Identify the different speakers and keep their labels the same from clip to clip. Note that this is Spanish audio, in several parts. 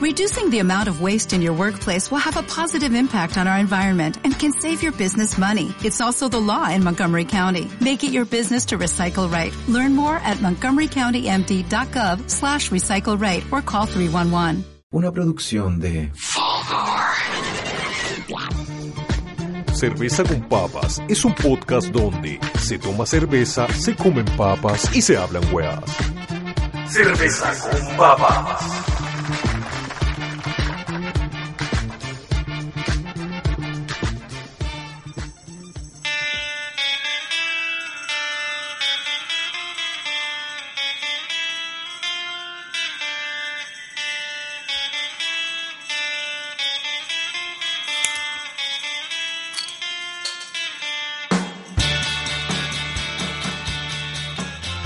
Speaker 1: Reducing the amount of waste in your workplace will have a positive impact on our environment and can save your business money. It's also the law in Montgomery County. Make it your business to recycle right. Learn more at montgomerycountymd.gov slash recycle right or call 311.
Speaker 2: Una producción de
Speaker 3: Cerveza con Papas es un podcast donde se toma cerveza, se comen papas y se hablan weas. Cerveza con Papas.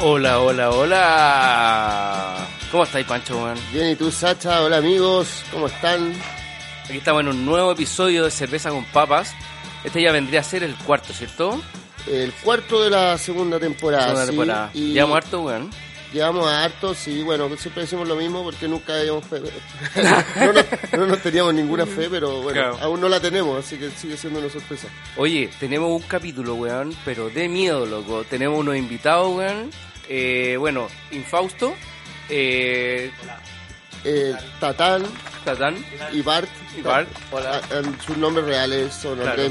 Speaker 4: Hola, hola, hola. ¿Cómo estáis, Pancho, weón?
Speaker 5: Bien, ¿y tú, Sacha? Hola, amigos. ¿Cómo están?
Speaker 4: Aquí estamos en un nuevo episodio de Cerveza con Papas. Este ya vendría a ser el cuarto, ¿cierto?
Speaker 5: El cuarto de la segunda temporada.
Speaker 4: Segunda
Speaker 5: Ah, sí,
Speaker 4: temporada.
Speaker 5: y
Speaker 4: Llevamos harto, weón.
Speaker 5: Llevamos a hartos y bueno, siempre decimos lo mismo porque nunca habíamos fe. no, nos, no nos teníamos ninguna fe, pero bueno,
Speaker 4: Claro.
Speaker 5: aún no la tenemos, así que sigue siendo una sorpresa.
Speaker 4: Oye, tenemos un capítulo, weón, pero de miedo, loco. Tenemos unos invitados, weón. Eh, bueno, Infausto, eh,
Speaker 5: Eh, Tatán
Speaker 4: Tatán
Speaker 5: y Bart.
Speaker 4: y Bart.
Speaker 5: Ah, ah, Sus nombres reales son
Speaker 4: Claro.
Speaker 5: Andrés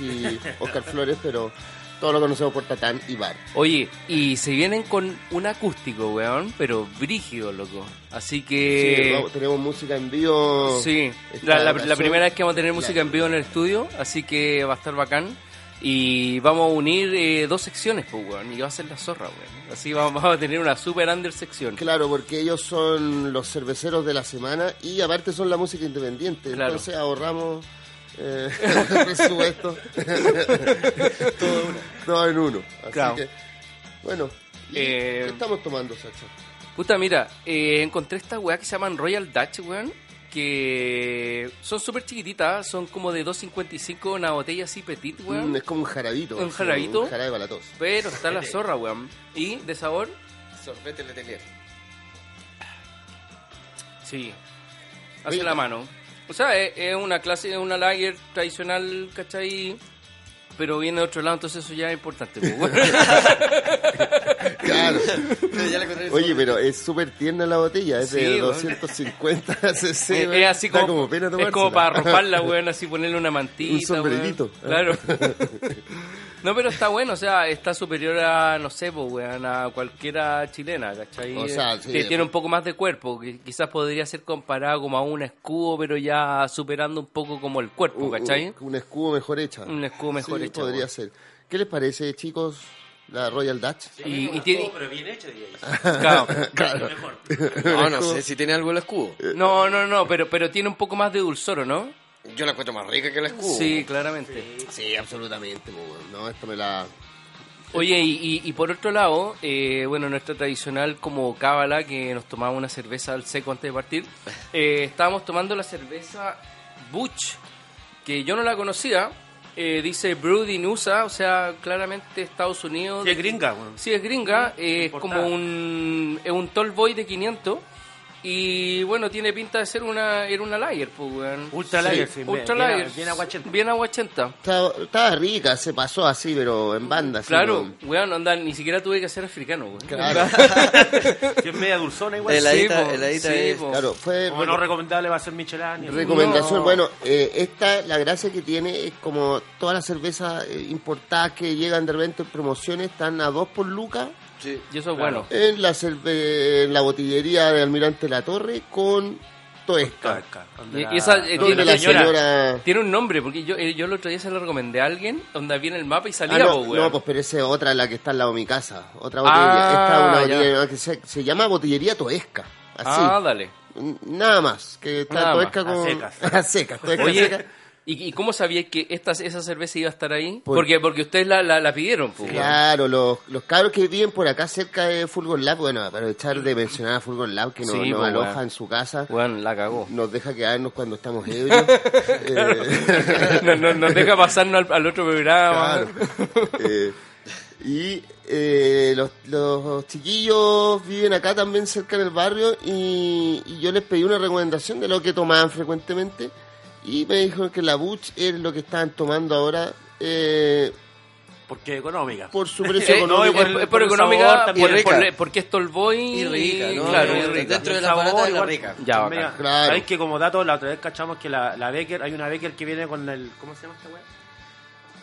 Speaker 5: y Oscar Flores, pero todos lo conocemos por Tatán y Bart.
Speaker 4: Oye, y se vienen con un acústico, weón, pero brígido, loco. Así que...
Speaker 5: Sí, vamos, tenemos música en vivo.
Speaker 4: Eh, Sí, la,
Speaker 5: Está
Speaker 4: la- la
Speaker 5: canción.
Speaker 4: primera vez que vamos a tener música
Speaker 5: Claro.
Speaker 4: en vivo en el estudio, así que va a estar bacán. Y vamos a unir eh, dos secciones, pues, weón, y va a ser la zorra, weón. Así vamos, vamos a tener una super under sección.
Speaker 5: Claro, porque ellos son los cerveceros de la semana y aparte son la música independiente.
Speaker 4: Claro.
Speaker 5: Entonces ahorramos eh, presupuesto. todo, en uno. Todo en uno. Así
Speaker 4: Claro.
Speaker 5: que, bueno, ¿y
Speaker 4: Eh,
Speaker 5: ¿qué estamos tomando, Sacha?
Speaker 4: Puta, mira, eh, encontré esta weá que se llaman Royal Dutch, weón, que son súper chiquititas, son como de 2.55 una botella así petit,
Speaker 5: Mm,
Speaker 4: weón.
Speaker 5: es como un jarabito.
Speaker 4: ¿Un
Speaker 5: así,
Speaker 4: jarabito?
Speaker 5: Un jarabe para la tos.
Speaker 4: Pero está la zorra, weón. Y de sabor,
Speaker 6: Sorbete Letelier.
Speaker 4: Sí. Hacia la mano. O sea, es, es una clase, es una lager tradicional, ¿cachai? Pero viene de otro lado, entonces eso ya es importante. pues, bueno.
Speaker 5: Claro.
Speaker 6: ya le encontré el
Speaker 5: Oye,
Speaker 6: sabor.
Speaker 5: pero es súper tierna la botella. Es
Speaker 4: Sí,
Speaker 5: de
Speaker 4: weón.
Speaker 5: 250 cc.
Speaker 4: es, es
Speaker 5: weón.
Speaker 4: así
Speaker 5: Da
Speaker 4: como,
Speaker 5: pena
Speaker 4: es como
Speaker 5: tomársela.
Speaker 4: para arroparla, weón, así ponerle una mantita.
Speaker 5: Un sombrerito.
Speaker 4: weón. Claro. No, pero está bueno, o sea, está superior a, no sé, pues, weón, a cualquiera chilena, ¿cachai?
Speaker 5: O sea, sí,
Speaker 4: que
Speaker 5: pues.
Speaker 4: tiene un poco más de cuerpo, que quizás podría ser comparada como a un escudo, pero ya superando un poco como el cuerpo,
Speaker 5: Un-
Speaker 4: ¿cachai?
Speaker 5: Un, un escudo mejor hecha.
Speaker 4: Un escudo mejor
Speaker 5: Sí,
Speaker 4: hecha,
Speaker 5: Podría
Speaker 4: bueno.
Speaker 5: ser. ¿Qué les parece, chicos? La Royal Dutch.
Speaker 4: Y- y tiene-
Speaker 7: pero bien hecho, diría yo.
Speaker 4: Claro.
Speaker 5: Claro.
Speaker 6: No, no sé si tiene algo el escudo.
Speaker 4: No, no, no, pero, pero tiene un poco más de dulzor, ¿o no?
Speaker 6: Yo la encuentro más rica que el
Speaker 5: Uh.
Speaker 6: escudo.
Speaker 4: Sí, claramente.
Speaker 5: Sí, absolutamente. pues, bueno. No, esto me la.
Speaker 4: Oye, y, y- y por otro lado, eh, bueno, nuestra tradicional como cábala, que nos tomaba una cerveza al seco antes de partir, eh, estábamos tomando la cerveza Butch, que yo no la conocía. eh, dice Brewed in USA, o sea, claramente Estados Unidos.
Speaker 7: Sí, es gringa, weón.
Speaker 4: Sí, es gringa, eh, es
Speaker 7: Importada.
Speaker 4: como un, es un tall boy de 500. Y bueno, tiene pinta de ser una, era una lager, pues, weón.
Speaker 7: Ultra
Speaker 5: Sí,
Speaker 7: Lager, sí,
Speaker 4: Ultra
Speaker 7: bien,
Speaker 4: lager.
Speaker 7: Bien aguachento.
Speaker 4: Bien aguachenta.
Speaker 5: Estaba, estaba rica, se pasó así, pero en banda. así,
Speaker 4: Claro,
Speaker 5: weón.
Speaker 4: weón, onda, ni siquiera tuve que ser africano, weón.
Speaker 5: Claro,
Speaker 7: Sí, es media dulzona igual.
Speaker 6: El- Heladita-
Speaker 4: po,
Speaker 6: heladita
Speaker 4: sí,
Speaker 6: es-
Speaker 4: po.
Speaker 5: claro. Fue
Speaker 7: Como no recomendable va a ser Michelin.
Speaker 5: recomendación.
Speaker 4: No.
Speaker 5: Bueno, eh, esta, la gracia que tiene es como todas las cervezas eh, importadas que llegan de repente en promociones están a dos por lucas
Speaker 6: Sí.
Speaker 4: Y eso es bueno.
Speaker 5: en la, cerve- en la botillería de Almirante La Torre con Toesca.
Speaker 4: Y- y esa, eh,
Speaker 5: Donde
Speaker 4: tiene,
Speaker 5: la
Speaker 4: señora-
Speaker 5: señora.
Speaker 4: tiene un nombre, porque yo, eh, yo el otro día se lo recomendé a alguien, donde viene el mapa y salía,
Speaker 5: Ah, no,
Speaker 4: po, weón.
Speaker 5: no, pues pero esa es otra, la que está al lado de mi casa. Otra botella.
Speaker 4: Ah,
Speaker 5: Esta es una
Speaker 4: ya.
Speaker 5: botella que se, se llama botillería toesca. Así.
Speaker 4: ah, dale.
Speaker 5: N- Nada más. Que está
Speaker 4: Nada
Speaker 5: toesca
Speaker 7: más, a
Speaker 5: con.
Speaker 7: secas.
Speaker 5: a secas, toesca
Speaker 4: Oye,
Speaker 5: seca.
Speaker 4: ¿y, y cómo sabía que esta, esa cerveza iba a estar ahí?
Speaker 5: Por-
Speaker 4: Porque, porque ustedes la, la, la pidieron, po, weón.
Speaker 5: Claro, los, los cabros que viven por acá cerca de Fulgor Lab, bueno, aprovechar de mencionar a Fulgor Lab que nos,
Speaker 4: Sí,
Speaker 5: nos
Speaker 4: pues,
Speaker 5: aloja
Speaker 4: weón.
Speaker 5: en su casa,
Speaker 4: Weón, la cagó.
Speaker 5: nos deja quedarnos cuando estamos ebrios. Eh,
Speaker 4: no, no, nos deja pasarnos al, al otro programa.
Speaker 5: Claro. Eh, Y eh, los, los chiquillos viven acá también cerca del barrio y, y yo les pedí una recomendación de lo que tomaban frecuentemente y me dijeron que la Butch es lo que estaban tomando ahora eh,
Speaker 7: Porque económica.
Speaker 5: por su precio
Speaker 4: Eh, no, es
Speaker 5: económico.
Speaker 4: por, es por
Speaker 7: por el sabor
Speaker 4: económica,
Speaker 7: también,
Speaker 4: por-
Speaker 6: rica.
Speaker 4: por- porque es Tolboy
Speaker 6: Y rica, ¿no?
Speaker 4: Claro,
Speaker 6: Y
Speaker 4: y rica.
Speaker 6: Dentro de
Speaker 7: El
Speaker 6: la
Speaker 7: sabor
Speaker 6: barata es la
Speaker 7: igual.
Speaker 6: rica.
Speaker 4: Ya,
Speaker 7: Son
Speaker 4: bacán.
Speaker 7: mega-
Speaker 5: Claro.
Speaker 7: Sabéis que como dato, la otra vez cachamos que la, la Becker, hay una Becker que viene con el. ¿Cómo se llama esta weá?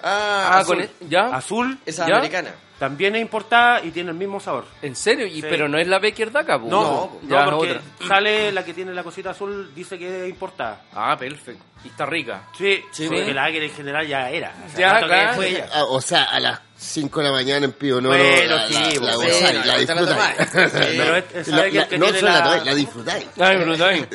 Speaker 6: Ah,
Speaker 4: Ah, con
Speaker 6: azul.
Speaker 4: e- ¿ya?
Speaker 7: Azul.
Speaker 6: Esa
Speaker 4: ¿Ya?
Speaker 6: americana.
Speaker 7: También es importada y tiene el mismo sabor.
Speaker 4: ¿En serio? Y,
Speaker 7: Sí.
Speaker 4: Pero no es la Becker Daca, po.
Speaker 7: No, no,
Speaker 4: ya no,
Speaker 7: porque
Speaker 4: otra.
Speaker 7: sale la que tiene la cosita azul, dice que es importada.
Speaker 4: Ah, perfecto. Y está rica.
Speaker 7: Sí,
Speaker 6: Sí,
Speaker 7: porque
Speaker 6: bueno.
Speaker 7: la Becker en general ya era. O
Speaker 4: Ya,
Speaker 7: tanto que
Speaker 4: claro.
Speaker 7: fue ella.
Speaker 5: Ah, o sea, a las 5 de la mañana en Pío Noro
Speaker 7: Bueno,
Speaker 5: la,
Speaker 7: sí,
Speaker 5: la,
Speaker 7: pues,
Speaker 5: la
Speaker 7: sí,
Speaker 5: gozáis,
Speaker 6: no,
Speaker 5: la
Speaker 6: ahí te la
Speaker 5: disfrutáis.
Speaker 6: tomáis. Sí.
Speaker 7: Pero es- es
Speaker 5: La-
Speaker 7: saber que
Speaker 5: la-
Speaker 7: el que
Speaker 5: No
Speaker 7: tiene
Speaker 5: solo la
Speaker 7: la-
Speaker 5: tomáis, la disfrutáis.
Speaker 4: Ay, brutal.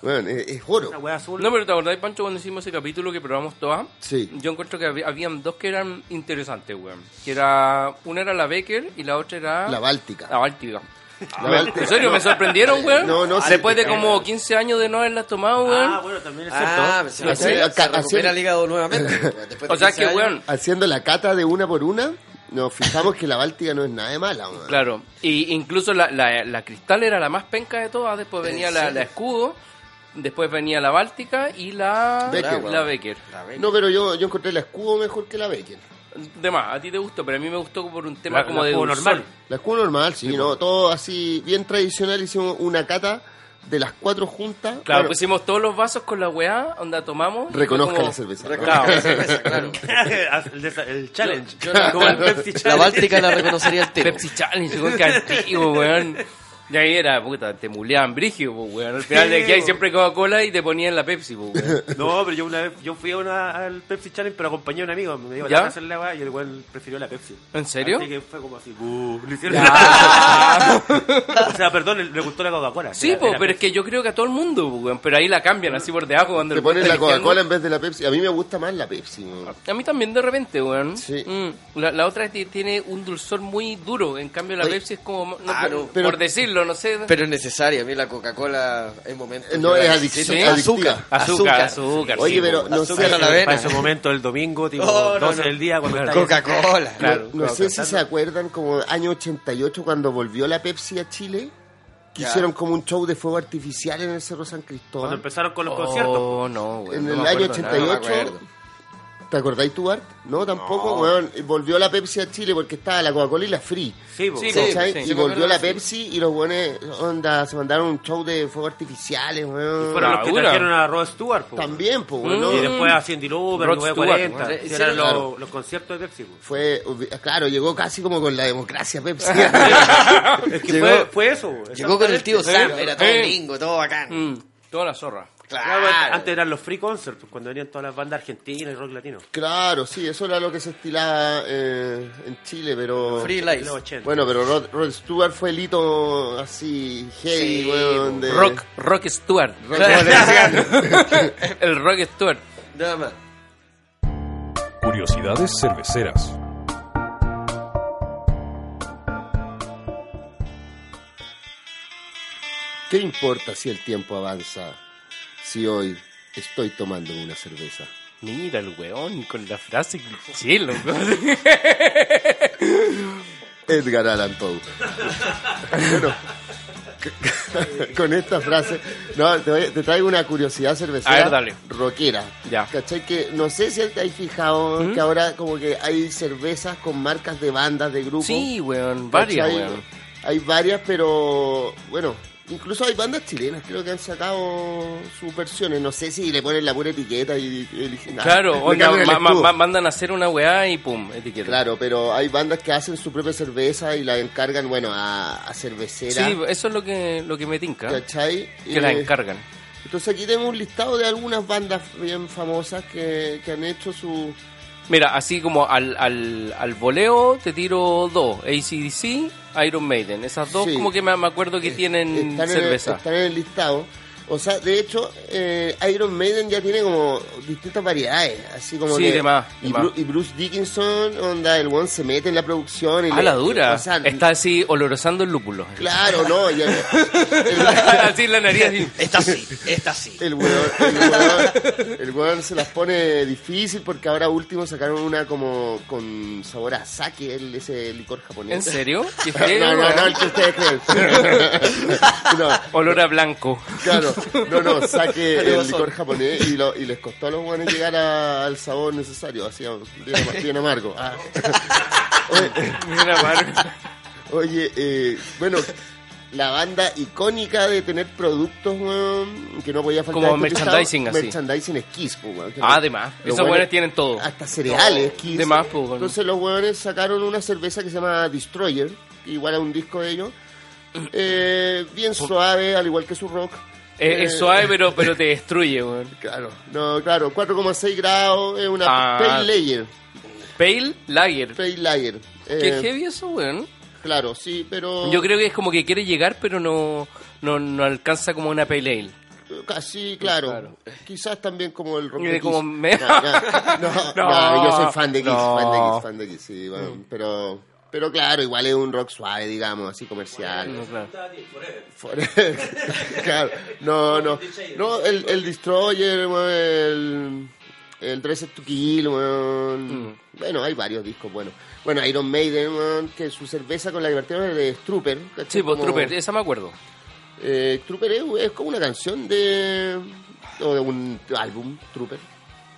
Speaker 5: Bueno, es, es
Speaker 7: Una
Speaker 5: oro.
Speaker 7: weá azul.
Speaker 4: No, pero te acordás, Pancho, cuando hicimos ese capítulo que probamos todas.
Speaker 5: Sí.
Speaker 4: Yo encuentro que había, habían dos que eran interesantes, weón. Que era. Una era la Becker y la otra era.
Speaker 5: La báltica.
Speaker 4: La Báltica.
Speaker 5: La
Speaker 4: Me-
Speaker 5: Báltica.
Speaker 4: Ah, ¿En serio? ¿Me sorprendieron, weón? Ah,
Speaker 5: No, no, sí. Eh,
Speaker 4: Después de como 15 años de no haberlas tomado, weón.
Speaker 7: Ah, bueno, también es cierto.
Speaker 6: Ah, se,
Speaker 5: Así-
Speaker 6: se,
Speaker 5: acá-
Speaker 6: se
Speaker 5: así-
Speaker 6: recupera el hígado nuevamente. pues, después de
Speaker 4: o sea
Speaker 6: 15
Speaker 4: que, weón.
Speaker 6: años.
Speaker 5: Haciendo la cata de una por una, nos fijamos que la báltica no es nada de mala. weón.
Speaker 4: Claro. Y incluso la, la, la Cristal era la más penca de todas. Después venía la,
Speaker 6: Sí.
Speaker 4: la Escudo. Después venía la Báltica y la.
Speaker 5: Becker.
Speaker 4: La Becker.
Speaker 6: La Becker.
Speaker 5: No, pero yo, yo encontré la escudo mejor que la Becker.
Speaker 4: De más, a ti te gustó, pero a mí me gustó por un tema
Speaker 7: La-
Speaker 4: como
Speaker 7: la
Speaker 4: de.
Speaker 7: jugo
Speaker 4: dulzor.
Speaker 7: normal.
Speaker 5: La escudo normal, sí, no,
Speaker 4: pues.
Speaker 5: todo así bien tradicional. Hicimos una cata de las cuatro juntas.
Speaker 4: Claro,
Speaker 5: Bueno,
Speaker 4: pusimos todos los vasos con la weá, onda tomamos.
Speaker 5: reconozca
Speaker 4: Fue como-
Speaker 5: la cerveza.
Speaker 6: Reconoce la cerveza, claro.
Speaker 7: el, desa- el challenge.
Speaker 6: Yo- yo la-
Speaker 7: Como el Pepsi
Speaker 6: La
Speaker 7: Challenge.
Speaker 6: Báltica la reconocería el tiro.
Speaker 4: Pepsi Challenge, weón, que antiguo, weón. Y ahí era, puta, te muleaban brígido, po, weón. Al final
Speaker 7: Sí,
Speaker 4: de que hay
Speaker 7: po.
Speaker 4: siempre Coca-Cola y te ponían la Pepsi, po, weón.
Speaker 7: No, pero yo una vez yo fui a una, al Pepsi Challenge, pero acompañé a un amigo. Me dijo,
Speaker 4: ¿Ya?
Speaker 7: la hacer la weá", y el weón prefirió la Pepsi.
Speaker 4: ¿En serio?
Speaker 7: Así que fue como así, "Buh", le hicieron- o sea, perdón, le, le gustó la Coca-Cola.
Speaker 4: Sí,
Speaker 7: Era-
Speaker 4: po,
Speaker 7: era
Speaker 4: pero es que yo creo que a todo el mundo, po, weón. Pero ahí la cambian así por debajo cuando
Speaker 5: Te
Speaker 4: el- Ah,
Speaker 5: ponen la
Speaker 4: está limpiando.
Speaker 5: Coca-Cola en vez de la Pepsi. A mí me gusta más la Pepsi. weón.
Speaker 4: A mí también de repente, weón.
Speaker 5: Sí.
Speaker 4: Mm, La, la otra ti- tiene un dulzor muy duro, en cambio la
Speaker 5: Oye.
Speaker 4: Pepsi es como, no,
Speaker 6: Ah,
Speaker 4: por,
Speaker 6: no,
Speaker 5: pero-
Speaker 4: por decirlo, no sé.
Speaker 6: Pero es necesaria, a mí la Coca-Cola hay momentos.
Speaker 5: Eh, No,
Speaker 6: que
Speaker 5: es
Speaker 6: la
Speaker 5: adicción-
Speaker 6: necesito.
Speaker 5: adictiva.
Speaker 6: Azúcar,
Speaker 4: azúcar, azúcar.
Speaker 5: Oye,
Speaker 4: sí,
Speaker 5: pero
Speaker 4: po.
Speaker 5: no
Speaker 6: azúcar
Speaker 5: sé-
Speaker 6: a la vena.
Speaker 7: Para ese momento, el domingo, tipo,
Speaker 6: Oh, no,
Speaker 7: 12
Speaker 6: no.
Speaker 7: del día, cuando estáis-
Speaker 6: Coca-Cola.
Speaker 7: Claro.
Speaker 5: No sé si
Speaker 7: cantando.
Speaker 5: se acuerdan como año 88 cuando volvió la Pepsi a Chile. Que
Speaker 6: Ya.
Speaker 5: hicieron como un show de fuego artificial en el Cerro San Cristóbal.
Speaker 7: Cuando empezaron con los
Speaker 4: Oh,
Speaker 7: conciertos.
Speaker 4: no, weón,
Speaker 5: en
Speaker 4: no
Speaker 5: el
Speaker 4: me
Speaker 5: año
Speaker 4: acuerdo nada.
Speaker 6: no me
Speaker 5: 88.
Speaker 6: acuerdo.
Speaker 5: ¿Te acordáis tú, Bart? No, tampoco,
Speaker 6: No.
Speaker 5: weón. Volvió la Pepsi a Chile porque estaba la Coca-Cola y la Free.
Speaker 7: Sí, po.
Speaker 4: Sí,
Speaker 6: Sí,
Speaker 5: ¿cachai?
Speaker 6: sí,
Speaker 5: y
Speaker 6: me
Speaker 5: volvió
Speaker 6: acuerdo,
Speaker 5: la
Speaker 6: sí.
Speaker 5: Pepsi y los buenos, onda, se mandaron un show de fuegos artificiales, weón.
Speaker 7: Fueron los que
Speaker 4: Madura.
Speaker 7: trajeron a Rod Stewart, po.
Speaker 5: También, pues, weón.
Speaker 7: Y
Speaker 5: ¿no?
Speaker 7: después a Cindy Lauper,
Speaker 4: Rod
Speaker 7: Rod
Speaker 4: Stewart,
Speaker 7: 40.
Speaker 4: ¿no?
Speaker 7: Sí,
Speaker 6: Hicieron
Speaker 7: eran los,
Speaker 5: claro.
Speaker 7: los conciertos de Pepsi, po.
Speaker 5: Fue, obvi- claro, llegó casi como con la democracia Pepsi.
Speaker 7: Es que
Speaker 6: Llegó-
Speaker 7: fue, fue eso. po,
Speaker 6: Llegó con el tío
Speaker 4: Exactamente.
Speaker 6: Sam, era todo
Speaker 4: Eh.
Speaker 6: gringo, todo bacán.
Speaker 4: Mm, toda la zorra.
Speaker 7: Claro,
Speaker 6: Claro.
Speaker 7: Antes eran los free concerts, pues, cuando venían todas las bandas argentinas y rock latino.
Speaker 5: claro, sí, eso era lo que se estilaba eh, en Chile, pero...
Speaker 6: Free
Speaker 7: En
Speaker 6: Life.
Speaker 7: los 80.
Speaker 5: Bueno, pero Rod, Rod Stewart fue el hito así, heavy,
Speaker 6: Sí,
Speaker 5: weón, de-
Speaker 4: Rock, Rock Stewart.
Speaker 5: Rock- Rock-
Speaker 4: El Rock Stewart.
Speaker 6: Nada más.
Speaker 3: Curiosidades cerveceras.
Speaker 5: ¿Qué importa si el tiempo avanza? Si hoy estoy tomando una cerveza.
Speaker 4: Mira el weón con la frase chilo.
Speaker 5: Edgar Allan Poe. bueno, con esta frase, no, te, voy- te traigo una curiosidad cervecera.
Speaker 4: A ver, dale.
Speaker 5: Rockera.
Speaker 4: Ya.
Speaker 5: ¿Cachai? Que no sé si te has fijado que ahora como que hay cervezas con marcas de bandas, de grupos.
Speaker 4: sí, weón,
Speaker 5: ¿cachai?
Speaker 4: varias, weón.
Speaker 5: Hay varias, pero bueno, incluso hay bandas chilenas creo que han sacado sus versiones. No sé si le ponen la pura etiqueta y, y eligen- nah,
Speaker 4: Claro,
Speaker 5: le
Speaker 4: onda,
Speaker 5: cambian el
Speaker 4: ma- ma-
Speaker 5: escudo.
Speaker 4: ma- mandan a hacer una weá y pum, etiqueta.
Speaker 5: Claro, pero hay bandas que hacen su propia cerveza y la encargan, bueno, a, a cerveceras.
Speaker 4: Sí, eso es lo que, lo que me tinca.
Speaker 5: ¿Cachai?
Speaker 4: Que la
Speaker 5: Eh,
Speaker 4: encargan.
Speaker 5: Entonces aquí tengo un listado de algunas bandas bien famosas que, que han hecho su...
Speaker 4: Mira, así como al, al, al voleo te tiro dos. ACDC, Iron Maiden. Esas dos
Speaker 5: Sí. Eh,
Speaker 4: como que me, me acuerdo que tienen
Speaker 5: están en el-
Speaker 4: cerveza.
Speaker 5: están en el listado. O sea, de hecho, eh, Iron Maiden ya tiene como distintas variedades, así como
Speaker 4: Sí,
Speaker 5: que-
Speaker 4: de más,
Speaker 5: y,
Speaker 4: de más.
Speaker 5: Bru- y Bruce Dickinson, onda, el one se mete en la producción y
Speaker 4: A
Speaker 5: le-
Speaker 4: Ah, la dura.
Speaker 5: o sea,
Speaker 4: Está así olorosando el lúpulo.
Speaker 5: claro, no, ya-
Speaker 4: así en la nariz. así.
Speaker 6: Esta sí, esta sí.
Speaker 5: el weón, el weón- el weón se las pone difícil porque ahora último sacaron una como con sabor a sake, el- ese licor japonés.
Speaker 4: ¿En serio? ¿Qué feo,
Speaker 5: No, no, no,
Speaker 4: weón?
Speaker 5: el que ustedes creen. No,
Speaker 4: Olor a blanco.
Speaker 5: Claro, no, no, saque el
Speaker 6: Pero son-
Speaker 5: licor japonés y, lo- y les costó a los guanes llegar a- al sabor necesario, así bien, am- bien amargo. Ah. Oye,
Speaker 4: Mira, Mar-
Speaker 5: oye, eh, bueno, la banda icónica de tener productos weón, que no podía faltar.
Speaker 4: Como
Speaker 5: en este estado,
Speaker 4: merchandising, así.
Speaker 5: Merchandising es Kiss, pues, weón, que
Speaker 4: Ah,
Speaker 5: no-
Speaker 4: de más.
Speaker 5: los
Speaker 4: Esos hueones tienen todo.
Speaker 5: Hasta cereales, Kiss.
Speaker 4: De más, pues, weón.
Speaker 5: Entonces los hueones sacaron una cerveza que se llama Destroyer, que igual a un disco de ellos. Eh, bien suave, al igual que su rock.
Speaker 4: Es,
Speaker 5: Eh,
Speaker 4: es suave, pero, pero te destruye, weón.
Speaker 5: Claro, no, claro, 4,6 grados, es una
Speaker 4: Ah.
Speaker 5: pale layer,
Speaker 4: Pale Lager.
Speaker 5: pale layer.
Speaker 4: Qué
Speaker 5: Eh,
Speaker 4: heavy eso, weón.
Speaker 5: Claro, sí, pero
Speaker 4: Yo creo que es como que quiere llegar, pero no, no, no alcanza como una Pale Ale.
Speaker 5: casi, eh, claro.
Speaker 4: Claro.
Speaker 5: Quizás también como el rock
Speaker 4: Mire
Speaker 5: de Kiss.
Speaker 4: como me-
Speaker 5: No, no, no,
Speaker 4: No,
Speaker 5: no, yo soy fan de Kiss,
Speaker 4: no.
Speaker 5: fan de Kiss, fan de Kiss, sí, bueno, pero, pero claro, igual es un rock suave, digamos, así comercial.
Speaker 4: No, claro.
Speaker 5: claro, no, no. No, el, el Destroyer, weón, el, el Dressed to Kill,
Speaker 4: Mm.
Speaker 5: weón. Bueno, hay varios discos buenos. Bueno, Iron Maiden, weón, que su cerveza con la que partieron es de Strooper. ¿cachai?
Speaker 4: Sí, pues
Speaker 5: Como-
Speaker 4: Trooper, esa me acuerdo.
Speaker 5: eh, Trooper es, es como una canción de... o de un álbum, Trooper.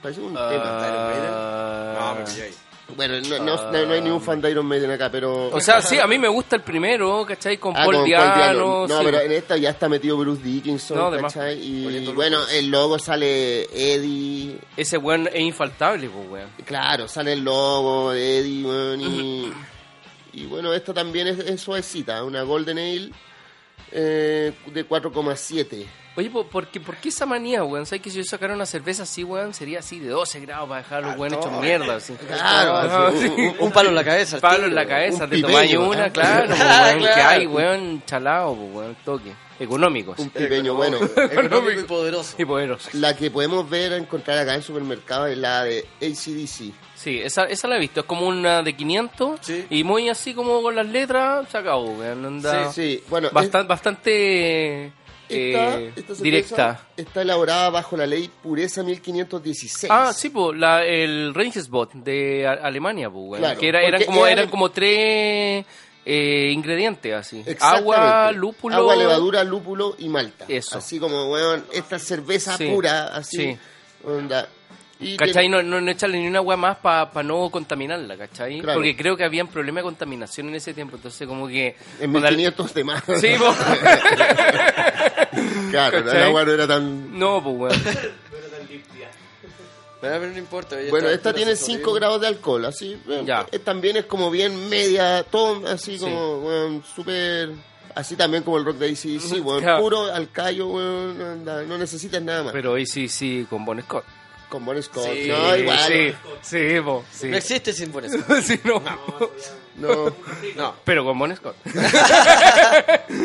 Speaker 5: Parece un tema.
Speaker 4: Ah,
Speaker 6: No, me pillé ahí.
Speaker 5: Bueno, no, no, no hay ningún fan de Iron Maiden acá, pero...
Speaker 4: o sea, sí, a mí me gusta el primero, ¿cachai? Con
Speaker 5: Ah,
Speaker 4: Paul
Speaker 5: con Paul
Speaker 4: Diano.
Speaker 5: Diano. No,
Speaker 4: sí.
Speaker 5: pero en esta ya está metido Bruce Dickinson,
Speaker 4: No, de más.
Speaker 5: ¿cachai? Y
Speaker 6: Poniendo
Speaker 5: bueno, el logo sale Eddie.
Speaker 4: Ese weón es infaltable, pues, weón.
Speaker 5: Claro, sale el logo de Eddie, weón, y, y bueno, esta también es, es suavecita, una Golden Ale eh, de 4,7.
Speaker 4: Oye, ¿por, por qué, por qué esa manía, weón? ¿Sabes que si yo sacara una cerveza así, weón, sería así de 12 grados para dejar a los weones hechos mierda? Así.
Speaker 5: Claro,
Speaker 4: Ah,
Speaker 5: así,
Speaker 4: sí.
Speaker 5: un- un-
Speaker 6: Un palo en la cabeza. al
Speaker 4: Pablo
Speaker 6: tiro.
Speaker 4: en la cabeza,
Speaker 5: un
Speaker 4: te tomáis
Speaker 5: pipeño,
Speaker 4: una,
Speaker 5: ¿eh?
Speaker 4: claro, pues,
Speaker 6: Ah,
Speaker 4: weón, que
Speaker 6: claro.
Speaker 4: hay, weón, chalado, pues, weón, toque. Económicos
Speaker 5: un pues, pipeño bueno.
Speaker 6: Económico y poderoso.
Speaker 4: y poderosos.
Speaker 5: La que podemos ver, encontrar acá en supermercado es la de ACDC.
Speaker 4: Sí, esa, esa la he visto, es como una de 500
Speaker 6: Sí.
Speaker 4: y muy así como con las letras, se acabó, weón, anda
Speaker 5: Sí, sí, bueno, es-
Speaker 4: bastan- bastante eh,
Speaker 5: Esta, esta cerveza
Speaker 4: directa.
Speaker 5: Está elaborada bajo la ley Pureza 1516.
Speaker 4: Ah, sí, pues, la, el Rangesbot de A- Alemania, pues, weón,
Speaker 5: Claro,
Speaker 4: que era- eran,
Speaker 5: porque
Speaker 4: como,
Speaker 5: era-
Speaker 4: eran como tres eh, ingredientes así.
Speaker 5: Exactamente.
Speaker 4: Agua, lúpulo.
Speaker 5: Agua, levadura, lúpulo y malta.
Speaker 4: Eso.
Speaker 5: Así como, weón, esta cerveza
Speaker 4: Sí,
Speaker 5: pura, así.
Speaker 4: sí.
Speaker 5: Onda. Y
Speaker 4: ¿Cachai? No,
Speaker 5: tiene-
Speaker 4: no, no echarle ni una agua más para no contaminarla, ¿cachai?
Speaker 5: Claro.
Speaker 4: Porque creo que habían problemas de contaminación en ese tiempo, entonces como que...
Speaker 5: En
Speaker 4: con la-
Speaker 5: 1500 de más.
Speaker 4: Sí, po.
Speaker 5: claro, el
Speaker 4: ¿Cachai?
Speaker 5: agua no era tan...
Speaker 4: No, pues, weón.
Speaker 6: Pero, pero no importa. ya
Speaker 5: Bueno,
Speaker 6: está,
Speaker 5: esta
Speaker 6: pero
Speaker 5: tiene
Speaker 6: se
Speaker 5: 5
Speaker 6: sobrevive.
Speaker 5: grados de alcohol, así. bueno,
Speaker 4: Ya.
Speaker 5: eh, También es como bien media, todo así como, weón, súper... Así también como el rock de ACDC, weón,
Speaker 4: Claro.
Speaker 5: puro al callo, weón, anda, no necesitas nada más.
Speaker 4: Pero ahí sí, sí, con Bon Scott.
Speaker 5: Con Bon Scott,
Speaker 6: Sí,
Speaker 5: no,
Speaker 4: Sí,
Speaker 5: igual,
Speaker 4: Sí, sí, po, sí.
Speaker 6: No existe sin ponerse.
Speaker 4: Sí, no.
Speaker 5: no.
Speaker 6: No.
Speaker 4: Pero con Bon Scott.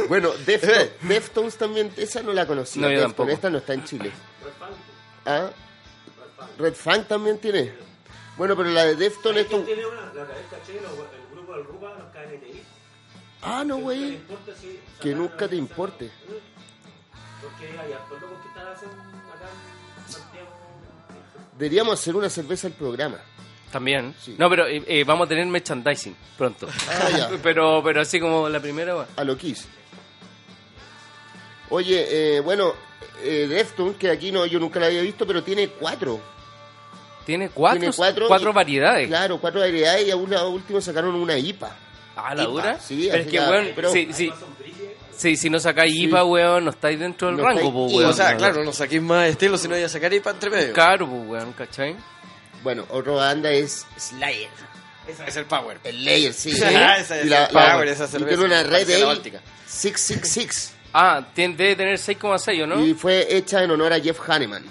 Speaker 5: Bueno, Deftones, Deftones también, esa no la conocía.
Speaker 4: No, yo
Speaker 5: Deftones,
Speaker 4: tampoco.
Speaker 5: Esta no está en Chile. ¿Ah? Red Funk también tiene. Bueno, pero la de Deftones es como-
Speaker 8: Tiene una, la otra vez caché, los- el grupo del Rupa, los KNTI,
Speaker 5: Ah, no, güey. Que nunca te importe.
Speaker 8: Mm. porque hay hartos locos que están haciendo acá en Santiago.
Speaker 5: Deberíamos hacer una cerveza al programa.
Speaker 4: También.
Speaker 5: Sí.
Speaker 4: No, pero eh, eh, vamos a tener merchandising pronto.
Speaker 5: Ah, ya.
Speaker 4: Pero, pero así como la primera, weón.
Speaker 5: A lo Kiss. Oye, eh, bueno, eh, Deftones, que aquí no, yo nunca la había visto, pero tiene cuatro.
Speaker 4: Tiene cuatro,
Speaker 5: tiene
Speaker 4: cuatro,
Speaker 5: cuatro, y-
Speaker 4: variedades.
Speaker 5: Claro, cuatro variedades y a una- a último sacaron una IPA.
Speaker 4: Ah, la
Speaker 5: IPA,
Speaker 4: dura.
Speaker 5: sí,
Speaker 4: pero es
Speaker 5: así
Speaker 4: que,
Speaker 5: la-
Speaker 4: weón,
Speaker 5: pero-
Speaker 4: sí, sí. Sí, si no sacáis IPA, weón, no estáis dentro del
Speaker 5: No
Speaker 4: rango,
Speaker 5: estáis-
Speaker 4: pues,
Speaker 5: y-
Speaker 4: weón.
Speaker 6: O sea, claro, no saquéis más estilo, si no ya sacar IPA entre medio.
Speaker 4: Caro, pues, weón, ¿cachai?
Speaker 5: Bueno, otra banda es Slayer.
Speaker 6: Esa es el power.
Speaker 5: El Layer, sí.
Speaker 6: Sí, Ah, esa es
Speaker 5: y la,
Speaker 6: el
Speaker 5: la-
Speaker 6: power, esa
Speaker 5: y
Speaker 6: cerveza.
Speaker 5: tiene una red
Speaker 6: Parece la
Speaker 5: Ale
Speaker 6: Báltica.
Speaker 5: 666.
Speaker 4: Ah, tien- debe tener 6,6, ¿o ¿no?
Speaker 5: Y fue hecha en honor a Jeff Hanneman,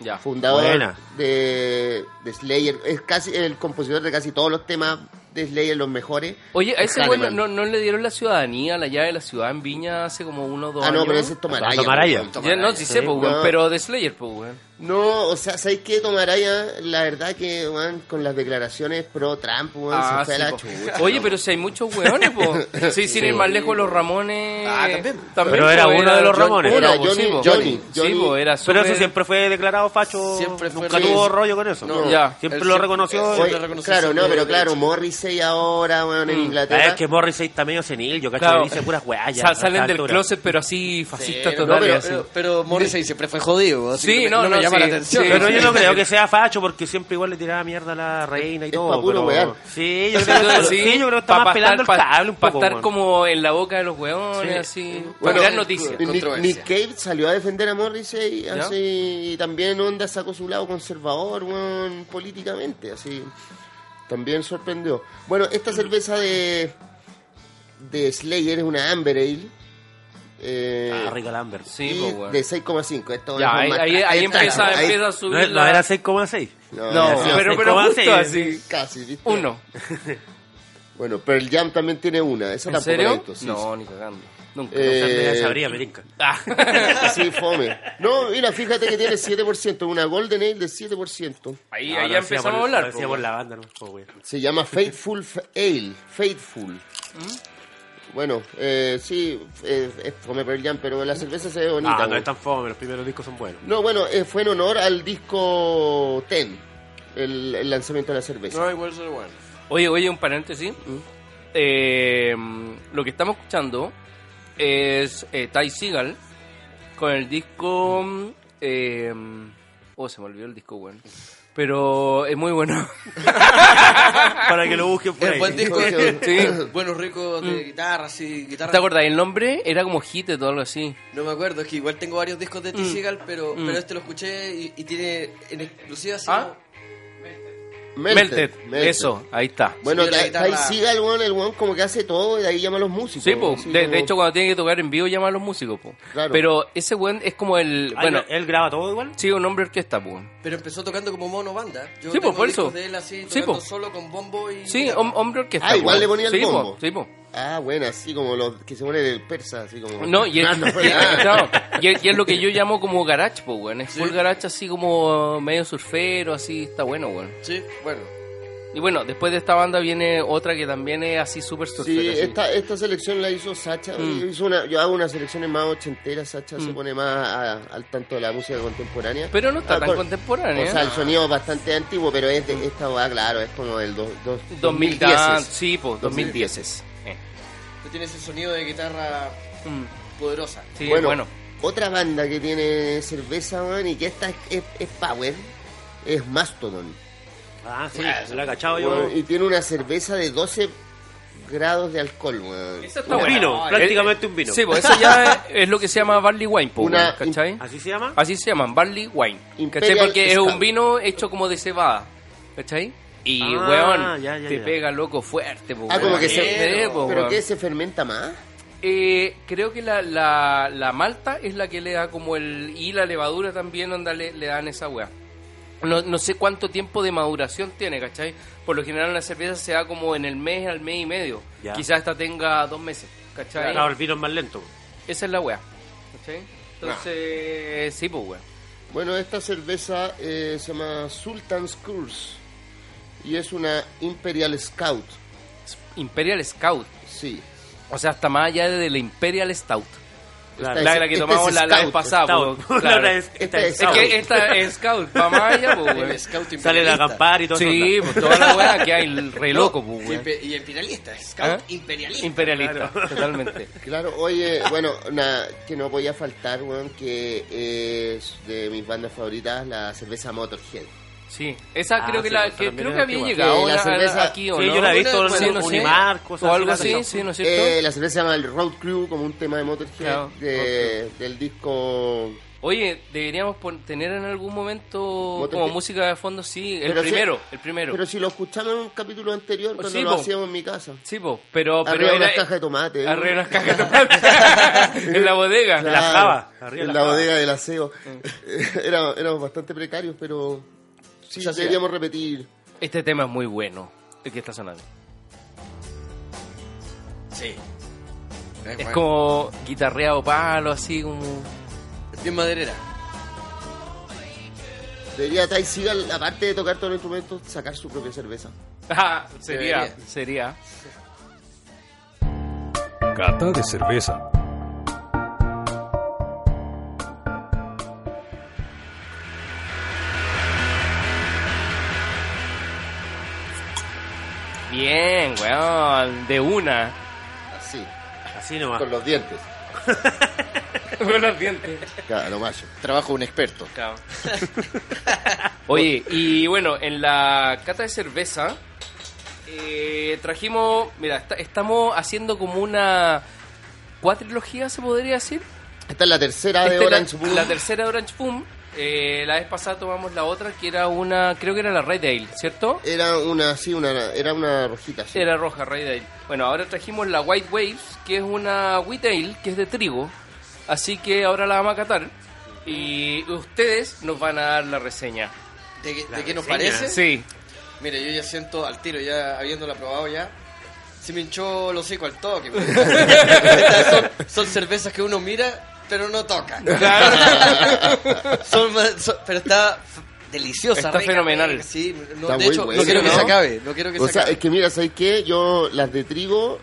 Speaker 4: Ya.
Speaker 5: fundador
Speaker 7: Buena.
Speaker 5: de, de Slayer. Es casi el compositor de casi todos los temas Slayer los mejores.
Speaker 4: Oye, a ese
Speaker 5: Hanneman.
Speaker 4: güey no, no le dieron la ciudadanía, la llave de la ciudad en Viña hace como uno o dos
Speaker 5: Ah, no,
Speaker 4: años.
Speaker 5: pero ese es Tomaraya.
Speaker 7: Tomaraya.
Speaker 5: weón.
Speaker 4: Ya, no, sí, sé, pues, weón,
Speaker 5: No.
Speaker 4: pero de Slayer, pues, weón.
Speaker 5: No, o sea, ¿sabéis qué? Tomaraya, la verdad que, weón, con las declaraciones pro Trump, weón,
Speaker 4: Ah,
Speaker 5: se fue
Speaker 4: sí,
Speaker 5: a la
Speaker 4: po.
Speaker 5: chucha.
Speaker 4: Oye, pero si hay muchos weones, pues. Sí, sin ir más lejos, los Ramones. pues,
Speaker 6: Ah, también.
Speaker 7: Pero era
Speaker 4: po,
Speaker 7: uno de los
Speaker 4: John-
Speaker 7: Ramones.
Speaker 4: uno,
Speaker 5: Era
Speaker 4: po, pues, sí,
Speaker 5: Johnny-
Speaker 4: po.
Speaker 5: Johnny,
Speaker 4: Sí, po,
Speaker 5: Johnny.
Speaker 4: era
Speaker 7: Pero
Speaker 4: súper-
Speaker 7: eso siempre fue declarado facho.
Speaker 6: Siempre fue-
Speaker 7: Nunca
Speaker 5: Sí.
Speaker 7: tuvo rollo con eso.
Speaker 6: No.
Speaker 4: Ya.
Speaker 6: Él
Speaker 7: Siempre lo
Speaker 6: siempre-
Speaker 7: reconoció.
Speaker 6: Oye,
Speaker 5: Oye,
Speaker 6: reconocí
Speaker 5: claro,
Speaker 6: ese
Speaker 5: no,
Speaker 6: weón
Speaker 5: pero
Speaker 6: de
Speaker 5: claro,
Speaker 6: derecha.
Speaker 5: Morrissey ahora, weón,
Speaker 4: Mm.
Speaker 5: en
Speaker 7: Ah,
Speaker 5: Inglaterra.
Speaker 7: es que Morrissey está medio senil, yo cacho
Speaker 4: Claro.
Speaker 7: que dice puras weas ya.
Speaker 4: Sa-
Speaker 7: a esta
Speaker 4: salen del
Speaker 7: altura.
Speaker 4: closet, pero así fascistas
Speaker 5: no,
Speaker 4: totales.
Speaker 5: pero-
Speaker 4: así.
Speaker 6: Pero, pero Morrissey siempre fue jodido. así
Speaker 4: Sí,
Speaker 6: que
Speaker 4: no,
Speaker 6: me
Speaker 4: no,
Speaker 6: llama
Speaker 4: sí,
Speaker 6: la atención.
Speaker 4: sí.
Speaker 7: Pero yo no
Speaker 4: Sí.
Speaker 7: creo que sea facho porque siempre igual le tiraba mierda a la reina y
Speaker 5: es
Speaker 7: todo.
Speaker 5: pa' puro
Speaker 7: pero-
Speaker 5: wear.
Speaker 7: Sí, yo
Speaker 4: Sí,
Speaker 7: creo que
Speaker 4: sí,
Speaker 7: sí, eh, yo creo que está
Speaker 4: pa-
Speaker 7: más
Speaker 4: pa'
Speaker 7: pelando el
Speaker 4: estar- pa-
Speaker 7: cable un
Speaker 4: pa'
Speaker 7: poco.
Speaker 4: estar
Speaker 7: weón.
Speaker 4: como en la boca de los weones, así. Para
Speaker 5: Bueno,
Speaker 4: tirar noticias.
Speaker 5: Ni- Nick,
Speaker 6: Controversia.
Speaker 5: Cave salió a defender a Morrissey
Speaker 4: ¿Ya?
Speaker 5: así, y también Onda sacó su lado conservador weón, políticamente, así también sorprendió. Bueno, esta cerveza de de Slayer es una Amber Ale. eh,
Speaker 7: Ah, rica Lambert.
Speaker 4: Sí,
Speaker 5: y
Speaker 4: pues, weón.
Speaker 5: de 6,5. Esto
Speaker 4: Ya,
Speaker 5: es
Speaker 4: ahí,
Speaker 5: más-
Speaker 4: ahí, ahí
Speaker 5: está,
Speaker 4: empieza,
Speaker 5: ahí-
Speaker 4: empieza a
Speaker 7: No,
Speaker 4: subir.
Speaker 7: es- no
Speaker 4: la-
Speaker 7: era 6,6.
Speaker 5: no,
Speaker 4: No,
Speaker 5: ya,
Speaker 4: pero, pero
Speaker 7: 6,6,
Speaker 4: justo así.
Speaker 5: casi, ¿viste?
Speaker 4: Uno.
Speaker 5: Bueno, Pearl Jam también tiene una. Esa
Speaker 4: ¿En
Speaker 5: tampoco la he
Speaker 4: serio?
Speaker 5: visto, sí,
Speaker 4: No, ni cagando. Nunca.
Speaker 5: Eh,
Speaker 7: Ya sabría, Merinka.
Speaker 4: Ah.
Speaker 5: Sí, fome. No, mira, fíjate que tiene 7%, una Golden Ale de 7%.
Speaker 4: Ahí,
Speaker 7: No,
Speaker 4: ahí
Speaker 7: lo
Speaker 4: ya
Speaker 7: decía
Speaker 4: empezamos
Speaker 7: por-
Speaker 4: a hablar. pues,
Speaker 7: lo decía
Speaker 4: po,
Speaker 7: por
Speaker 4: weón.
Speaker 7: la banda, no Oh, weón.
Speaker 5: Se llama Faithful F- Ale. Faithful.
Speaker 4: ¿Mm?
Speaker 5: Bueno, eh, sí, eh, es fome Pearl Jam, pero la cerveza se ve bonita.
Speaker 7: Ah, no
Speaker 5: güey.
Speaker 7: es tan fome, los primeros discos son buenos.
Speaker 5: No, bueno, eh, fue en honor al disco Ten, el, el lanzamiento de la cerveza.
Speaker 6: No, igual solo bueno.
Speaker 4: Oye, oye, un paréntesis.
Speaker 5: Mm.
Speaker 4: Eh, lo que estamos escuchando es eh, Ty Seagal con el disco. eh, oh, se me olvidó el disco, bueno. Pero es muy bueno.
Speaker 7: Para que lo busquen por
Speaker 6: Es buen
Speaker 7: ahí.
Speaker 6: disco. Mm.
Speaker 4: Sí.
Speaker 6: Buenos ricos de guitarra, así, guitarra.
Speaker 4: ¿Te acordás? El nombre era como Hit o algo así.
Speaker 6: No me acuerdo, es que igual tengo varios discos de T. Seagal, pero, pero este lo escuché y, y tiene en exclusiva así
Speaker 4: Ah.
Speaker 6: como-
Speaker 4: Melted. Eso, ahí está.
Speaker 5: Bueno,
Speaker 6: Sí, la
Speaker 5: Ty- Ty
Speaker 6: guitarra.
Speaker 5: Seagal, el weón, el weón como que hace todo y de ahí llama a los músicos.
Speaker 4: Sí, po.
Speaker 5: así
Speaker 4: De,
Speaker 5: como-
Speaker 4: de hecho, cuando tiene que tocar en vivo, llama a los músicos, po.
Speaker 5: Claro.
Speaker 4: Pero ese buen es como el.
Speaker 7: Ah,
Speaker 4: Bueno,
Speaker 7: ¿él- ¿Él graba todo igual?
Speaker 4: sí, un hombre orquesta, po.
Speaker 6: Pero empezó tocando como mono banda. Yo
Speaker 4: Sí, po,
Speaker 6: tengo
Speaker 4: por
Speaker 6: discos
Speaker 4: eso.
Speaker 6: de él así,
Speaker 4: Sí,
Speaker 6: tocando
Speaker 4: po.
Speaker 6: solo con bombo y...
Speaker 4: Sí,
Speaker 6: guitarra.
Speaker 4: hom- hombre orquesta.
Speaker 5: Ah, igual
Speaker 4: po.
Speaker 5: le ponía el
Speaker 4: Sí, po,
Speaker 5: bombo.
Speaker 4: Sí, po.
Speaker 5: Ah, bueno, así como los que se ponen el persa, así como...
Speaker 4: No, y
Speaker 5: Ah,
Speaker 4: es,
Speaker 5: no,
Speaker 4: y es-
Speaker 5: ah.
Speaker 4: no, y es- y es lo que yo llamo como garage, pues, weón. Es full garage así como medio surfero, así, está bueno, weón.
Speaker 6: Sí, bueno.
Speaker 4: Y bueno, después de esta banda viene otra que también es así súper surfera.
Speaker 5: Sí,
Speaker 4: así.
Speaker 5: esta, esta selección la hizo Sacha.
Speaker 4: Mm.
Speaker 5: Hizo una, yo hago unas selecciones más ochenteras. Sacha se pone más a- al tanto de la música contemporánea.
Speaker 4: Pero no está
Speaker 5: Ah,
Speaker 4: tan
Speaker 5: con-
Speaker 4: contemporánea. Mm.
Speaker 5: O sea, el sonido es bastante antiguo, pero es de, esta va, claro, es como del dos- dos-
Speaker 4: 2000,
Speaker 5: 2010.
Speaker 4: ah, sí, pues, 2010. Eh.
Speaker 6: Tú tienes ese sonido de guitarra
Speaker 4: Mm,
Speaker 6: poderosa.
Speaker 4: Sí,
Speaker 5: Bueno,
Speaker 4: bueno.
Speaker 5: otra banda que tiene cerveza, man, y que esta es, es- es Power, es Mastodon.
Speaker 7: Ah, sí, se lo he cachado yo.
Speaker 5: Bueno, y tiene una cerveza de 12 grados de alcohol, weón.
Speaker 4: Esa está
Speaker 7: Un
Speaker 4: buena.
Speaker 7: vino,
Speaker 5: Ah,
Speaker 4: Eh,
Speaker 7: prácticamente un vino.
Speaker 4: Sí, pues eso ya es, es lo que se llama barley wine, po,
Speaker 5: Una-
Speaker 4: weón, ¿cachai?
Speaker 7: ¿Así se llama?
Speaker 4: Así se llaman, barley wine.
Speaker 5: Imperial
Speaker 4: ¿Cachai? Porque es un
Speaker 5: Stout.
Speaker 4: vino hecho como de cebada. ¿Cachai? Y,
Speaker 7: Ah,
Speaker 4: weón,
Speaker 7: ya, ya,
Speaker 4: te
Speaker 7: ya.
Speaker 4: pega loco fuerte, po,
Speaker 5: Ah, como
Speaker 4: weón.
Speaker 5: que se...
Speaker 4: Sí, po,
Speaker 5: ¿Pero
Speaker 4: weón.
Speaker 5: qué? ¿Se fermenta más?
Speaker 4: Eh, creo que la, la, la malta es la que le da como el... Y la levadura también, onda, le, le dan esa weá. No, no sé cuánto tiempo de maduración tiene, ¿cachai? Por lo general la cerveza se da como en el mes, al mes y medio.
Speaker 7: Ya.
Speaker 4: Quizás esta tenga dos meses, ¿cachai?
Speaker 7: Claro, el vino es más lento.
Speaker 4: Esa es la weá, ¿cachai? Entonces, sí, pues weón.
Speaker 5: Bueno, esta cerveza eh, se llama Sultan's Curse y es una Imperial Scout.
Speaker 4: Imperial Scout.
Speaker 5: Sí.
Speaker 4: O sea, hasta más allá de la Imperial Stout.
Speaker 7: Claro.
Speaker 4: La, la que
Speaker 5: Este
Speaker 4: tomamos
Speaker 5: es
Speaker 4: la, la vez
Speaker 5: Scout.
Speaker 4: pasada.
Speaker 7: Stout.
Speaker 4: Ah, po,
Speaker 7: La
Speaker 4: claro.
Speaker 7: otra
Speaker 4: es,
Speaker 7: es-
Speaker 5: Este
Speaker 7: esta es
Speaker 5: es
Speaker 7: Stout.
Speaker 4: que esta es Scout, para más allá, po, weón.
Speaker 6: El scout
Speaker 7: Sale de
Speaker 6: imperialista.
Speaker 7: acampar y todo
Speaker 4: Sí,
Speaker 7: eso.
Speaker 4: pues toda la weá que hay el re
Speaker 6: No,
Speaker 4: loco, po,
Speaker 6: y
Speaker 4: weón.
Speaker 6: impe- Y imperialista, scout
Speaker 4: ¿Ah?
Speaker 6: imperialista.
Speaker 4: Imperialista, totalmente.
Speaker 5: Claro, oye, bueno, una que no podía faltar, weón, que eh, es de mis bandas favoritas, la cerveza Motorhead.
Speaker 4: Sí, esa
Speaker 7: Ah,
Speaker 4: creo que
Speaker 7: sí,
Speaker 4: la
Speaker 7: pues,
Speaker 4: que, creo
Speaker 7: también es
Speaker 4: que había
Speaker 7: antigua.
Speaker 4: llegado
Speaker 5: Sí, la
Speaker 4: a- a-
Speaker 5: cerveza-
Speaker 4: aquí o
Speaker 7: Sí,
Speaker 4: no.
Speaker 7: yo la he visto
Speaker 6: Bueno,
Speaker 7: en
Speaker 6: no sé.
Speaker 7: Unimar, cosas
Speaker 4: o algo
Speaker 7: así,
Speaker 4: así,
Speaker 7: ¿no?
Speaker 4: sí, ¿no es
Speaker 5: Eh,
Speaker 4: cierto?
Speaker 5: la cerveza se llama el Road Crew, como un tema de Motorhead,
Speaker 4: Claro,
Speaker 5: de- del disco...
Speaker 4: Oye, deberíamos pon- tener en algún momento
Speaker 5: Motorhead.
Speaker 4: como música de fondo, sí, el
Speaker 5: Pero sí-
Speaker 4: primero, el primero.
Speaker 5: Pero si lo escuchamos en un capítulo anterior, cuando
Speaker 4: Sí,
Speaker 5: lo
Speaker 4: po.
Speaker 5: hacíamos en mi casa.
Speaker 4: Sí, po, pero, pero
Speaker 5: Arriba
Speaker 4: era...
Speaker 5: unas cajas de tomate. ¿eh?
Speaker 4: Arriba unas cajas de tomate. en la Mm. bodega.
Speaker 7: La java, arriba
Speaker 5: en
Speaker 7: la
Speaker 5: la
Speaker 7: java.
Speaker 5: bodega del aseo. Era- éramos bastante precarios, pero sí,
Speaker 6: Se hacía.
Speaker 5: deberíamos repetir.
Speaker 4: Este tema es muy bueno, el que está sonando.
Speaker 6: Sí.
Speaker 4: Es como guitarreado palo, así como.
Speaker 6: Es bien maderera.
Speaker 5: Debería Ty Seagal, aparte de tocar todos los instrumentos, sacar su propia cerveza.
Speaker 4: Ah, sería,
Speaker 6: Debería.
Speaker 4: sería.
Speaker 3: Cata de cerveza.
Speaker 4: Bien, weón, de una.
Speaker 5: Así,
Speaker 7: Así
Speaker 4: Ah.
Speaker 7: nomás.
Speaker 5: con los dientes.
Speaker 4: Con los dientes.
Speaker 5: Claro, lo macho.
Speaker 9: Trabajo de un experto.
Speaker 4: Claro. Oye, y bueno, en la cata de cerveza eh, trajimos, mira, esta- estamos haciendo como una cuatrilogía, se podría decir.
Speaker 5: Esta es la tercera
Speaker 4: Esta
Speaker 5: de
Speaker 4: es la-
Speaker 5: Orange Boom.
Speaker 4: Este La tercera de Orange Boom. Eh, la vez pasada tomamos la otra, que era una, creo que era la Red Ale, ¿cierto?
Speaker 5: Era una, sí, una, era una rojita. sí.
Speaker 4: Era roja, Red Ale. Bueno, ahora trajimos la White Waves, que es una Wheat Ale, que es de trigo. Así que ahora la vamos a catar. Y ustedes nos van a dar la reseña.
Speaker 6: ¿De, qué-
Speaker 7: La
Speaker 6: de qué nos
Speaker 7: reseña.
Speaker 6: parece?
Speaker 4: Sí,
Speaker 6: Mire, yo ya siento al tiro, ya habiéndola probado ya. Se me hinchó el hocico al toque. pues. Estas son, son cervezas que uno mira, pero no toca. Son más- son- pero está f- deliciosa.
Speaker 4: Está
Speaker 6: rica,
Speaker 4: fenomenal.
Speaker 6: rica, Sí, no,
Speaker 5: Está
Speaker 6: de
Speaker 5: muy
Speaker 6: hecho,
Speaker 5: buena,
Speaker 6: no quiero que
Speaker 5: ¿no?
Speaker 6: se acabe. No quiero que
Speaker 5: o
Speaker 6: se
Speaker 5: sea,
Speaker 6: acabe.
Speaker 5: es que mira, ¿sabes qué? Yo las de trigo,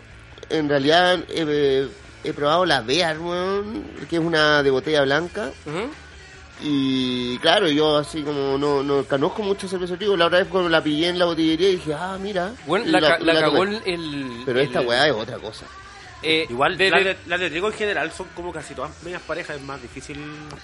Speaker 5: en realidad he, he probado la Bear, weón, que es una de botella blanca.
Speaker 4: Ujú.
Speaker 5: Y claro, yo así como no, no conozco mucho cerveza de trigo. La otra vez cuando la pillé en la botillería dije, ah, mira.
Speaker 4: Bueno,
Speaker 5: Y
Speaker 4: la, ca- la
Speaker 5: la
Speaker 4: cagó
Speaker 5: tomé.
Speaker 4: el... el-
Speaker 5: Pero esta
Speaker 4: el-
Speaker 5: weá es otra cosa.
Speaker 4: eh,
Speaker 7: Igual,
Speaker 4: de-
Speaker 7: las
Speaker 4: de-
Speaker 7: de, las de trigo en general son como casi todas medias parejas, es más difícil.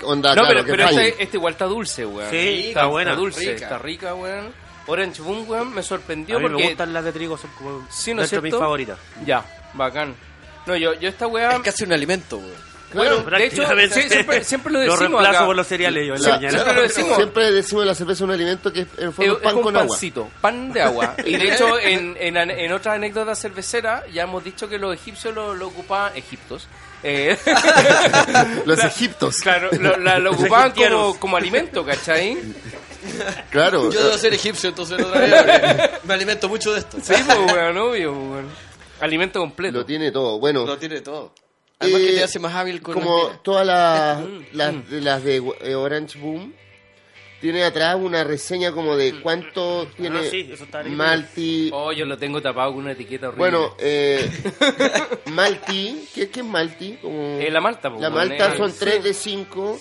Speaker 5: Onda,
Speaker 4: no,
Speaker 5: Ah, claro,
Speaker 4: pero,
Speaker 5: que
Speaker 4: pero
Speaker 5: falle.
Speaker 4: este, este igual está dulce, weón.
Speaker 7: Sí, está buena.
Speaker 4: dulce,
Speaker 6: Rica.
Speaker 4: está rica, weón. Orange Boom, weón, me sorprendió
Speaker 7: A mí
Speaker 4: porque...
Speaker 7: me gustan las de trigo, son como
Speaker 4: Sí, ¿no es
Speaker 7: dentro de mis
Speaker 4: cierto?
Speaker 7: favoritas.
Speaker 4: Ya, bacán. No, yo, yo esta weá...
Speaker 6: Es casi un alimento, weón.
Speaker 4: Bueno, de hecho,
Speaker 7: Prácticamente.
Speaker 4: sí, siempre, siempre lo
Speaker 7: Lo
Speaker 4: decimos
Speaker 7: reemplazo
Speaker 4: acá.
Speaker 7: por los cereales yo en
Speaker 5: Sí,
Speaker 7: la mañana.
Speaker 4: siempre lo decimos.
Speaker 5: Siempre decimos la cerveza es un alimento que es en el
Speaker 4: Es,
Speaker 5: fondo
Speaker 4: es
Speaker 5: pan
Speaker 4: un
Speaker 5: con agua.
Speaker 4: pancito, pan de agua. Y de hecho, en, en, an- en otra anécdota cervecera, ya hemos dicho que los egipcios lo, lo ocupaban... Egiptos. Eh,
Speaker 5: Los egiptos.
Speaker 4: claro, lo, la- lo ocupaban como,
Speaker 7: egiptianos.
Speaker 4: como alimento, ¿cachai?
Speaker 5: Claro.
Speaker 6: Yo debo ser egipcio, entonces no vez me alimento mucho de esto.
Speaker 4: Sí, pues, weón, obvio, pues, weón. Alimento completo.
Speaker 5: Lo tiene todo. Bueno,
Speaker 6: Lo tiene todo. Además
Speaker 5: Eh,
Speaker 6: que te hace más hábil con
Speaker 5: como
Speaker 6: las minas.
Speaker 5: todas las las de, las de eh, Orange Boom tiene atrás una reseña como de cuánto tiene
Speaker 7: sí, eso está ahí.
Speaker 5: Malti
Speaker 4: Oh, yo lo tengo tapado con una etiqueta horrible.
Speaker 5: bueno eh, Malti ¿qué, qué es Malti? Como-
Speaker 4: Eh, la malta, pues,
Speaker 5: la
Speaker 4: weón,
Speaker 5: Malta
Speaker 4: eh,
Speaker 5: son
Speaker 4: sí.
Speaker 5: 3 de 5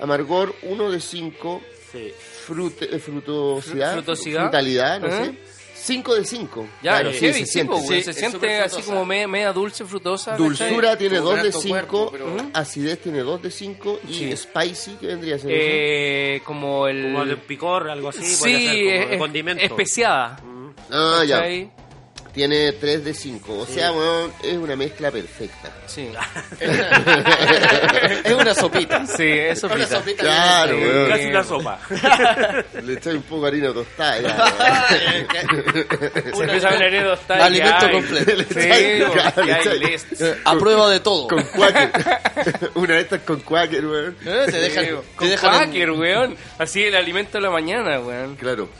Speaker 5: Amargor 1 de 5
Speaker 7: Sí.
Speaker 5: frute, eh, frutosidad,
Speaker 4: Frutosidad.
Speaker 5: frutalidad no
Speaker 4: ¿Eh?
Speaker 5: sé 5 de 5
Speaker 4: Ya,
Speaker 5: claro,
Speaker 4: es
Speaker 5: sí,
Speaker 4: heavy,
Speaker 5: se
Speaker 4: sí,
Speaker 5: siente.
Speaker 4: pues, weón,
Speaker 6: Sí,
Speaker 4: se
Speaker 6: es
Speaker 4: siente
Speaker 6: súper
Speaker 4: así
Speaker 6: frutosa.
Speaker 4: como me- media, dulce, frutosa.
Speaker 5: Dulzura
Speaker 4: ¿cachai?
Speaker 5: tiene
Speaker 6: Tu
Speaker 5: 2 de
Speaker 6: grato
Speaker 5: 5,
Speaker 6: cuerpo, pero-
Speaker 5: acidez tiene 2 de 5 y
Speaker 4: Sí.
Speaker 5: spicy que vendría a ser eso?
Speaker 4: Eh, como el...
Speaker 7: Como de picor, algo así. puede
Speaker 4: sí,
Speaker 7: ser, como de
Speaker 4: es-
Speaker 7: condimento.
Speaker 4: especiada.
Speaker 5: Ah, ya.
Speaker 4: ¿cachai?
Speaker 5: Tiene 3 de 5. O sea, weón, es una mezcla perfecta.
Speaker 4: Sí,
Speaker 6: Es una sopita.
Speaker 4: sí, eso
Speaker 6: Una
Speaker 4: frita.
Speaker 6: sopita.
Speaker 5: Claro,
Speaker 4: Eh,
Speaker 5: weón.
Speaker 7: Casi una sopa.
Speaker 5: Le estoy un poco de harina tostada. ya,
Speaker 4: Cerveza Veneredo está ahí,
Speaker 6: Alimento
Speaker 4: ay.
Speaker 6: completo.
Speaker 4: Sí,
Speaker 5: Le
Speaker 4: porque
Speaker 5: echáis- le
Speaker 4: hay
Speaker 5: echáis-
Speaker 4: list.
Speaker 6: A prueba de todo.
Speaker 5: Con Quaker. una de estas con Quaker, weón.
Speaker 6: Eh, Te dejan, te
Speaker 4: Con
Speaker 6: dejan en-
Speaker 4: Quaker, weón. Así el alimento de la mañana, weón.
Speaker 5: Claro.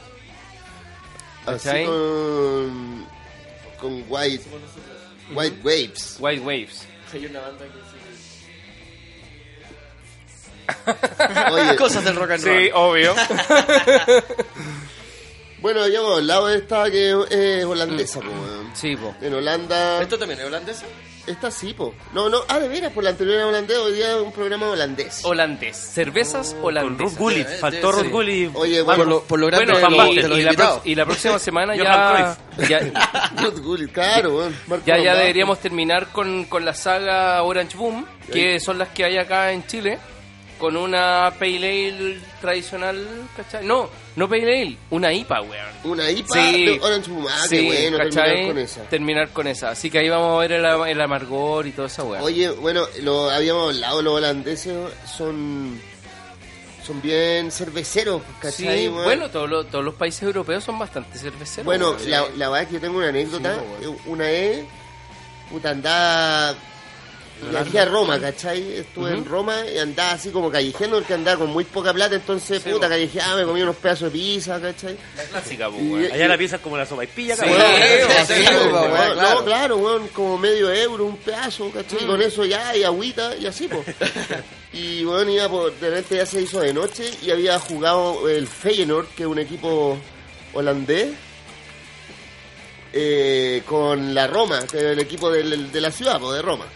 Speaker 5: Así
Speaker 4: ¿Cachai?
Speaker 5: con. Con White. White Waves.
Speaker 4: White Waves.
Speaker 6: Hay una banda que sí.
Speaker 5: Oye,
Speaker 6: Cosas del rock and roll.
Speaker 4: Sí, obvio.
Speaker 5: bueno, ya hemos hablado de esta que es holandesa,
Speaker 4: Mm.
Speaker 5: po, weón.
Speaker 4: Sí, po.
Speaker 5: En Holanda.
Speaker 6: ¿Esto también es holandesa?
Speaker 5: Esta sí, po. No, no. Ah, de veras, por la anterior era holandés. Hoy día es un programa holandés.
Speaker 4: Holandés. Cervezas
Speaker 7: Con Ruth
Speaker 4: holandesas.
Speaker 7: Gullit.
Speaker 6: Sí,
Speaker 7: Faltó
Speaker 6: sí.
Speaker 7: Ruth Gullit.
Speaker 5: Oye,
Speaker 6: Por
Speaker 5: bueno.
Speaker 6: lo, por lo grande
Speaker 4: Bueno,
Speaker 6: de,
Speaker 4: y-
Speaker 6: los-
Speaker 4: y,
Speaker 6: de los
Speaker 4: y la
Speaker 6: invitados.
Speaker 4: pro- y la próxima semana ya,
Speaker 7: Johan
Speaker 4: ya,
Speaker 5: Ruth Gullit, claro, weón. Marco
Speaker 4: ya, ya
Speaker 5: Lombard.
Speaker 4: deberíamos terminar con, con la saga Orange Boom, que son las que hay acá en Chile, con una Pale Ale tradicional, ¿cachai? No, no Pale Ale, una IPA, weón.
Speaker 5: Una IPA
Speaker 4: Sí.
Speaker 5: de Orange Boom. Ah, qué
Speaker 4: Sí,
Speaker 5: bueno
Speaker 4: ¿cachai?
Speaker 5: terminar con esa.
Speaker 4: Terminar con esa. Así que ahí vamos a ver el, el amargor y toda esa weá.
Speaker 5: Oye, bueno, lo habíamos hablado, los holandeses son son bien cerveceros,
Speaker 4: Sí,
Speaker 5: ¿cachai? weón?
Speaker 4: bueno, todos los, todos los países europeos son bastante cerveceros.
Speaker 5: bueno
Speaker 4: weón. pues,
Speaker 5: la, la verdad es que yo tengo una anécdota.
Speaker 4: Sí,
Speaker 5: una es, puta, andaba Y viajé a Roma, ¿cachai? Estuve en Roma y andaba así como callejero, porque andaba con muy poca plata, entonces, puta, callejeaba, me comía unos pedazos de pizza, ¿cachai?
Speaker 4: pues. La clásica, pues,
Speaker 5: Y- eh.
Speaker 4: weón.
Speaker 7: Allá la pieza es como la sopa y pilla,
Speaker 6: Sí.
Speaker 7: cabrón.
Speaker 5: Weón,
Speaker 6: sí,
Speaker 5: así,
Speaker 6: sí,
Speaker 5: weón,
Speaker 6: weón,
Speaker 5: weón.
Speaker 6: claro. Mm.
Speaker 5: No, claro, weón, como medio euro, un pedazo, ¿cachai? Y Con eso ya, y agüita, y así, pues. Y bueno, iba por, de repente ya se hizo de noche y había jugado el Feyenoord, que es un equipo holandés, eh, con la Roma, que es el equipo del- de la ciudad, pues, de Roma.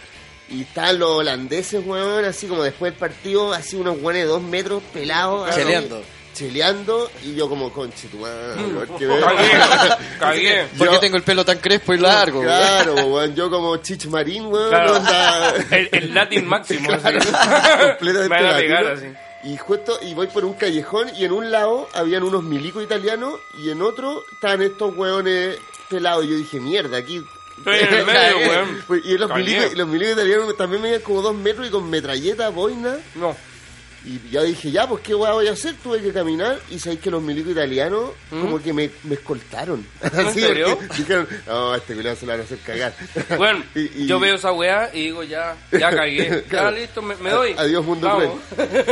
Speaker 5: Y estaban los holandeses, weón, así como después del partido, así unos weones de dos metros pelados. así,
Speaker 6: Cheleando.
Speaker 5: Cheleando, y yo como, conche, tu madre, weón, qué
Speaker 4: Cagué,
Speaker 5: verga".
Speaker 4: cagué.
Speaker 6: ¿Por qué
Speaker 5: Yo-
Speaker 6: tengo el pelo tan crespo y largo?
Speaker 5: Claro, weón, yo como chichmarín, weón,
Speaker 4: "Ah". Claro.
Speaker 5: onda,
Speaker 4: El, el latín máximo. así.
Speaker 5: completamente
Speaker 4: Me van a pegar
Speaker 5: latino.
Speaker 4: así.
Speaker 5: Y justo, y voy por un callejón y en un lado habían unos milicos italianos y en otro estaban estos weones pelados. Y yo dije, mierda, aquí...
Speaker 4: Estoy en el medio, weón.
Speaker 5: Pues, Y los
Speaker 4: Cagué.
Speaker 5: milicos, los milicos italianos también medían como dos metros y con metralleta, boina.
Speaker 4: No.
Speaker 5: Y ya dije, ya, pues qué weá voy a hacer, tuve que caminar y sabéis que los milicos italianos
Speaker 6: ¿Mm?
Speaker 5: como que me, me escoltaron. Así,
Speaker 4: serio?
Speaker 5: porque Dijeron, no, a este culiao se lo van a hacer cagar.
Speaker 4: Bueno,
Speaker 5: Y- y-
Speaker 4: yo veo esa weá y digo, ya, ya cagué.
Speaker 5: Claro.
Speaker 4: Ya, listo, me, me doy.
Speaker 5: A- adiós, mundo
Speaker 4: Vamos.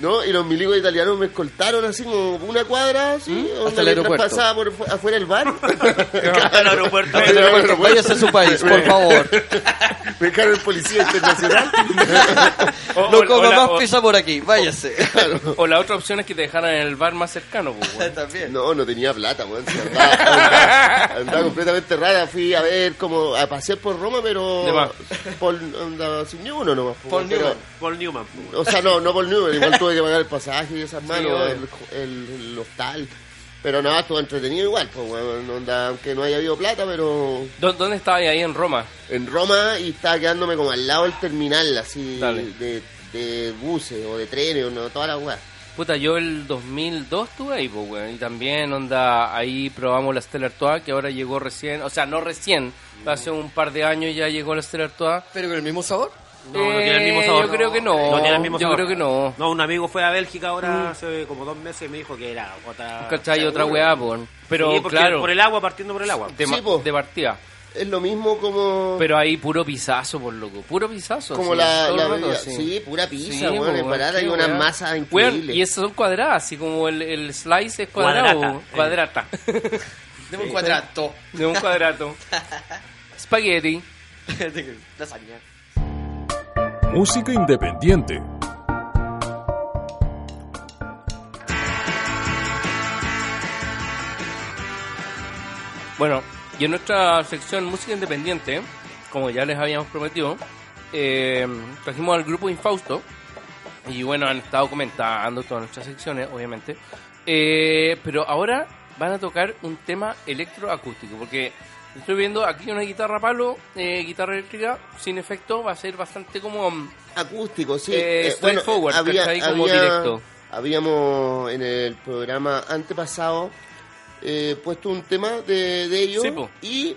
Speaker 5: No, y los milicos italianos me escoltaron así como una cuadra, así, donde
Speaker 6: ¿Mm? Hasta
Speaker 5: mientras
Speaker 6: el aeropuerto.
Speaker 5: pasaba por fu- afuera del bar.
Speaker 7: Al aeropuerto.
Speaker 5: Claro, bueno,
Speaker 6: Váyase a su país, por favor.
Speaker 5: me dejaron el policía internacional.
Speaker 4: O, o-
Speaker 6: No
Speaker 4: o
Speaker 6: coma
Speaker 4: la,
Speaker 6: más
Speaker 4: o-
Speaker 6: pizza por aquí, váyase.
Speaker 4: o la otra opción es que te dejaran en el bar más cercano, pues, weón.
Speaker 6: También.
Speaker 5: No, no tenía plata, weón. se Andaba, andaba- andaba completamente rara. Fui a ver como a pasear por Roma, pero.
Speaker 4: De más.
Speaker 5: Por, andaba sin ni uno nomás. pues,
Speaker 6: Paul
Speaker 5: pero-
Speaker 6: Newman.
Speaker 7: Paul Newman. pues, weón.
Speaker 5: O sea, no, no por Newman, igual tuve que pagar el pasaje y esas manos,
Speaker 4: obvio.
Speaker 5: el, el, el hostal. Pero nada, estuvo entretenido igual, pues, weón, onda, aunque no haya habido plata, pero
Speaker 4: ¿Dó- ¿Dónde estaba ahí en Roma?
Speaker 5: en Roma y estaba quedándome como al lado del terminal, así,
Speaker 4: Dale.
Speaker 5: de, de buses o de trenes, o no, toda la weá.
Speaker 4: Puta, yo el 2002 estuve ahí, pues, weón. Y también, onda, ahí probamos la Stella Artois, que ahora llegó recién. O sea, no recién. Hace un par de años ya llegó la Stella Artois.
Speaker 6: Pero con el mismo sabor.
Speaker 7: No, no tiene el mismo
Speaker 4: Eh,
Speaker 7: sabor.
Speaker 4: yo creo que no.
Speaker 7: No tiene el mismo
Speaker 4: Yo
Speaker 7: sabor.
Speaker 4: creo que no. Mm.
Speaker 7: No, un amigo fue a Bélgica ahora hace como dos meses y me dijo que era otra.
Speaker 4: ¿Cachai? Otra weá, pues. Pero,
Speaker 7: Ah, Sí, porque
Speaker 4: claro,
Speaker 7: Por el agua, partiendo por el agua.
Speaker 4: de, ma-
Speaker 5: Sí, po.
Speaker 4: de partida.
Speaker 5: Es lo mismo como,
Speaker 4: Pero ahí puro pisazo, por loco. Puro pisazo.
Speaker 5: como
Speaker 4: así,
Speaker 5: la,
Speaker 4: todo
Speaker 5: la
Speaker 4: el rato,
Speaker 5: bebida.
Speaker 4: así.
Speaker 5: sí, pura pizza,
Speaker 4: Sí,
Speaker 5: weón,
Speaker 4: po,
Speaker 5: es
Speaker 4: weón,
Speaker 5: barata
Speaker 4: qué
Speaker 5: y una
Speaker 4: weá.
Speaker 5: masa
Speaker 4: Weón,
Speaker 5: increíble.
Speaker 4: y esas son cuadradas, así como el, el slice es cuadrado.
Speaker 7: Cuadrata,
Speaker 4: Cuadrata.
Speaker 6: Deme un cuadrato.
Speaker 4: de un cuadrato. Spaghetti.
Speaker 6: Lasaña.
Speaker 3: Música independiente.
Speaker 4: Bueno, y en nuestra sección música independiente, como ya les habíamos prometido, eh, trajimos al grupo Infausto. Y bueno, han estado comentando todas nuestras secciones, obviamente. Eh, pero ahora van a tocar un tema electroacústico, porque estoy viendo aquí una guitarra a palo, eh, guitarra eléctrica, sin efecto, va a ser bastante como... mm,
Speaker 5: acústico, sí.
Speaker 4: Eh, straightforward, ¿cachai? Como directo.
Speaker 5: Habíamos en el programa antepasado eh, puesto un tema de, de ellos
Speaker 4: Sí, po.
Speaker 5: y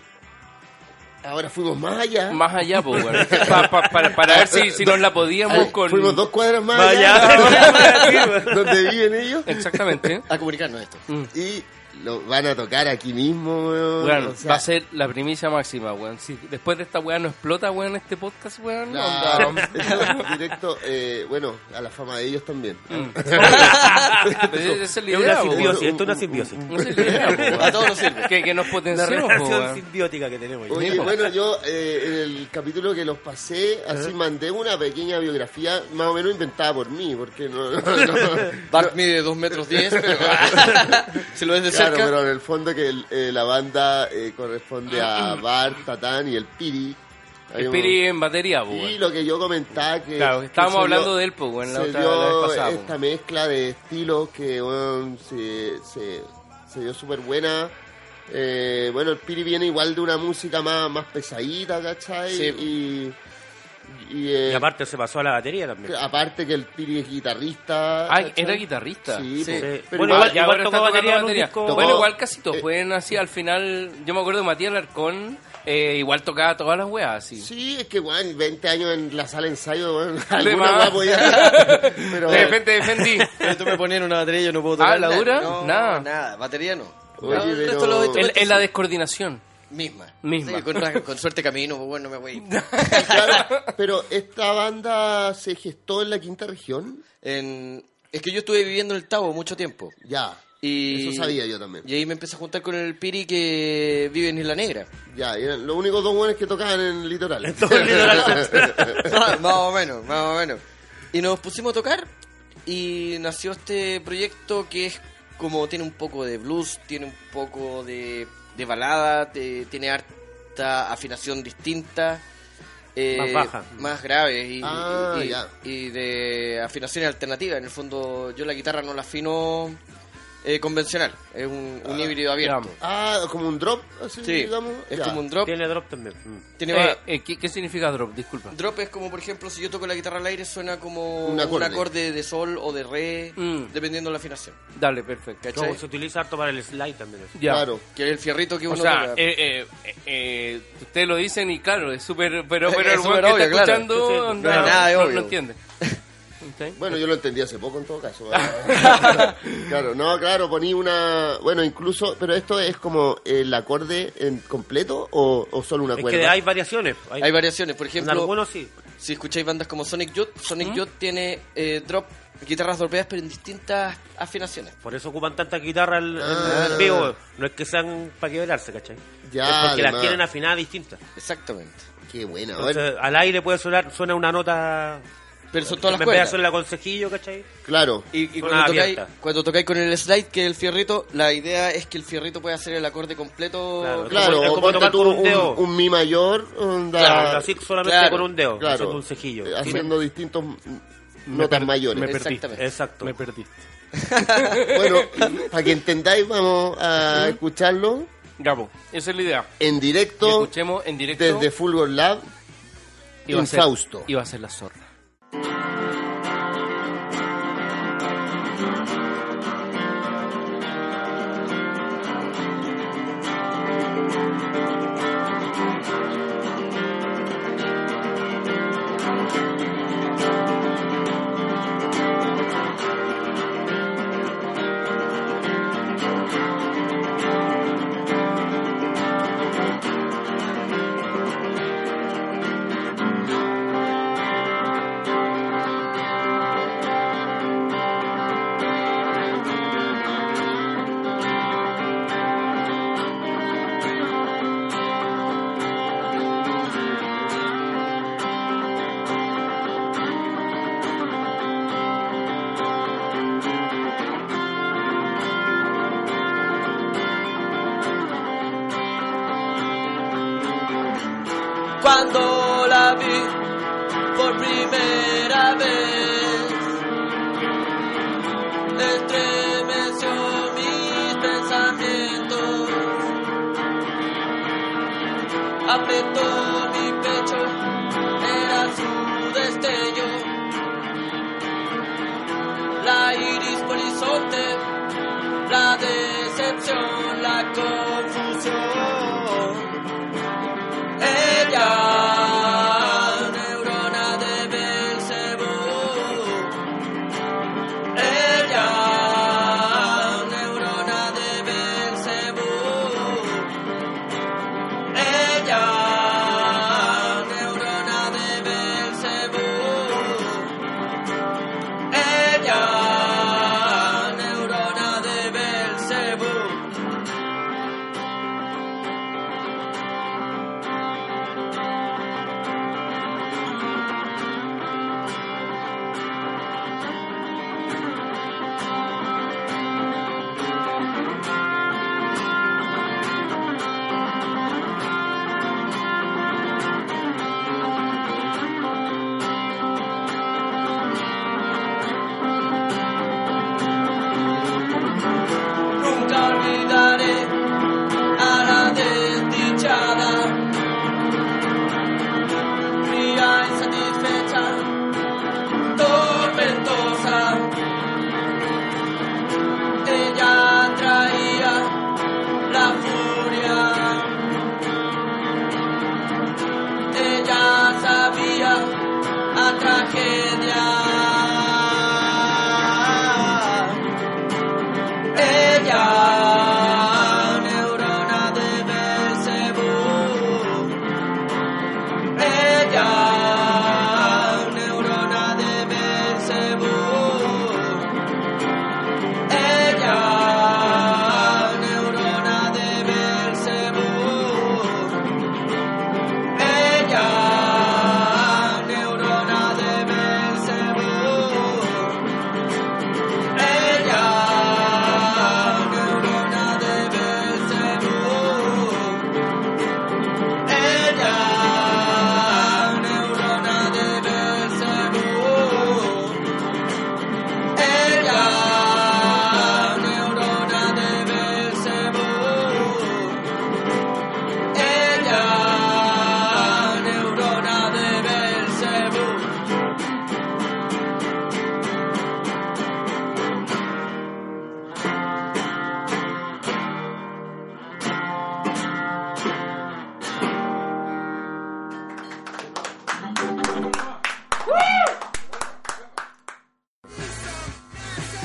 Speaker 5: ahora fuimos más allá.
Speaker 4: Más allá, po, weón. Pa- pa- para, para ver si, si nos la podíamos
Speaker 5: Ahí
Speaker 4: con...
Speaker 5: Fuimos dos cuadras más
Speaker 4: Ah,
Speaker 7: Vaya.
Speaker 5: allá,
Speaker 7: Sí, weón.
Speaker 5: donde viven ellos
Speaker 4: Exactamente.
Speaker 6: A comunicarnos esto.
Speaker 5: y lo van a tocar aquí mismo. weón.
Speaker 4: Weón,
Speaker 5: O sea,
Speaker 4: va a ser la primicia máxima, weón. Si después de esta weá no explota, weón, este podcast, weón.
Speaker 5: claro,
Speaker 4: onda.
Speaker 5: esto directo, eh, bueno, a la fama de ellos también.
Speaker 4: Mm. Pero esa es la
Speaker 7: Es una
Speaker 4: idea, po, weón.
Speaker 7: simbiosis, esto es una simbiosis.
Speaker 4: Esa es la idea, po, weón.
Speaker 6: A todos nos sirve.
Speaker 4: Que, que nos
Speaker 7: La
Speaker 4: potenciemos, po,
Speaker 7: relación
Speaker 4: weón.
Speaker 7: simbiótica que tenemos. ya.
Speaker 5: Oye, bueno, yo eh, en el capítulo que los pasé, así mandé una pequeña biografía, más o menos inventada por mí, porque no... no- no-
Speaker 6: Bart mide 2 metros 10, pero. si lo ves de
Speaker 5: claro,
Speaker 6: cerca.
Speaker 5: pero en el fondo que el- eh, la banda eh, corresponde
Speaker 4: Ah,
Speaker 5: a Bart, Tatán y el Piri. Ahí hemos-
Speaker 4: Espiri en batería, po,
Speaker 5: Y
Speaker 4: weón.
Speaker 5: lo que yo comentaba que...
Speaker 4: Claro,
Speaker 5: que
Speaker 4: estábamos
Speaker 5: se
Speaker 4: hablando
Speaker 5: dio-
Speaker 4: de él, pues, bueno, la
Speaker 5: se
Speaker 4: otra-
Speaker 5: dio
Speaker 4: la vez pasada, pues.
Speaker 5: esta mezcla de estilos que, bueno, se, se, se dio súper buena. Eh, bueno, el Piri viene igual de una música más, más pesadita, ¿cachai?
Speaker 6: Sí.
Speaker 5: Y... Y,
Speaker 7: Y
Speaker 5: eh,
Speaker 7: aparte se pasó a la batería también.
Speaker 5: que aparte que el Piri es guitarrista.
Speaker 4: Ah,
Speaker 5: ¿cachai?
Speaker 4: era guitarrista.
Speaker 5: Sí, Eh,
Speaker 6: Sí.
Speaker 5: pues.
Speaker 7: Sí.
Speaker 5: Pero
Speaker 7: Bueno,
Speaker 5: igual-
Speaker 7: igual-
Speaker 4: Ya ahora está
Speaker 7: tocó
Speaker 4: tocando
Speaker 7: batería en un
Speaker 4: batería.
Speaker 7: disco.
Speaker 4: Bueno,
Speaker 5: Tocó-
Speaker 4: igual casi todos pueden así. Al final, yo me acuerdo que Matías Larcón eh, igual tocaba todas las weas así.
Speaker 5: Sí, es que, weón, 20 años en la sala de ensayo, weón, alguna
Speaker 4: más.
Speaker 5: weá podía- Pero,
Speaker 4: De repente defendí.
Speaker 6: Pero tú me pones en una batería y yo no puedo
Speaker 4: Ah,
Speaker 6: tocar.
Speaker 4: ¿la
Speaker 6: nada.
Speaker 4: dura?
Speaker 6: No,
Speaker 4: Nada.
Speaker 6: nada. Batería no.
Speaker 5: Oye,
Speaker 6: No, el
Speaker 5: pero-
Speaker 6: resto lo-
Speaker 4: Es la descoordinación.
Speaker 6: misma.
Speaker 4: Misma.
Speaker 6: Sí, con, ra- con suerte camino, pues bueno, me voy.
Speaker 5: Claro, pero esta banda se gestó en la quinta región.
Speaker 6: En- es que yo estuve viviendo en el Tavo mucho tiempo.
Speaker 5: Ya.
Speaker 6: Y,
Speaker 5: Eso sabía yo también.
Speaker 6: Y ahí me empecé a juntar con el Piri que vive en Isla Negra.
Speaker 5: Ya, eran los únicos dos buenos que tocaban en el litoral.
Speaker 7: Todo el litoral.
Speaker 6: más o menos, más o menos. Y nos pusimos a tocar y nació este proyecto que es como tiene un poco de blues, tiene un poco de, de balada, te- tiene harta afinación distinta. eh,
Speaker 7: Más baja.
Speaker 6: Más grave y,
Speaker 5: Ah,
Speaker 6: y-
Speaker 5: ya.
Speaker 6: y de afinaciones alternativas. En el fondo yo la guitarra no la afino eh, convencional, es un, un híbrido abierto.
Speaker 4: digamos.
Speaker 5: Ah, como un drop, así
Speaker 6: Sí,
Speaker 5: digamos.
Speaker 6: es
Speaker 5: Ya.
Speaker 6: como un drop.
Speaker 7: Tiene drop también. Mm.
Speaker 6: tiene
Speaker 4: Eh,
Speaker 6: va-
Speaker 4: eh, ¿qué, qué significa drop? Disculpa.
Speaker 6: Drop es como, por ejemplo, si yo toco la guitarra al aire, suena como
Speaker 5: Un
Speaker 6: un
Speaker 5: acorde.
Speaker 6: acorde, de sol o de re,
Speaker 4: Mm.
Speaker 6: dependiendo de la afinación.
Speaker 4: Dale, perfecto.
Speaker 6: ¿Cachai?
Speaker 7: Como se utiliza harto para el slide también. eso.
Speaker 4: Ya.
Speaker 5: Claro.
Speaker 6: Que es el fierrito que
Speaker 4: O
Speaker 6: uno
Speaker 4: sea,
Speaker 6: toca.
Speaker 4: eh, eh, eh, eh, ustedes lo dicen y claro, es súper. Pero,
Speaker 6: Es-
Speaker 4: pero el weón
Speaker 6: es súper
Speaker 4: que está
Speaker 6: obvio, claro.
Speaker 4: escuchando
Speaker 7: Sí, sí,
Speaker 4: onda,
Speaker 6: no es nada de
Speaker 4: no,
Speaker 6: obvio.
Speaker 4: no entiende. ¿Ok?
Speaker 5: Bueno, yo lo entendí hace poco en todo caso. ¿verdad? claro, no, claro, poní una... Bueno, incluso... Pero esto es como el acorde en completo o, o solo una
Speaker 7: Es
Speaker 5: cuerda.
Speaker 7: que hay variaciones.
Speaker 6: Hay variaciones, por ejemplo,
Speaker 7: En ¿Mm? algunos sí.
Speaker 6: si escucháis bandas como Sonic Youth, Sonic Youth tiene eh, drop, guitarras dropeadas, pero en distintas afinaciones.
Speaker 7: Por eso ocupan tanta guitarra el, el-
Speaker 5: Ah.
Speaker 7: el vivo. No es que sean para quebrarse, ¿cachai?
Speaker 5: Ya,
Speaker 7: es porque
Speaker 5: además.
Speaker 7: las tienen afinadas distintas.
Speaker 6: Ah, Exactamente.
Speaker 5: Qué buena. bueno.
Speaker 7: Entonces, al aire puede sonar suena una nota.
Speaker 6: Pero son todas las
Speaker 7: en vez de
Speaker 6: cuerdas.
Speaker 7: hacerla con cejillo, ¿cachai?
Speaker 5: Claro.
Speaker 6: Y, y
Speaker 7: Son
Speaker 6: cuando, tocáis,
Speaker 7: abiertas.
Speaker 6: cuando tocáis con el slide, que es el fierrito, la idea es que el fierrito pueda hacer el acorde completo.
Speaker 7: Claro,
Speaker 5: Claro,
Speaker 7: es
Speaker 5: o
Speaker 7: como
Speaker 5: ponte
Speaker 7: tocar
Speaker 5: tú
Speaker 7: con un
Speaker 5: un,
Speaker 7: dedo.
Speaker 5: un mi mayor, onda,
Speaker 7: Claro, así solamente
Speaker 6: claro,
Speaker 7: con un dedo,
Speaker 5: claro.
Speaker 7: haciendo un cejillo.
Speaker 5: eh,
Speaker 7: Sí,
Speaker 5: haciendo distintos notas mayores.
Speaker 6: me perdí.
Speaker 7: me- Exacto.
Speaker 4: Me perdiste.
Speaker 5: Bueno, para que entendáis, vamos a escucharlo
Speaker 4: Ya, po. esa es la idea.
Speaker 5: en
Speaker 4: Que
Speaker 5: directo
Speaker 4: escuchemos en directo.
Speaker 5: desde Fulgor Lab.
Speaker 4: y va a ser-
Speaker 5: Infausto.
Speaker 4: Y va a ser la zorra.
Speaker 6: cuando la vi por primera vez. Estremeció mis pensamientos, apretó mi pecho, era su destello. La iris horizonte, la decepción, la confusión. Ella, neurona de Belcebú. Ella, neurona de Belcebú. Ella, neurona de Belcebú. Ella, neurona de Belcebú.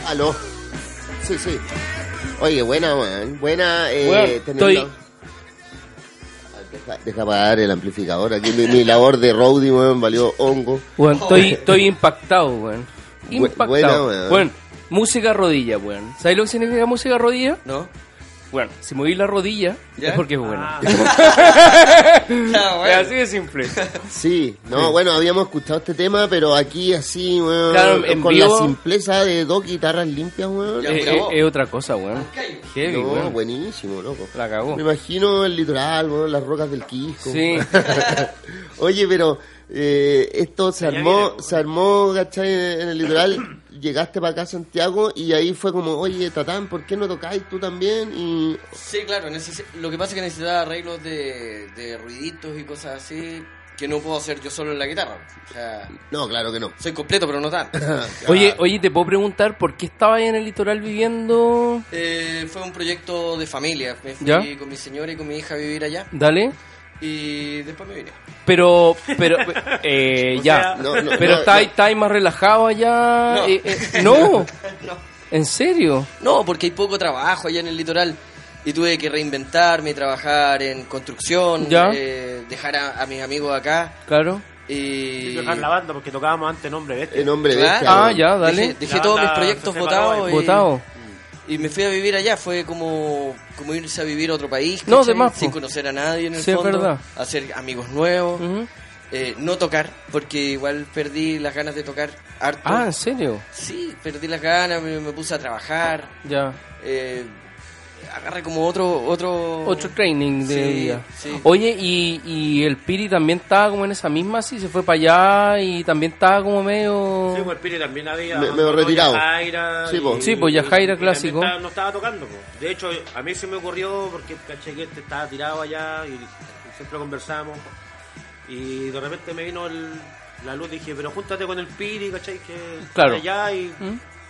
Speaker 5: Aló. Sí, sí. Oye, buena, weón. Buena, eh,
Speaker 4: Weón,
Speaker 5: tenerlo.
Speaker 4: estoy-
Speaker 5: Deja, deja pagar el amplificador. Aquí mi, mi labor de roadie, weón, valió hongo.
Speaker 4: Weón, estoy, estoy impactado, weón.
Speaker 5: Bu-
Speaker 4: Impactado.
Speaker 5: buena, weón.
Speaker 4: Weón, música rodilla, weón. ¿Sabes lo que significa música rodilla?
Speaker 6: ¿No?
Speaker 4: Bueno, si moví la rodilla
Speaker 6: ¿Ya?
Speaker 4: es porque es bueno.
Speaker 7: Ah,
Speaker 6: Ya,
Speaker 4: Es
Speaker 6: bueno.
Speaker 4: así de simple.
Speaker 5: Sí, no, bueno, habíamos escuchado este tema, pero aquí así, weón,
Speaker 4: Claro, en
Speaker 5: con
Speaker 4: vivo-
Speaker 5: la simpleza de dos guitarras limpias, weón.
Speaker 6: Ya,
Speaker 4: Eh, eh,
Speaker 6: bravo.
Speaker 4: es otra cosa, weón. Heavy,
Speaker 5: No,
Speaker 4: weón.
Speaker 5: buenísimo, loco.
Speaker 4: La cagó.
Speaker 5: Me imagino el litoral, weón, las rocas del Quisco.
Speaker 4: Sí.
Speaker 5: Oye, pero eh, esto se
Speaker 7: Ya
Speaker 5: armó,
Speaker 7: viene, pues.
Speaker 5: se armó, ¿cachai? En el litoral, llegaste para acá a Santiago y ahí fue como, oye, Tatán, ¿por qué no tocáis tú también? Y
Speaker 6: Sí, claro, necesi- lo que pasa es que necesitaba arreglos de, de ruiditos y cosas así que no puedo hacer yo solo en la guitarra. O sea,
Speaker 5: no, claro que no.
Speaker 6: soy completo, pero no tanto.
Speaker 4: Oye, oye, te puedo preguntar por qué estabas ahí en el litoral viviendo.
Speaker 6: Eh, fue un proyecto de familia. Me fui
Speaker 4: ¿Ya?
Speaker 6: con mi señora y con mi hija a vivir allá
Speaker 4: Dale.
Speaker 6: y después me vine.
Speaker 4: Pero, pero, eh,
Speaker 7: O
Speaker 4: ya.
Speaker 7: sea-
Speaker 5: No, no,
Speaker 4: pero
Speaker 5: no,
Speaker 4: está, ahí-
Speaker 5: no.
Speaker 4: está ahí más relajado allá.
Speaker 6: No.
Speaker 4: Eh, eh, no. ¿En serio?
Speaker 6: No, porque hay poco trabajo allá en el litoral y tuve que reinventarme, trabajar en construcción,
Speaker 4: ¿Ya?
Speaker 6: eh, dejar a, a mis amigos acá
Speaker 4: Claro.
Speaker 6: y... ¿Ah?
Speaker 7: Dejar la banda porque tocábamos antes nombre, ¿ves?
Speaker 5: El hombre
Speaker 6: Claro.
Speaker 5: bestia,
Speaker 4: Ah,
Speaker 5: weón.
Speaker 4: ya, dale.
Speaker 6: Dejé, dejé
Speaker 7: La
Speaker 6: todos mis
Speaker 7: banda
Speaker 6: proyectos
Speaker 7: se separó
Speaker 6: votados.
Speaker 7: y-
Speaker 6: y-
Speaker 4: Votado.
Speaker 6: Y me fui a vivir allá, fue como, como irse a vivir a otro país,
Speaker 4: No,
Speaker 6: ¿cachai?
Speaker 4: de más, po.
Speaker 6: sin conocer a nadie en el
Speaker 4: Sí, es
Speaker 6: fondo,
Speaker 4: verdad.
Speaker 6: hacer amigos nuevos,
Speaker 4: Ujú.
Speaker 6: eh, no tocar, porque igual perdí las ganas de tocar harto.
Speaker 4: Ah, ¿en serio?
Speaker 6: Sí, perdí las ganas, me, me puse a trabajar,
Speaker 4: Ya.
Speaker 6: eh, agarré como otro... otro...
Speaker 4: Otro training de
Speaker 6: Sí,
Speaker 4: día.
Speaker 6: sí.
Speaker 4: Oye, y, y el Piri también estaba como en esa misma, así, se fue para allá y también estaba como medio...
Speaker 7: Sí, pues el Piri también había.
Speaker 5: Me- medio retirado.
Speaker 7: Yajaira
Speaker 5: Sí,
Speaker 7: y-
Speaker 5: po.
Speaker 4: Sí, po, Yajaira
Speaker 7: y también
Speaker 4: clásico.
Speaker 7: estaba- no estaba tocando, po. De hecho, a mí se me ocurrió porque caché que este estaba tirado allá y siempre conversamos. Y de repente me vino el- la luz y dije, pero júntate con el Piri, ¿cachai? Que
Speaker 4: Claro. ¿Mm?
Speaker 7: está allá y,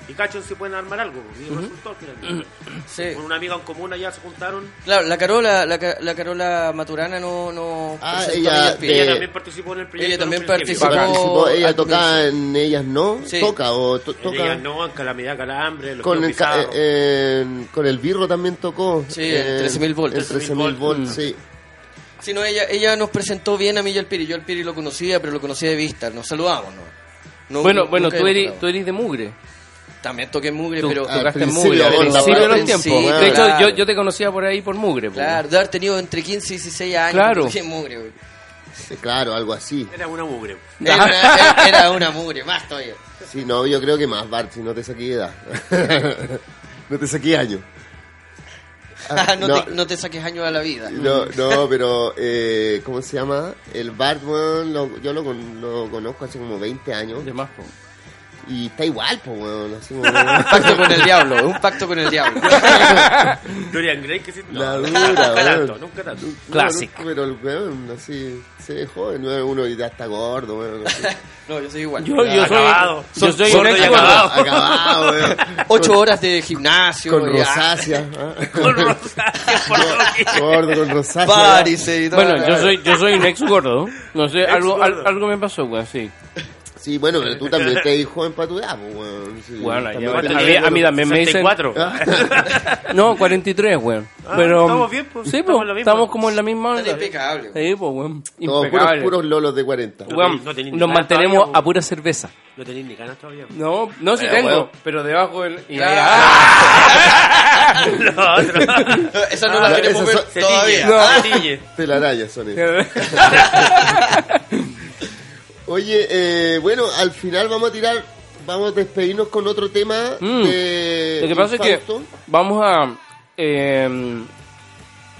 Speaker 7: y cachen si pueden armar algo. po. Y resultó al final.
Speaker 6: Sí.
Speaker 7: Con una amiga en común allá se juntaron.
Speaker 6: Claro, la Carola, la, Ca- la Carola Maturana no... no
Speaker 5: Ah,
Speaker 6: presentó
Speaker 5: ella-
Speaker 6: a Miguel Piri.
Speaker 5: Eh,
Speaker 7: Ella también participó en el proyecto.
Speaker 6: ella
Speaker 7: en
Speaker 6: también
Speaker 7: un principio.
Speaker 6: participó.
Speaker 4: Bacán.
Speaker 5: Participó, ella
Speaker 6: al
Speaker 5: tocaba en ellas no,
Speaker 6: Sí.
Speaker 5: toca o to-
Speaker 7: En Ella
Speaker 5: toca.
Speaker 7: no, en Calamidad Calambre, los
Speaker 5: Con
Speaker 7: Tíos
Speaker 5: el, ca-
Speaker 7: Pizarro.
Speaker 5: eh, en- con el birro también tocó.
Speaker 6: Sí, el 13.000 volt.
Speaker 5: El 13.000 volt, sí.
Speaker 6: Sí, no, ella, ella nos presentó bien a mí y al Piri. Yo al Piri lo conocía, pero lo conocía de vista. Nos saludamos, ¿no? No,
Speaker 4: bueno,
Speaker 6: nunca
Speaker 4: bueno,
Speaker 6: nos
Speaker 4: tú eres,
Speaker 6: hablamos.
Speaker 4: tú eres de Mugre.
Speaker 6: También toqué mugre,
Speaker 4: Tú
Speaker 6: pero...
Speaker 5: Ah,
Speaker 4: tocaste en
Speaker 5: principio,
Speaker 4: Mugre al
Speaker 5: onda,
Speaker 4: principio de
Speaker 5: al
Speaker 4: los tiempos.
Speaker 6: principio,
Speaker 4: De hecho,
Speaker 6: claro.
Speaker 4: yo, yo te conocía por ahí por Mugre. pues. po.
Speaker 6: Claro, de haber tenido entre 15 y 16 años.
Speaker 4: Claro.
Speaker 6: Toqué mugre, güey.
Speaker 5: Sí, Claro, algo así.
Speaker 7: Era una mugre.
Speaker 6: Era una, era una mugre, más todavía.
Speaker 5: Sí, no, yo creo que más, Bart, si no te saqué edad. no te saqué año. Ah,
Speaker 6: no,
Speaker 5: no.
Speaker 6: Te, no te saques años a la vida.
Speaker 5: No, no, pero, eh, ¿cómo se llama? El Bart, weón, lo- yo lo, con- lo conozco hace como 20 años.
Speaker 4: De más, po.
Speaker 5: Y está igual, pues, weón. así como-
Speaker 6: Un pacto con el diablo, un pacto con el diablo.
Speaker 7: Dorian Gray, que sí. No,
Speaker 5: La dura,
Speaker 7: nunca tanto,
Speaker 5: weón.
Speaker 7: nunca tanto.
Speaker 5: No,
Speaker 4: Clásico.
Speaker 5: no, pero el weón, así, se ve joven, weón, uno y ya está gordo, weón. así.
Speaker 6: No, yo soy igual.
Speaker 4: Yo, yo soy,
Speaker 7: Acabado.
Speaker 4: yo soy
Speaker 7: Sordo
Speaker 4: un
Speaker 7: y
Speaker 4: ex
Speaker 7: acabado.
Speaker 4: gordo.
Speaker 5: Acabado, weón.
Speaker 6: Ocho horas de gimnasio.
Speaker 5: Con
Speaker 6: ya.
Speaker 5: rosácea.
Speaker 7: Con Rosario, por lo que-
Speaker 5: ¿ah? Gordo, con rosácea.
Speaker 6: Varices y todo.
Speaker 4: Bueno, yo soy, yo soy un ex gordo. No sé,
Speaker 7: Ex
Speaker 4: algo, al-
Speaker 7: gordo.
Speaker 4: algo me pasó, weón, sí.
Speaker 5: Sí, bueno, pero tú también te dijo en patudá, pues, weón. Sí,
Speaker 4: Bueno,
Speaker 5: también
Speaker 4: yo-
Speaker 5: te-
Speaker 4: A mí- a mí también me dicen-
Speaker 7: 64.
Speaker 4: No, 43, weón.
Speaker 7: Ah,
Speaker 4: Pero,
Speaker 7: estamos bien, pues,
Speaker 4: Sí,
Speaker 7: estamos
Speaker 4: po,
Speaker 7: en la misma.
Speaker 4: estamos como en la misma onda.
Speaker 6: Estás impecable,
Speaker 4: Sí, po, weón.
Speaker 5: Todos puros,
Speaker 4: Impecable.
Speaker 5: puros lolos de 40. weón.
Speaker 4: Weón,
Speaker 7: No tenés ni
Speaker 4: nos
Speaker 7: ganas
Speaker 4: mantenemos
Speaker 7: todavía, po.
Speaker 4: a pura cerveza.
Speaker 7: No tenéis ni ganas todavía.
Speaker 4: No, no, sí tengo, pero debajo del... y-
Speaker 6: Claro.
Speaker 4: ¡Ah!
Speaker 7: Lo otro.
Speaker 6: Esa no
Speaker 5: Ah,
Speaker 6: la queremos
Speaker 5: esas
Speaker 6: ver
Speaker 5: son-
Speaker 7: Se
Speaker 6: todavía.
Speaker 7: tiñe,
Speaker 4: No.
Speaker 7: se tiñe.
Speaker 5: Telarañas son esas. Oye, eh, bueno, al final vamos a tirar, vamos a despedirnos con otro tema
Speaker 4: Mm.
Speaker 5: de
Speaker 4: Lo que pasa es que
Speaker 5: Infausto.
Speaker 4: vamos a... eh,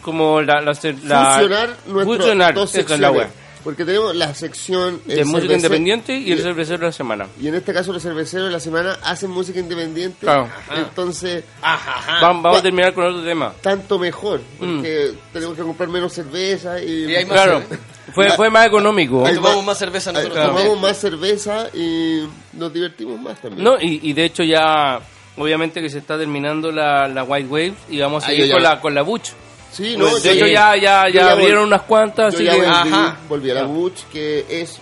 Speaker 4: como la... la, la-
Speaker 5: fusionar nuestras
Speaker 4: fusionar,
Speaker 5: dos
Speaker 4: esa
Speaker 5: secciones.
Speaker 4: es la web.
Speaker 5: Porque tenemos la sección el
Speaker 4: De música
Speaker 5: cervecero-
Speaker 4: independiente y el
Speaker 5: y-
Speaker 4: cervecero de la semana.
Speaker 5: y en este caso los cerveceros de la semana hacen música independiente. Ah.
Speaker 4: Claro.
Speaker 5: Entonces,
Speaker 4: Vamos, vamos
Speaker 5: Va-
Speaker 4: a terminar con otro tema.
Speaker 5: tanto mejor, porque tenemos que comprar menos cerveza y,
Speaker 6: Y hay más
Speaker 4: Claro,
Speaker 6: cerveza.
Speaker 4: fue, fue más económico.
Speaker 5: Hay
Speaker 6: Tomamos
Speaker 5: más-
Speaker 6: más cerveza
Speaker 5: Ay,
Speaker 6: nosotros también.
Speaker 5: tomamos más cerveza y nos divertimos más también.
Speaker 4: No, y, y de hecho ya... Obviamente que se está terminando la, la White Wave y vamos a
Speaker 5: Ah,
Speaker 4: seguir
Speaker 5: yo ya-
Speaker 4: con la, con la Butch. Pues,
Speaker 5: Sí, no,
Speaker 4: De
Speaker 5: yo-
Speaker 4: hecho ya, ya,
Speaker 5: yo
Speaker 4: ya
Speaker 5: ya
Speaker 4: abrieron
Speaker 5: vol-
Speaker 4: unas cuantas,
Speaker 5: yo
Speaker 4: así
Speaker 5: ya
Speaker 4: que...
Speaker 5: volví,
Speaker 6: Ajá.
Speaker 5: volví a la Butch, que es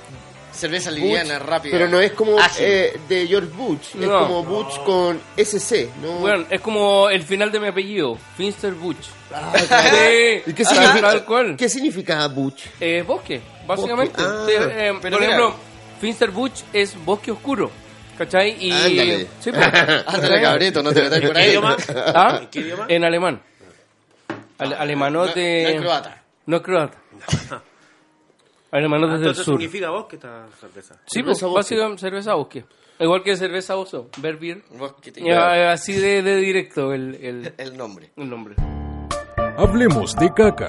Speaker 6: Cerveza
Speaker 5: Butch,
Speaker 6: liviana, rápida.
Speaker 5: Pero no es como
Speaker 6: ágil.
Speaker 5: eh, de George Butch, es
Speaker 4: Ah, No.
Speaker 5: como Butch con SC, ¿no?
Speaker 4: Bueno, es como el final de mi apellido, Finster Butch.
Speaker 5: Ah, ¿Y qué
Speaker 4: Ah,
Speaker 5: significa,
Speaker 4: Tal cual.
Speaker 5: ¿Qué significa Butch?
Speaker 4: Eh, bosque, básicamente.
Speaker 5: Ah,
Speaker 4: Sí, eh,
Speaker 6: pero
Speaker 4: por
Speaker 6: mira.
Speaker 4: ejemplo, Finster Butch es bosque oscuro. ¿Cachai? Y,
Speaker 5: Ándale.
Speaker 4: Sí, pues.
Speaker 6: Ándale, cabreto, no te metas por
Speaker 7: ¿Qué
Speaker 6: ahí.
Speaker 7: idioma?
Speaker 4: ¿Ah?
Speaker 7: ¿En qué idioma?
Speaker 4: En alemán. Al-
Speaker 6: No, no
Speaker 4: alemanote.
Speaker 6: es croata.
Speaker 4: No es croata. Alemanote del
Speaker 7: Entonces
Speaker 4: sur.
Speaker 7: significa vos que esta cerveza.
Speaker 4: Sí, pues,
Speaker 5: Cerveza bosque.
Speaker 4: básicamente cerveza bosque. Igual que cerveza oso, Berbier.
Speaker 6: Vos que te-
Speaker 4: eh, Así de, de directo el, el,
Speaker 6: El nombre.
Speaker 4: el nombre.
Speaker 3: Hablemos de caca.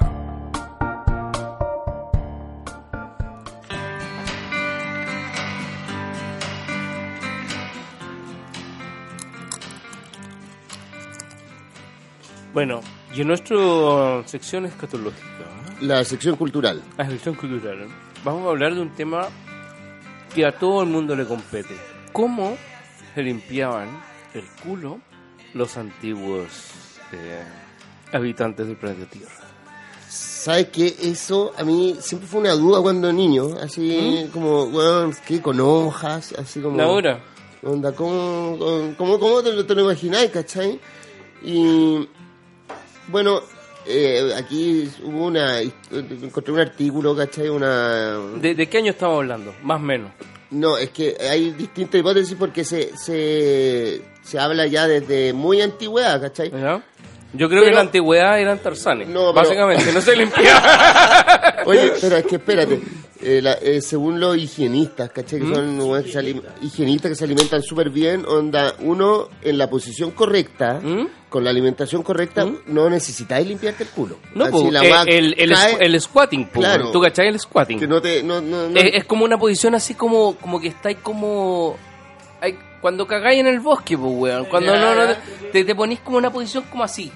Speaker 4: Bueno, y en nuestra sección escatológica,
Speaker 5: La sección cultural.
Speaker 4: la sección cultural, vamos a hablar de un tema que a todo el mundo le compete. ¿Cómo se limpiaban el culo los antiguos eh, habitantes del planeta Tierra?
Speaker 5: ¿Sabes qué? Eso a mí siempre fue una duda cuando niño, así
Speaker 4: ¿Mm?
Speaker 5: como, weón, ¿qué? Con hojas, así como...
Speaker 4: Ahora,
Speaker 5: Onda, ¿cómo, cómo, cómo te, lo- te lo imagináis, cachai? Y bueno, eh, aquí hubo una. Encontré un artículo, cachai, una.
Speaker 4: ¿de, de qué año estamos hablando? Más o menos.
Speaker 5: No, es que hay distintas hipótesis porque se, se, se habla ya desde muy antigüedad, cachai.
Speaker 4: ¿ya? Yo creo que
Speaker 5: Pero-
Speaker 4: en la antigüedad eran tarzanes.
Speaker 5: No, pero-
Speaker 4: Básicamente, no se limpiaban.
Speaker 5: Oye, pero es que espérate. eh, la- eh, según los higienistas, ¿cachai? Que
Speaker 4: ¿Mm?
Speaker 5: son weones que se alim- higienistas que se alimentan súper bien, onda, uno en la posición correcta,
Speaker 4: ¿Mm?
Speaker 5: con la alimentación correcta, no necesitáis limpiarte el culo.
Speaker 4: No,
Speaker 5: Así
Speaker 4: po,
Speaker 5: la
Speaker 4: eh,
Speaker 5: weá
Speaker 4: el, el,
Speaker 5: cae,
Speaker 4: el squatting, po,
Speaker 5: Claro.
Speaker 4: ¿tú cachai el squatting?
Speaker 5: que no te... No, no, no-
Speaker 4: Es, es como una posición así como, como que estáis como... ay, cuando cagáis en el bosque, pues, weón. Cuando
Speaker 6: Ya,
Speaker 4: no, no-
Speaker 6: ya.
Speaker 4: te, te ponís como una posición como así.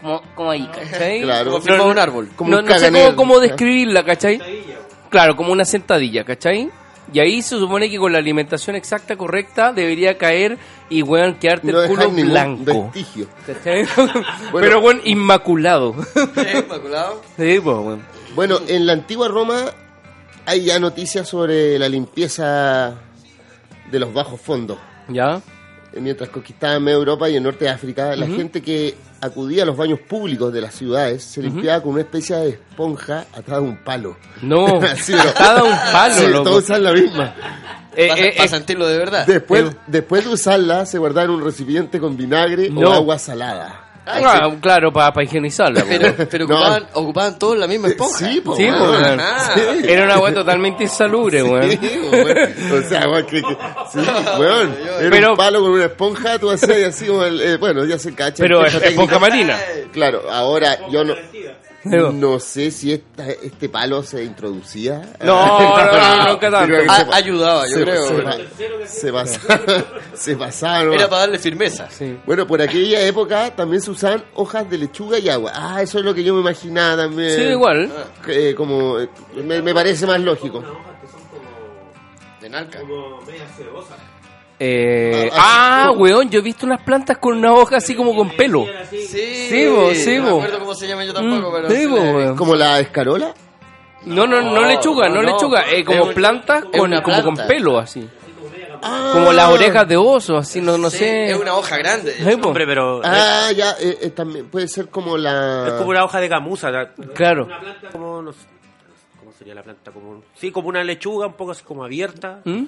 Speaker 4: Como, como ahí, ¿cachai?
Speaker 5: Ah. Claro.
Speaker 6: Como firmado un árbol.
Speaker 5: como
Speaker 4: no,
Speaker 5: un
Speaker 4: no sé
Speaker 5: caganel,
Speaker 4: cómo, cómo
Speaker 5: ¿no?
Speaker 4: describirla, ¿cachai? Claro, como una sentadilla, ¿cachai? Y ahí se supone que con la alimentación exacta, correcta, debería caer y, weón, quedarte
Speaker 5: no
Speaker 4: el
Speaker 5: dejáis
Speaker 4: culo
Speaker 5: ningún
Speaker 4: blanco.
Speaker 5: vestigio.
Speaker 4: ¿cachai? Pero, weón, inmaculado.
Speaker 6: Inmaculado.
Speaker 4: sí, pues, weón.
Speaker 5: Bueno, en la antigua Roma hay ya noticias sobre la limpieza de los bajos fondos.
Speaker 4: ¿Ya?
Speaker 5: eh, mientras conquistaban medio Europa y el norte de África, la gente que acudía a los baños públicos de las ciudades se limpiaba con una especie de esponja atada a un palo.
Speaker 4: No,
Speaker 5: Sí, no.
Speaker 4: cada un palo,
Speaker 5: Sí,
Speaker 4: loco.
Speaker 5: todos usaban la misma.
Speaker 4: Eh,
Speaker 6: para,
Speaker 4: eh, eh,
Speaker 6: sentirlo de verdad.
Speaker 5: Después, después de usarla, se guardaba en un recipiente con vinagre
Speaker 4: No.
Speaker 5: o agua salada.
Speaker 4: ah, claro, para higienizarla. po.
Speaker 6: Pero, pero
Speaker 5: No.
Speaker 6: ocupaban, ocupaban todos la misma esponja.
Speaker 5: Sí, po,
Speaker 4: Sí,
Speaker 5: weón.
Speaker 4: po, weón.
Speaker 6: Ah.
Speaker 4: Era una weá totalmente insalubre, weón.
Speaker 5: Sí, po, weón. O sea, weón, que, que- sí, weón. Era
Speaker 4: Pero-
Speaker 5: un palo con una esponja, tú hacías y así, como el- eh, bueno, ya se cacha.
Speaker 4: Pero es,
Speaker 5: Esa
Speaker 4: es poca
Speaker 5: técnica.
Speaker 4: marina.
Speaker 5: Claro, ahora yo no...
Speaker 4: Digo.
Speaker 5: No sé si esta- este palo se introducía.
Speaker 4: No, no, no, nunca tanto.
Speaker 5: Creo que
Speaker 6: Ah,
Speaker 5: se pa-
Speaker 6: ayudaba, yo
Speaker 5: se-
Speaker 6: creo.
Speaker 5: Se,
Speaker 6: pero
Speaker 5: pa- se basa- se basaron.
Speaker 6: Era para darle firmeza.
Speaker 4: Sí.
Speaker 5: Bueno, por aquella época también se usaban hojas de lechuga y agua. Ah, eso es lo que yo me imaginaba también.
Speaker 4: Sí, igual.
Speaker 5: Eh, como, eh, me, me parece más lógico.
Speaker 6: De narca.
Speaker 4: Eh,
Speaker 5: Ah,
Speaker 4: ah,
Speaker 5: así.
Speaker 4: weón, yo he visto unas plantas con una hoja así como con pelo.
Speaker 6: Sí,
Speaker 4: Sí, bo, sí,
Speaker 6: No
Speaker 4: bo.
Speaker 6: me acuerdo cómo se llama yo tampoco,
Speaker 4: Mm,
Speaker 6: pero.
Speaker 4: sí,
Speaker 6: se
Speaker 4: bo,
Speaker 6: le-
Speaker 4: weón.
Speaker 5: Como la escarola.
Speaker 4: No, no, no lechuga, no,
Speaker 6: no, no.
Speaker 4: lechuga. eh,
Speaker 6: Es
Speaker 4: como
Speaker 6: un-
Speaker 4: plantas
Speaker 6: es
Speaker 4: con,
Speaker 6: una
Speaker 4: como con
Speaker 6: planta.
Speaker 4: pelo así.
Speaker 5: Ah.
Speaker 4: Como las orejas de oso, así, no, no
Speaker 6: Sí,
Speaker 4: sé.
Speaker 6: Es una hoja grande.
Speaker 4: Sí, po.
Speaker 7: Hombre, pero
Speaker 5: Ah, ya, eh, eh, también puede ser como la.
Speaker 7: es como una hoja de gamuza. la-
Speaker 4: Claro.
Speaker 7: Una planta como, no sé, ¿cómo sería la planta? Como, sí, como una lechuga, un poco así como abierta.
Speaker 4: ¿Mm?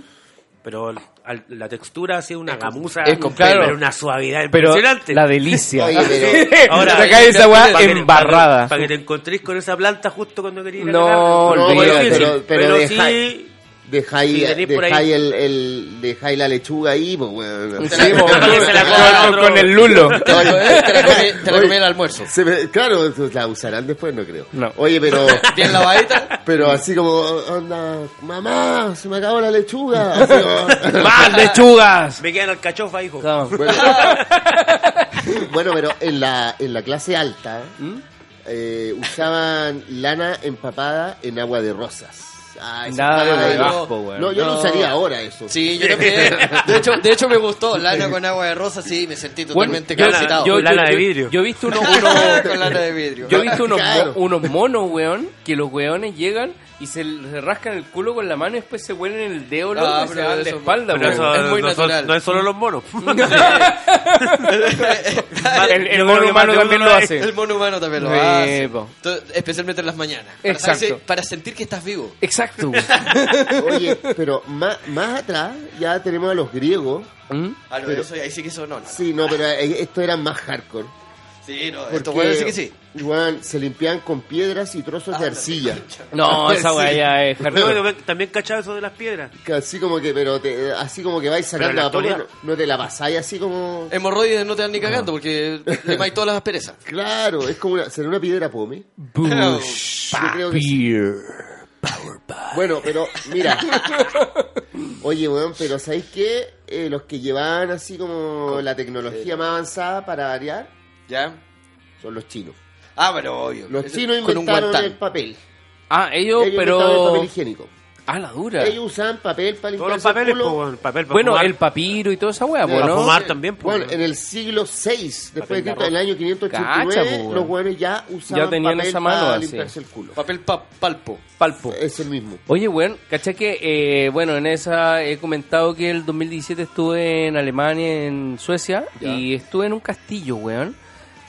Speaker 7: Pero al- la textura así una gamuza.
Speaker 4: es con pelo.
Speaker 7: Pero una suavidad
Speaker 4: Pero
Speaker 7: impresionante.
Speaker 4: la delicia.
Speaker 5: Oye, pero-
Speaker 4: Ahora,
Speaker 7: Ahora,
Speaker 4: sacáis esa weá
Speaker 7: Para que te-
Speaker 4: embarrada.
Speaker 7: Para que, te encontréis con esa planta justo cuando querías. ir a
Speaker 4: No,
Speaker 7: cagar.
Speaker 4: No,
Speaker 7: Pero
Speaker 4: olvídate.
Speaker 7: sí,
Speaker 5: pero- pero
Speaker 7: pero
Speaker 5: deja-
Speaker 7: sí,
Speaker 5: Dejáis
Speaker 7: Sí, tenéis por
Speaker 5: dejáis
Speaker 7: ahí.
Speaker 5: el, el, dejáis la lechuga ahí, pues, weón.
Speaker 4: Sí, po,
Speaker 7: Se la
Speaker 4: con-
Speaker 7: coma
Speaker 4: con,
Speaker 7: otro.
Speaker 4: con el lulo.
Speaker 6: Te la comí- te la comí- te la comí en el almuerzo.
Speaker 5: Se ve- claro, pues, la usarán después, no creo.
Speaker 4: No.
Speaker 5: Oye, pero.
Speaker 6: Bien lavadita.
Speaker 5: Pero así como, onda, mamá, se me acabó la lechuga. Así como-
Speaker 4: ¡Más lechugas!
Speaker 7: me quedan alcachofa, hijo.
Speaker 5: bueno, Bueno, pero en la, en la clase alta eh, usaban lana empapada en agua de rosas. Ah, eso
Speaker 4: Nada
Speaker 5: estaba
Speaker 4: de
Speaker 5: de
Speaker 4: bajo,
Speaker 5: bajo.
Speaker 4: weón.
Speaker 5: No, yo lo
Speaker 6: No.
Speaker 5: usaría ahora eso.
Speaker 6: Sí, yo también. De hecho, de hecho me gustó. Lana con agua de rosa, sí, me sentí totalmente
Speaker 7: yo-
Speaker 6: capacitado.
Speaker 7: yo- Lana de vidrio.
Speaker 4: Yo he visto unos,
Speaker 6: Con
Speaker 4: unos-
Speaker 6: lana de vidrio.
Speaker 4: yo he visto unos, mo-
Speaker 5: Claro.
Speaker 4: unos monos, weón, que los weones llegan y se se rascan el culo con la mano y después se huelen el dedo
Speaker 6: Ah,
Speaker 4: loco, y se
Speaker 6: pero
Speaker 4: dan la
Speaker 6: eso-
Speaker 4: espalda,
Speaker 6: pero
Speaker 4: weón.
Speaker 6: eso- es muy
Speaker 9: no, son-
Speaker 6: natural.
Speaker 9: no es solo los monos.
Speaker 4: El, el
Speaker 9: Yo creo
Speaker 4: mono
Speaker 9: que más
Speaker 4: humano
Speaker 9: de
Speaker 4: también
Speaker 9: uno
Speaker 4: lo
Speaker 9: es-
Speaker 4: hace.
Speaker 6: El mono humano también lo
Speaker 4: Sí,
Speaker 6: hace.
Speaker 4: po.
Speaker 6: To- Especialmente en las mañanas. Para,
Speaker 4: Exacto.
Speaker 6: sacarse- para sentir que estás vivo.
Speaker 4: Exacto.
Speaker 5: Oye, pero más, más atrás ya tenemos a los griegos.
Speaker 4: ¿Mm?
Speaker 6: Ah, no,
Speaker 5: Pero-
Speaker 6: eso- ahí sí que eso no. no.
Speaker 5: Sí, no, pero eh, esto era más hardcore.
Speaker 6: Sí, no.
Speaker 5: Porque,
Speaker 6: Esto bueno, sí que sí. Ah,
Speaker 5: weón, se limpiaban con piedras y trozos de arcilla.
Speaker 4: No, esa weá ya es
Speaker 7: Pero
Speaker 4: hardcore.
Speaker 7: bueno, también cachaba eso de las piedras.
Speaker 5: Que Así como que, pero te- así como que vais sacando
Speaker 7: Pero la
Speaker 5: la polla, no,
Speaker 7: actualidad-
Speaker 5: no te la pasáis así como.
Speaker 6: Hemorroides no te dan ni cagando porque le todas las asperezas.
Speaker 5: Claro, es como una, será una piedra pome. Yo creo que sí. Bueno, pero mira. Oye, weón, pero ¿sabéis qué? Eh, los que llevaban así como la tecnología más avanzada para variar
Speaker 6: ¿Ya?
Speaker 5: son los chinos.
Speaker 6: Ah, pero obvio.
Speaker 5: Los
Speaker 6: Eso-
Speaker 5: chinos
Speaker 6: con un
Speaker 5: inventaron
Speaker 6: guantán.
Speaker 5: el papel.
Speaker 4: Ah, ellos,
Speaker 5: Ellos inventaron el
Speaker 4: pero.
Speaker 5: papel higiénico.
Speaker 4: Ah, la dura.
Speaker 5: Ellos usaban papel para limpiar
Speaker 7: Todos los papeles,
Speaker 5: el culo.
Speaker 7: po, weón, papel para
Speaker 4: Bueno,
Speaker 7: fumar,
Speaker 4: el papiro y toda esa weá,
Speaker 5: Para
Speaker 4: ¿no?
Speaker 7: fumar también, pues, po,
Speaker 5: Bueno,
Speaker 7: weón.
Speaker 5: en el siglo VI, después de
Speaker 7: Papel
Speaker 5: Cristo, en el año 589,
Speaker 4: Cacha, po, weón.
Speaker 5: los hueones ya usaban
Speaker 4: Ya tenían
Speaker 5: papel
Speaker 4: esa mano
Speaker 5: para
Speaker 4: así.
Speaker 5: limpiarse el culo.
Speaker 6: Papel pa- palpo.
Speaker 4: Palpo.
Speaker 5: Es el mismo.
Speaker 4: Oye, weón, caché que, eh, bueno, en esa he comentado que el 2017 estuve en Alemania, en Suecia, y estuve en un castillo, weón.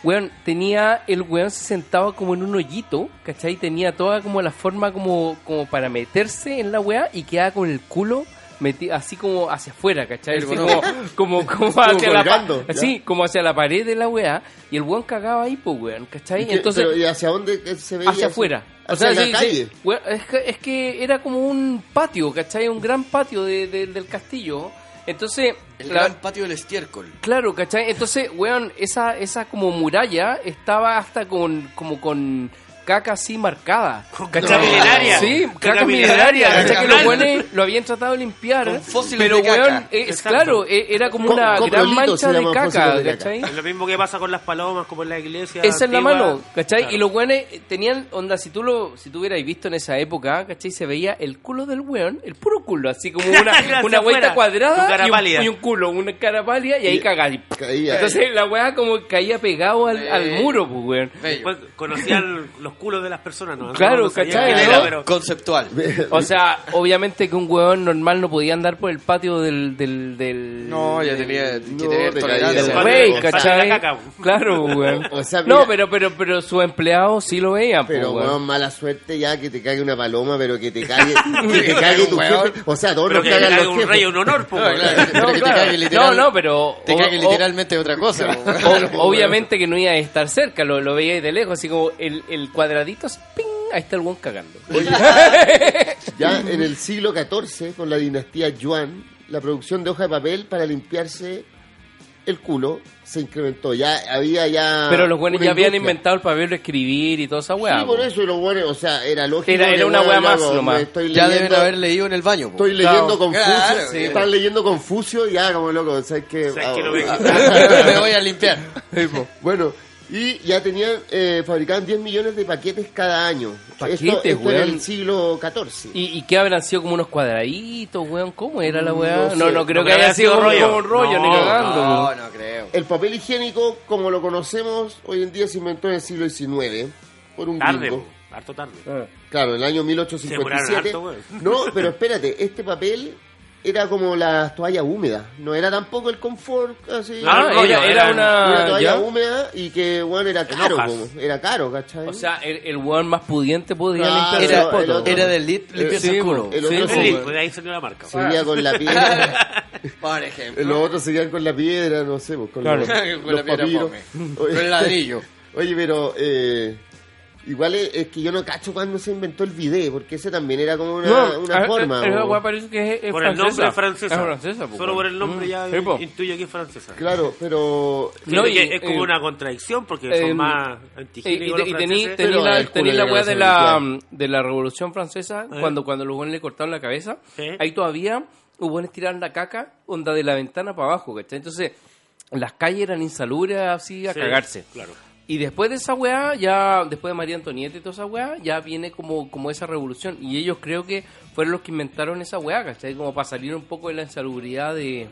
Speaker 4: Weón, tenía, el weón se sentaba como en un hoyito, ¿cachai? Tenía toda como la forma como, como para meterse en la weá y quedaba con el culo meti- así como hacia afuera, ¿cachai?
Speaker 6: El
Speaker 4: Así
Speaker 6: bonobo.
Speaker 4: como, como, como hacia la pa-
Speaker 5: colgando, ya.
Speaker 4: sí, como hacia la pared de la weá, y el weón cagaba ahí, pues, weón, ¿cachai?
Speaker 5: ¿Y qué-
Speaker 4: Entonces,
Speaker 5: pero, ¿y hacia dónde se veía?
Speaker 4: hacia
Speaker 5: eso?
Speaker 4: afuera. O
Speaker 5: Hacia
Speaker 4: sea,
Speaker 5: la
Speaker 4: sí,
Speaker 5: calle.
Speaker 4: sí. Bueno, es, que, es que era como un patio, ¿cachai? Un gran patio de- de- del castillo. Entonces,
Speaker 6: El
Speaker 4: la-
Speaker 6: gran patio del estiércol.
Speaker 4: claro, ¿cachai? Entonces, weón, esa, esa como muralla estaba hasta con, como con caca así marcada.
Speaker 7: Con cacha milenaria.
Speaker 4: Sí,
Speaker 7: Con
Speaker 4: caca milenaria.
Speaker 7: milenaria.
Speaker 4: ¿cachai? Que los
Speaker 7: Caca.
Speaker 4: weones lo habían tratado de limpiar.
Speaker 6: Con fósiles
Speaker 4: Pero,
Speaker 6: de caca.
Speaker 4: weón, eh, es,
Speaker 7: Exacto.
Speaker 4: claro, eh, era como
Speaker 5: Co-
Speaker 4: una gran
Speaker 5: coprolitos
Speaker 4: mancha
Speaker 5: se
Speaker 4: de
Speaker 5: llaman
Speaker 4: caca,
Speaker 5: fósiles de caca.
Speaker 4: ¿cachai?
Speaker 7: Es lo mismo que pasa con las palomas, como en la iglesia.
Speaker 4: Esa es la
Speaker 7: antigua.
Speaker 4: mano, ¿cachai?
Speaker 7: Claro.
Speaker 4: Y los weones eh, tenían, onda, si tú lo, si tú hubierais visto en esa época, ¿cachai? Se veía el culo del weón, el puro culo, así como una,
Speaker 7: Hacia
Speaker 4: una vuelta
Speaker 7: afuera,
Speaker 4: cuadrada
Speaker 7: tu cara
Speaker 4: y,
Speaker 7: pálida.
Speaker 4: un, y un culo, una cara pálida y ahí cagás. y ¡pum!
Speaker 5: Caía.
Speaker 4: Entonces la weá como caía pegado al,
Speaker 6: Eh.
Speaker 4: al muro, pues weón.
Speaker 6: Bello.
Speaker 7: Después conocían los culos de las personas, ¿no?
Speaker 4: Claro,
Speaker 7: No sabía
Speaker 4: ¿cachai?
Speaker 7: quién
Speaker 4: ¿no?
Speaker 7: era, pero-
Speaker 6: Conceptual.
Speaker 4: O sea, obviamente que un weón normal no podía andar por el patio del... del, del
Speaker 6: No, ya tenía
Speaker 5: No,
Speaker 6: que tener
Speaker 5: te
Speaker 6: tolerancia.
Speaker 5: caía.
Speaker 4: del rey,
Speaker 7: Del patio
Speaker 4: ¿cachai?
Speaker 7: de la caca.
Speaker 4: Claro, pues, weón.
Speaker 5: O sea,
Speaker 4: no,
Speaker 5: mira-
Speaker 4: pero, pero, pero su empleado sí lo veía, pues,
Speaker 5: Pero,
Speaker 4: weón.
Speaker 5: weón, mala suerte ya que te cague una paloma, pero que te cague, que te cague tu
Speaker 6: Weón.
Speaker 5: jefe. O sea, todos
Speaker 7: Pero
Speaker 5: nos
Speaker 7: que le
Speaker 5: cagan
Speaker 7: haga
Speaker 5: los
Speaker 7: un
Speaker 5: jefes. Ah,
Speaker 7: rey un honor, po, weón.
Speaker 6: claro. Pero
Speaker 4: No,
Speaker 6: que te
Speaker 4: claro.
Speaker 6: cague literal-
Speaker 4: no, no, pero.
Speaker 6: Te
Speaker 4: o-
Speaker 6: cague
Speaker 4: o-
Speaker 6: literalmente otra cosa. weón.
Speaker 4: o- obviamente que no iba a estar cerca, lo, lo veía de lejos, así como el, el cuadradito, ¡ping! ahí está el buen cagando.
Speaker 5: Ya en el siglo XIV, con la dinastía Yuan, la producción de hoja de papel para limpiarse el culo se incrementó. Ya había ya.
Speaker 4: pero los buenos
Speaker 5: ah, una
Speaker 4: ya habían
Speaker 5: industria.
Speaker 4: inventado el papel de escribir y toda esa weá.
Speaker 5: Sí, por
Speaker 4: po.
Speaker 5: eso y los buenos, o sea, era lógico.
Speaker 4: Era- era
Speaker 5: que,
Speaker 4: una
Speaker 5: bueno,
Speaker 4: wea
Speaker 5: ya,
Speaker 4: más
Speaker 5: bueno,
Speaker 4: nomás.
Speaker 5: Estoy
Speaker 6: Ya
Speaker 5: leyendo,
Speaker 6: deben haber leído en el baño. po.
Speaker 5: Estoy leyendo
Speaker 4: Claro,
Speaker 5: Confucio.
Speaker 6: claro, sí.
Speaker 5: Están leyendo Confucio y ya, como loco, ¿sabes qué?
Speaker 7: ¿Sabes
Speaker 5: Ah,
Speaker 7: qué? Lo
Speaker 5: ah,
Speaker 7: ve-
Speaker 6: Me voy a limpiar.
Speaker 5: Bueno, y ya tenían, eh, fabricaban 10 millones de paquetes cada año.
Speaker 4: Paquetes,
Speaker 5: esto, esto en
Speaker 4: weón.
Speaker 5: el siglo XIV.
Speaker 4: ¿Y, ¿Y qué habrán sido como unos cuadraditos, weón? ¿Cómo era la weá?
Speaker 5: Mm, No sé.
Speaker 4: No, no creo
Speaker 7: No
Speaker 4: que
Speaker 7: creo
Speaker 4: haya sido como
Speaker 7: rollo.
Speaker 4: como un rollo, ni
Speaker 7: No,
Speaker 4: cagando. po.
Speaker 6: No, no creo.
Speaker 5: El papel higiénico, como lo conocemos hoy en día, se inventó en el siglo XIX por un Ah,
Speaker 7: Tarde,
Speaker 5: gringo.
Speaker 7: po, harto tarde.
Speaker 5: Claro, en el año
Speaker 7: Se
Speaker 5: 1857.
Speaker 7: demoraron harto,
Speaker 5: no, pero espérate, este papel era como las toallas húmedas. No era tampoco el confort así.
Speaker 4: Ah,
Speaker 7: No, rollo,
Speaker 4: era, era
Speaker 7: era-
Speaker 5: Una
Speaker 4: una.
Speaker 5: toalla
Speaker 4: ¿ya?
Speaker 5: húmeda y que, bueno, era caro.
Speaker 7: hojas.
Speaker 5: como, era caro, ¿cachai?
Speaker 4: O sea, el, el weón más pudiente podía
Speaker 5: Claro,
Speaker 4: limpiarse
Speaker 5: era-
Speaker 4: el poto.
Speaker 5: el otro-
Speaker 6: Era del lit limpiarse
Speaker 4: Sí,
Speaker 6: el culo.
Speaker 4: po.
Speaker 5: el otro
Speaker 4: sí,
Speaker 7: El
Speaker 4: po,
Speaker 5: sí.
Speaker 7: disco,
Speaker 4: weón.
Speaker 7: de ahí salió la marca.
Speaker 5: seguía con la piedra.
Speaker 6: Por ejemplo.
Speaker 5: los otros seguían con la piedra, no sé, pues, con, los,
Speaker 6: Con
Speaker 5: los
Speaker 6: la piedra
Speaker 5: papiros.
Speaker 6: fome.
Speaker 5: Oye.
Speaker 6: Con el ladrillo.
Speaker 5: Oye, pero eh, igual es, es que yo no cacho cuando se inventó el video, porque ese también era como una,
Speaker 4: No,
Speaker 5: una
Speaker 4: a-
Speaker 5: forma.
Speaker 4: a- esa
Speaker 5: o-
Speaker 4: weá parece que es, es
Speaker 7: Por el
Speaker 4: francesa.
Speaker 7: nombre es francesa.
Speaker 4: Es francesa, po,
Speaker 7: Solo por el nombre
Speaker 4: Mm.
Speaker 7: ya
Speaker 4: Sí, po.
Speaker 7: intuyo que es francesa.
Speaker 5: Claro, pero
Speaker 7: Sí,
Speaker 4: No,
Speaker 7: porque
Speaker 4: y,
Speaker 7: es como
Speaker 4: eh,
Speaker 7: una contradicción porque
Speaker 4: eh,
Speaker 7: son más
Speaker 4: Y, y,
Speaker 7: antihigiénicos
Speaker 4: y
Speaker 7: los
Speaker 4: tení,
Speaker 7: franceses.
Speaker 4: tení
Speaker 5: Pero
Speaker 4: la,
Speaker 5: el culo
Speaker 4: tení
Speaker 5: de
Speaker 4: la
Speaker 5: la
Speaker 4: weá de la,
Speaker 5: Revolución.
Speaker 4: de la Revolución Francesa,
Speaker 7: Eh.
Speaker 4: cuando, cuando los buenos le cortaron la cabeza,
Speaker 7: Sí.
Speaker 4: ahí todavía hubo buenos tiraron la caca, onda de la ventana para abajo, ¿cachai? Entonces, las calles eran insalubres así a
Speaker 7: Sí,
Speaker 4: cagarse.
Speaker 7: Claro.
Speaker 4: Y después de esa weá, ya, después de María Antonieta y toda esa weá, ya viene como, como esa revolución. Y ellos creo que fueron los que inventaron esa weá, ¿cachai? Como para salir un poco de la insalubridad de...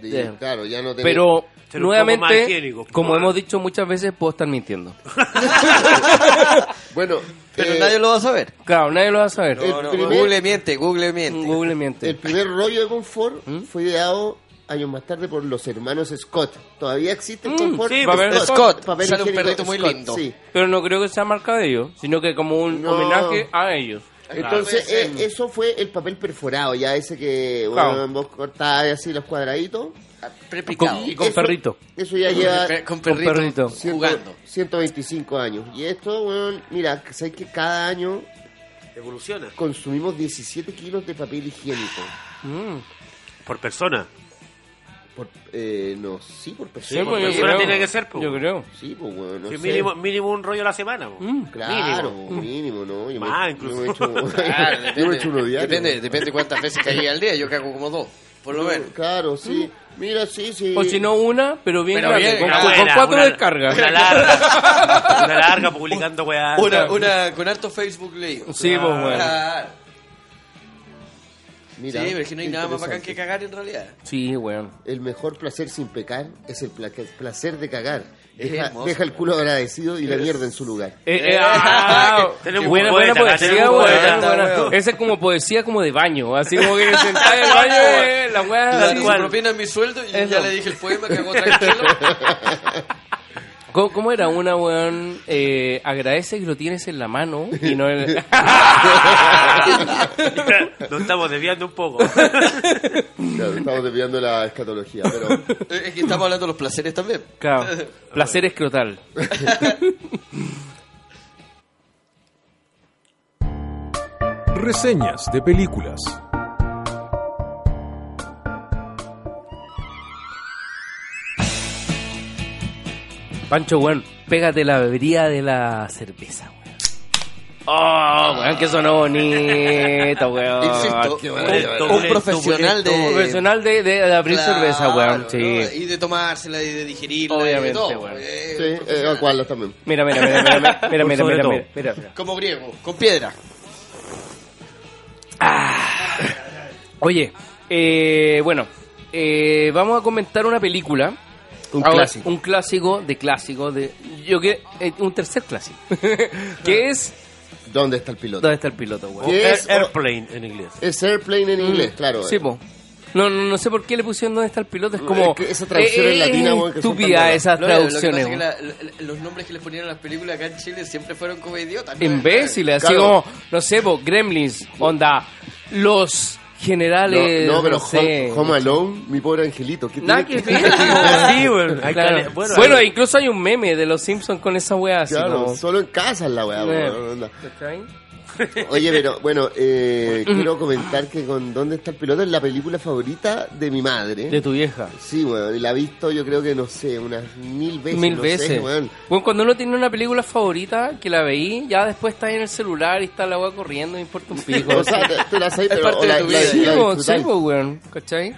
Speaker 5: de-
Speaker 4: de-
Speaker 5: claro, ya no tenía.
Speaker 4: Pero,
Speaker 7: Ser un poco más
Speaker 4: nuevamente,
Speaker 7: higiénico.
Speaker 4: como hemos dicho muchas veces, puedo estar mintiendo.
Speaker 5: Bueno,
Speaker 6: Pero
Speaker 5: eh,
Speaker 6: nadie lo va a saber.
Speaker 4: Claro, nadie lo va a saber.
Speaker 5: el
Speaker 6: No, no,
Speaker 5: primer-
Speaker 6: Google miente, Google miente.
Speaker 4: Google miente.
Speaker 5: el primer rollo de confort
Speaker 4: ¿Mm?
Speaker 5: fue ideado años más tarde por los hermanos Scott. Todavía existe el confort.
Speaker 4: Mm, sí, papel
Speaker 6: Scott.
Speaker 5: papel
Speaker 6: Sale un
Speaker 5: higiénico
Speaker 6: perrito muy lindo.
Speaker 5: sí.
Speaker 4: Pero no creo que sea marca de ellos, sino que como un
Speaker 5: No.
Speaker 4: homenaje a ellos.
Speaker 5: Entonces, eh, eso fue el papel perforado, ya ese que
Speaker 4: Claro.
Speaker 5: bueno, vos cortabas así los cuadraditos.
Speaker 6: Preplicado.
Speaker 4: Y con perrito.
Speaker 5: Eso ya lleva
Speaker 6: Pe- Con
Speaker 4: Con
Speaker 6: perrito,
Speaker 4: perrito.
Speaker 5: ciento-
Speaker 6: jugando.
Speaker 5: 125 años. Y esto, bueno, mira, sabes que cada año
Speaker 7: Evoluciona.
Speaker 5: consumimos 17 kilos de papel higiénico.
Speaker 7: Por persona.
Speaker 5: Por, eh, no, sí, por persona.
Speaker 7: Sí,
Speaker 4: pues,
Speaker 7: por
Speaker 4: yo
Speaker 7: persona
Speaker 4: creo.
Speaker 7: tiene que ser, po.
Speaker 4: Yo creo.
Speaker 5: Sí, pues bueno, no
Speaker 7: Sí,
Speaker 5: sé.
Speaker 7: mínimo, mínimo un rollo a la semana. po.
Speaker 5: Claro,
Speaker 7: mínimo.
Speaker 5: mínimo, ¿no? Yo
Speaker 7: Más,
Speaker 5: me,
Speaker 7: incluso.
Speaker 5: yo me echo-
Speaker 6: Claro,
Speaker 5: yo me echo uno
Speaker 6: Ah, depende,
Speaker 5: diario.
Speaker 6: depende, depende cuántas veces caí al día. Yo cago como dos, por lo menos.
Speaker 5: Claro, sí.
Speaker 7: Mm.
Speaker 5: Mira, sí, sí.
Speaker 4: O si no una, pero bien
Speaker 6: Pero
Speaker 4: grande,
Speaker 6: bien,
Speaker 4: con,
Speaker 7: Una
Speaker 6: ah,
Speaker 4: con
Speaker 7: buena,
Speaker 4: cuatro
Speaker 7: una-
Speaker 4: descargas.
Speaker 7: Una larga. una larga publicando weá.
Speaker 6: Una, una con harto Facebook leído.
Speaker 4: Ah,
Speaker 6: Ah,
Speaker 4: Sí, pues
Speaker 5: Ah.
Speaker 4: bueno.
Speaker 6: Claro. Sí,
Speaker 5: Mira,
Speaker 6: pero es que no hay
Speaker 5: qué
Speaker 6: nada más bacán
Speaker 5: interesante.
Speaker 6: que cagar en realidad.
Speaker 4: Sí, weón.
Speaker 5: El mejor placer sin pecar es el pla- placer de cagar.
Speaker 6: Es
Speaker 5: Deja,
Speaker 6: hermoso.
Speaker 5: deja el culo agradecido y la mierda en su lugar.
Speaker 4: Eh, eh, ah,
Speaker 7: Tenemos
Speaker 4: buena,
Speaker 7: un
Speaker 4: buena
Speaker 7: poeta,
Speaker 4: poesía,
Speaker 7: tenemos un poeta,
Speaker 4: weón. buena.
Speaker 6: weón.
Speaker 4: Esa es como poesía como de baño. Así como que sentada en el baño, eh, la weá.
Speaker 6: La
Speaker 4: así.
Speaker 7: cual.
Speaker 6: propina en mi sueldo y
Speaker 4: Eso.
Speaker 6: ya le dije el poema, cagó tranquilo.
Speaker 4: ¿Cómo, cómo era una, weón? Eh, agradece que lo tienes en la mano y no en...
Speaker 7: Nos estamos desviando un poco.
Speaker 5: Claro, estamos desviando la escatología, pero
Speaker 6: es que estamos hablando de los placeres también.
Speaker 4: Claro. Placer escrotal.
Speaker 3: Reseñas de películas.
Speaker 4: Pancho, weón, pégate la bebida de la cerveza, weón. Oh, weón, que sonó bonito, weón.
Speaker 6: Insisto,
Speaker 4: Qué
Speaker 6: un-
Speaker 4: bonito.
Speaker 7: bonito,
Speaker 6: un,
Speaker 7: bonito,
Speaker 6: profesional de...
Speaker 4: Como personal de, de, de abrir
Speaker 6: Claro,
Speaker 4: cerveza, weón. Sí.
Speaker 6: ¿no? Y de tomársela y de digerirla. y de
Speaker 4: Obviamente,
Speaker 6: todo,
Speaker 4: weón.
Speaker 6: eh,
Speaker 5: sí,
Speaker 6: un
Speaker 5: eh,
Speaker 6: profesional.
Speaker 5: evacuarlas también.
Speaker 4: Mira, mira, mira, mira, mira, mira,
Speaker 7: Por
Speaker 4: mira,
Speaker 7: sobre
Speaker 4: mira,
Speaker 7: todo.
Speaker 4: mira, mira, mira.
Speaker 6: Como griego, con piedra.
Speaker 4: Oye, eh, bueno, eh, vamos a comentar una película.
Speaker 5: Un
Speaker 4: Ahora,
Speaker 5: clásico.
Speaker 4: Un clásico de clásico de. Yo que. eh, un tercer clásico. que es.
Speaker 5: ¿Dónde está el piloto?
Speaker 4: ¿Dónde está el piloto, weón?
Speaker 5: ¿Qué es?
Speaker 7: Air- airplane en inglés.
Speaker 5: Es airplane en inglés, claro.
Speaker 4: Mm. Sí, pues,
Speaker 5: eh.
Speaker 4: po. No, no, no sé por qué le pusieron dónde está el piloto. Es como. eh,
Speaker 5: Es que esa traducción en latina, weón, que son tan
Speaker 4: Estúpida
Speaker 5: malas.
Speaker 4: esas
Speaker 6: Gloria, lo que
Speaker 4: traducciones.
Speaker 6: pasa es que
Speaker 4: weón.
Speaker 6: la- la- los nombres que les ponían a las películas acá en Chile siempre fueron como idiotas. ¿no?
Speaker 4: imbéciles, así
Speaker 5: Claro.
Speaker 4: como, no sé, po, Gremlins, onda, los generales.
Speaker 5: No, no, pero
Speaker 4: sé.
Speaker 5: home, Home Alone, mi pobre angelito. ¿qué
Speaker 4: Nada que
Speaker 5: tiene
Speaker 4: ver, po.
Speaker 7: Sí, weón. Hay
Speaker 4: Claro.
Speaker 7: cale-
Speaker 4: Bueno,
Speaker 7: bueno,
Speaker 4: bueno,
Speaker 7: hay-
Speaker 4: incluso hay un meme de los Simpsons con esa wea así
Speaker 5: Claro,
Speaker 4: como-
Speaker 5: solo en casa es la weá.
Speaker 4: Eh.
Speaker 5: weón, onda.
Speaker 4: ¿Cachai?
Speaker 5: Oye, pero bueno, eh, quiero comentar que con ¿Dónde está el piloto? es la película favorita de mi madre.
Speaker 4: De tu vieja.
Speaker 5: Sí, weón, y la ha visto yo creo que, no sé, unas mil veces.
Speaker 4: Mil
Speaker 5: no sé,
Speaker 4: veces.
Speaker 5: weón.
Speaker 4: Bueno, cuando uno tiene una película favorita que la veí, ya después está en el celular y está la wea corriendo, no importa un pico.
Speaker 5: O sea, te- tú la sabes,
Speaker 6: Es
Speaker 5: pero
Speaker 6: parte
Speaker 5: o la-
Speaker 6: de tu
Speaker 5: la-
Speaker 6: vida.
Speaker 4: Sí,
Speaker 5: la
Speaker 4: po,
Speaker 5: disfrutáis.
Speaker 4: sí, po, weón, ¿cachai?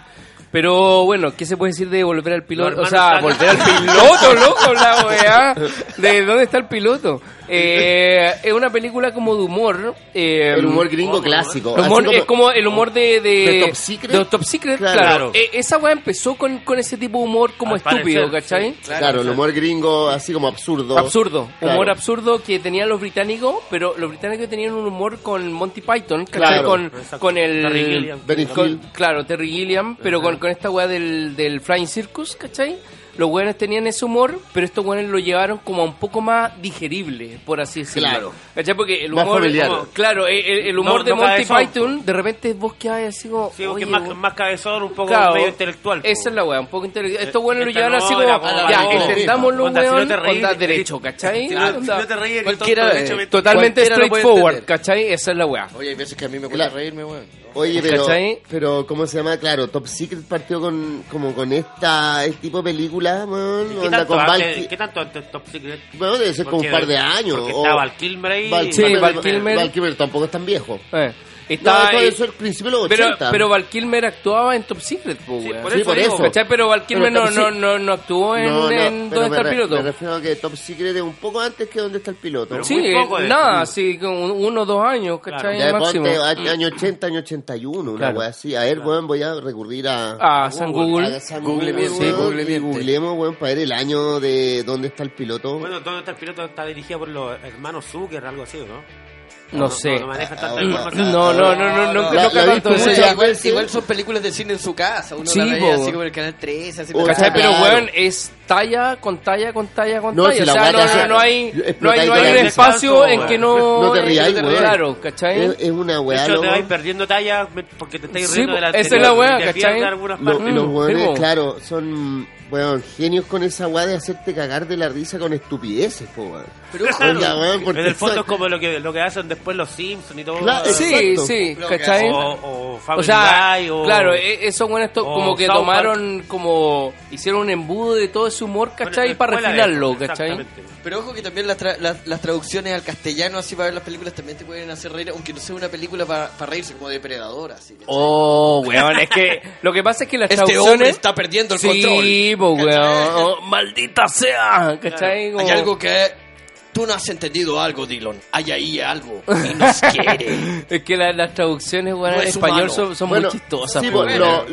Speaker 4: Pero bueno, ¿qué se puede decir de volver al piloto?
Speaker 7: Los
Speaker 4: O sea,
Speaker 7: hermanos
Speaker 4: volver al piloto, loco, la weá. ¿De dónde está el piloto? Eh, es una película como de humor. eh,
Speaker 5: El humor gringo clásico.
Speaker 4: el humor-
Speaker 5: así
Speaker 4: es como el humor de... De,
Speaker 5: ¿De Top Secret?
Speaker 4: de Top Secret, claro.
Speaker 5: Claro.
Speaker 4: Eh, esa weá empezó con, con ese tipo de humor como
Speaker 7: Al
Speaker 4: estúpido,
Speaker 7: parecer,
Speaker 4: ¿cachai?
Speaker 5: Claro, el humor gringo, así como absurdo.
Speaker 4: Absurdo,
Speaker 5: Claro.
Speaker 4: humor absurdo que tenían los británicos, pero los británicos tenían un humor con Monty Python, ¿cachai?
Speaker 5: Claro.
Speaker 4: con,
Speaker 7: Exacto.
Speaker 4: con el...
Speaker 7: Terry Gilliam.
Speaker 5: Benny
Speaker 4: Con-
Speaker 5: Hill.
Speaker 4: claro, Terry Gilliam, pero con, con esta weá del, del Flying Circus, ¿cachai? Los weones tenían ese humor, pero estos weones lo llevaron como a un poco más digerible, por así decirlo.
Speaker 5: Claro.
Speaker 4: ¿Cachai? Porque el
Speaker 5: Más
Speaker 4: humor.
Speaker 5: familiar.
Speaker 4: como- claro, el, el- el humor
Speaker 7: No-
Speaker 4: de
Speaker 7: no
Speaker 4: Monty
Speaker 7: cabezón,
Speaker 4: Python, de repente vos quedas así como.
Speaker 7: Sí, porque
Speaker 4: oye,
Speaker 7: más,
Speaker 4: weón.
Speaker 7: más cabezón, un poco
Speaker 4: Claro,
Speaker 7: medio intelectual. po. Eh,
Speaker 4: Esa es la weá, un poco intelectual. Estos weones lo
Speaker 7: Esta
Speaker 4: llevaron
Speaker 7: no,
Speaker 4: así
Speaker 7: era
Speaker 4: como.
Speaker 7: como
Speaker 4: Ya,
Speaker 7: algo-
Speaker 4: entendámoslo,
Speaker 7: Onda, si no
Speaker 4: weón.
Speaker 7: te reís,
Speaker 4: onda
Speaker 7: te-
Speaker 4: derecho, ¿cachai?
Speaker 7: Claro,
Speaker 4: Onda-
Speaker 7: no te reí, el
Speaker 6: Cualquiera,
Speaker 7: tonto
Speaker 6: eh,
Speaker 7: hecho me-
Speaker 4: Totalmente
Speaker 6: Cualquiera lo puede
Speaker 4: straightforward,
Speaker 6: entender.
Speaker 4: ¿cachai? Esa es la weá.
Speaker 6: Oye, hay veces que a mí me cuesta
Speaker 5: Claro.
Speaker 6: reírme, weón.
Speaker 5: Oye, pero,
Speaker 4: ¿Cachai?
Speaker 5: pero ¿cómo se llama? Claro, Top Secret partió con como con esta este tipo de película, man,
Speaker 7: ¿Qué
Speaker 5: onda,
Speaker 7: tanto,
Speaker 5: con Val
Speaker 7: antes-
Speaker 5: Ki-
Speaker 7: ¿Qué tanto antes Top Secret?
Speaker 5: Bueno, debe ser como un
Speaker 7: Porque-
Speaker 5: par de años.
Speaker 7: Porque
Speaker 5: o-
Speaker 7: estaba el Kilmer ahí.
Speaker 5: Val
Speaker 4: Sí,
Speaker 5: Kilmer,
Speaker 4: Val Kilmer.
Speaker 5: Val Kilmer tampoco es tan viejo.
Speaker 4: Eh,
Speaker 5: No,
Speaker 4: Estaba,
Speaker 5: todo
Speaker 4: eh,
Speaker 5: eso es el principio de los
Speaker 4: pero,
Speaker 5: 80.
Speaker 4: pero Val Kilmer actuaba en Top Secret, po,
Speaker 7: Sí,
Speaker 4: weón.
Speaker 7: por
Speaker 5: Sí,
Speaker 7: eso,
Speaker 5: por
Speaker 7: digo,
Speaker 5: eso.
Speaker 4: ¿Cachai? Pero Val Kilmer
Speaker 5: Pero
Speaker 4: no,
Speaker 5: Top
Speaker 4: no,
Speaker 5: Sec-
Speaker 4: no, no actuó en,
Speaker 5: No,
Speaker 4: en
Speaker 5: no, pero
Speaker 4: ¿Dónde está
Speaker 5: me
Speaker 4: el
Speaker 5: re-
Speaker 4: piloto?
Speaker 5: Me refiero a que Top Secret es un poco antes que ¿Dónde está el piloto?
Speaker 7: Pero
Speaker 4: Sí,
Speaker 7: muy poco de-
Speaker 4: nada, así como un- uno o dos años, ¿cachai?
Speaker 5: Ya
Speaker 4: Máximo.
Speaker 5: ponte a- año 80, año 81, una
Speaker 4: Claro.
Speaker 5: wea así. A ver, weón, voy a recurrir a...
Speaker 4: A Ah, San Google.
Speaker 5: a San Google,
Speaker 6: Google miente,
Speaker 5: weón,
Speaker 6: Google
Speaker 5: y
Speaker 6: miente.
Speaker 5: Googleemos, weón, para ver el año de dónde está el piloto.
Speaker 7: Bueno, todo este piloto está dirigido por los hermanos Zucker, algo así, ¿no?
Speaker 4: No sé.
Speaker 7: No, manejan tanta
Speaker 5: Ah,
Speaker 7: información.
Speaker 4: No, no, no, no,
Speaker 5: no,
Speaker 4: nunca
Speaker 5: la-
Speaker 4: nunca
Speaker 5: la
Speaker 4: tanto
Speaker 5: vi
Speaker 4: eso
Speaker 5: mucho.
Speaker 4: ya.
Speaker 6: igual,
Speaker 5: sí.
Speaker 6: igual son películas de cine en su casa. Uno
Speaker 4: Sí,
Speaker 6: la veía
Speaker 4: po.
Speaker 6: así como en el canal 13. Así
Speaker 5: O
Speaker 6: la-
Speaker 4: ¿Cachai? Pero,
Speaker 5: Pues, Claro.
Speaker 4: weón, es talla con talla con talla con
Speaker 5: No,
Speaker 4: talla.
Speaker 5: si
Speaker 4: o
Speaker 5: la
Speaker 4: sea,
Speaker 5: weá
Speaker 4: no,
Speaker 5: que
Speaker 4: no,
Speaker 5: hace-
Speaker 4: no hay, no hay,
Speaker 5: explotáis
Speaker 4: no hay
Speaker 5: todo
Speaker 4: un
Speaker 5: el
Speaker 4: espacio
Speaker 7: descanso,
Speaker 4: en que
Speaker 7: weón.
Speaker 4: no...
Speaker 5: No te rías,
Speaker 4: es-
Speaker 5: weón.
Speaker 4: Claro, ¿cachai?
Speaker 5: Es, es una
Speaker 7: De
Speaker 5: weá,
Speaker 7: hecho, te
Speaker 5: loco.
Speaker 7: vais perdiendo talla me- porque te estáis
Speaker 4: Sí,
Speaker 7: riendo de la
Speaker 4: po, esa es
Speaker 7: anterior,
Speaker 4: la weá,
Speaker 7: y te
Speaker 4: ¿cachai?
Speaker 7: pierdes algunas
Speaker 5: Lo-
Speaker 7: partes.
Speaker 4: Mm,
Speaker 5: los
Speaker 4: sí,
Speaker 5: hueones,
Speaker 4: po.
Speaker 5: claro, son weón, genios con esa weá de hacerte cagar de la risa con estupideces, po, weón.
Speaker 6: Pero,
Speaker 5: Onda, weón, porque
Speaker 7: en el fondo
Speaker 5: son-
Speaker 7: es como lo que, lo que hacen después los Simpsons y todo.
Speaker 5: Claro,
Speaker 7: o-
Speaker 4: Sí,
Speaker 5: Exacto.
Speaker 4: sí,
Speaker 6: Lo que
Speaker 4: ¿cachai?
Speaker 6: hace-
Speaker 7: o, o
Speaker 4: O
Speaker 7: Family
Speaker 4: sea,
Speaker 7: Guy, o-
Speaker 4: claro, e- esos buenos to-
Speaker 7: o
Speaker 4: como que
Speaker 7: oh. South
Speaker 4: tomaron, como hicieron un embudo de todo ese humor,
Speaker 7: Bueno,
Speaker 4: ¿cachai?
Speaker 7: la
Speaker 4: para
Speaker 7: escuela de-
Speaker 4: refinarlo, ¿cachai?
Speaker 7: exactamente.
Speaker 6: pero ojo que también las, tra- las, las traducciones al castellano, así para ver las películas, también te pueden hacer reír, aunque no sea una película para reírse, como depredadora. Así, ¿cachai?
Speaker 4: Oh, weón, es que lo que pasa es que las
Speaker 6: este hombre
Speaker 4: traducciones...
Speaker 6: está perdiendo el
Speaker 4: sí, po,
Speaker 6: control.
Speaker 4: weón,
Speaker 6: ¿cachai?
Speaker 4: oh, maldita sea, ¿cachai?
Speaker 6: Hay
Speaker 4: Como-
Speaker 6: algo que. Tú no has entendido algo, Dylan. Hay ahí algo. Y nos quiere.
Speaker 4: Es que la- las traducciones, weón,
Speaker 6: No
Speaker 4: en
Speaker 6: es
Speaker 4: español
Speaker 6: humano.
Speaker 4: son, son
Speaker 5: Bueno,
Speaker 4: muy chistosas.
Speaker 5: sí,
Speaker 4: po,
Speaker 5: po,
Speaker 4: weón.
Speaker 5: lo-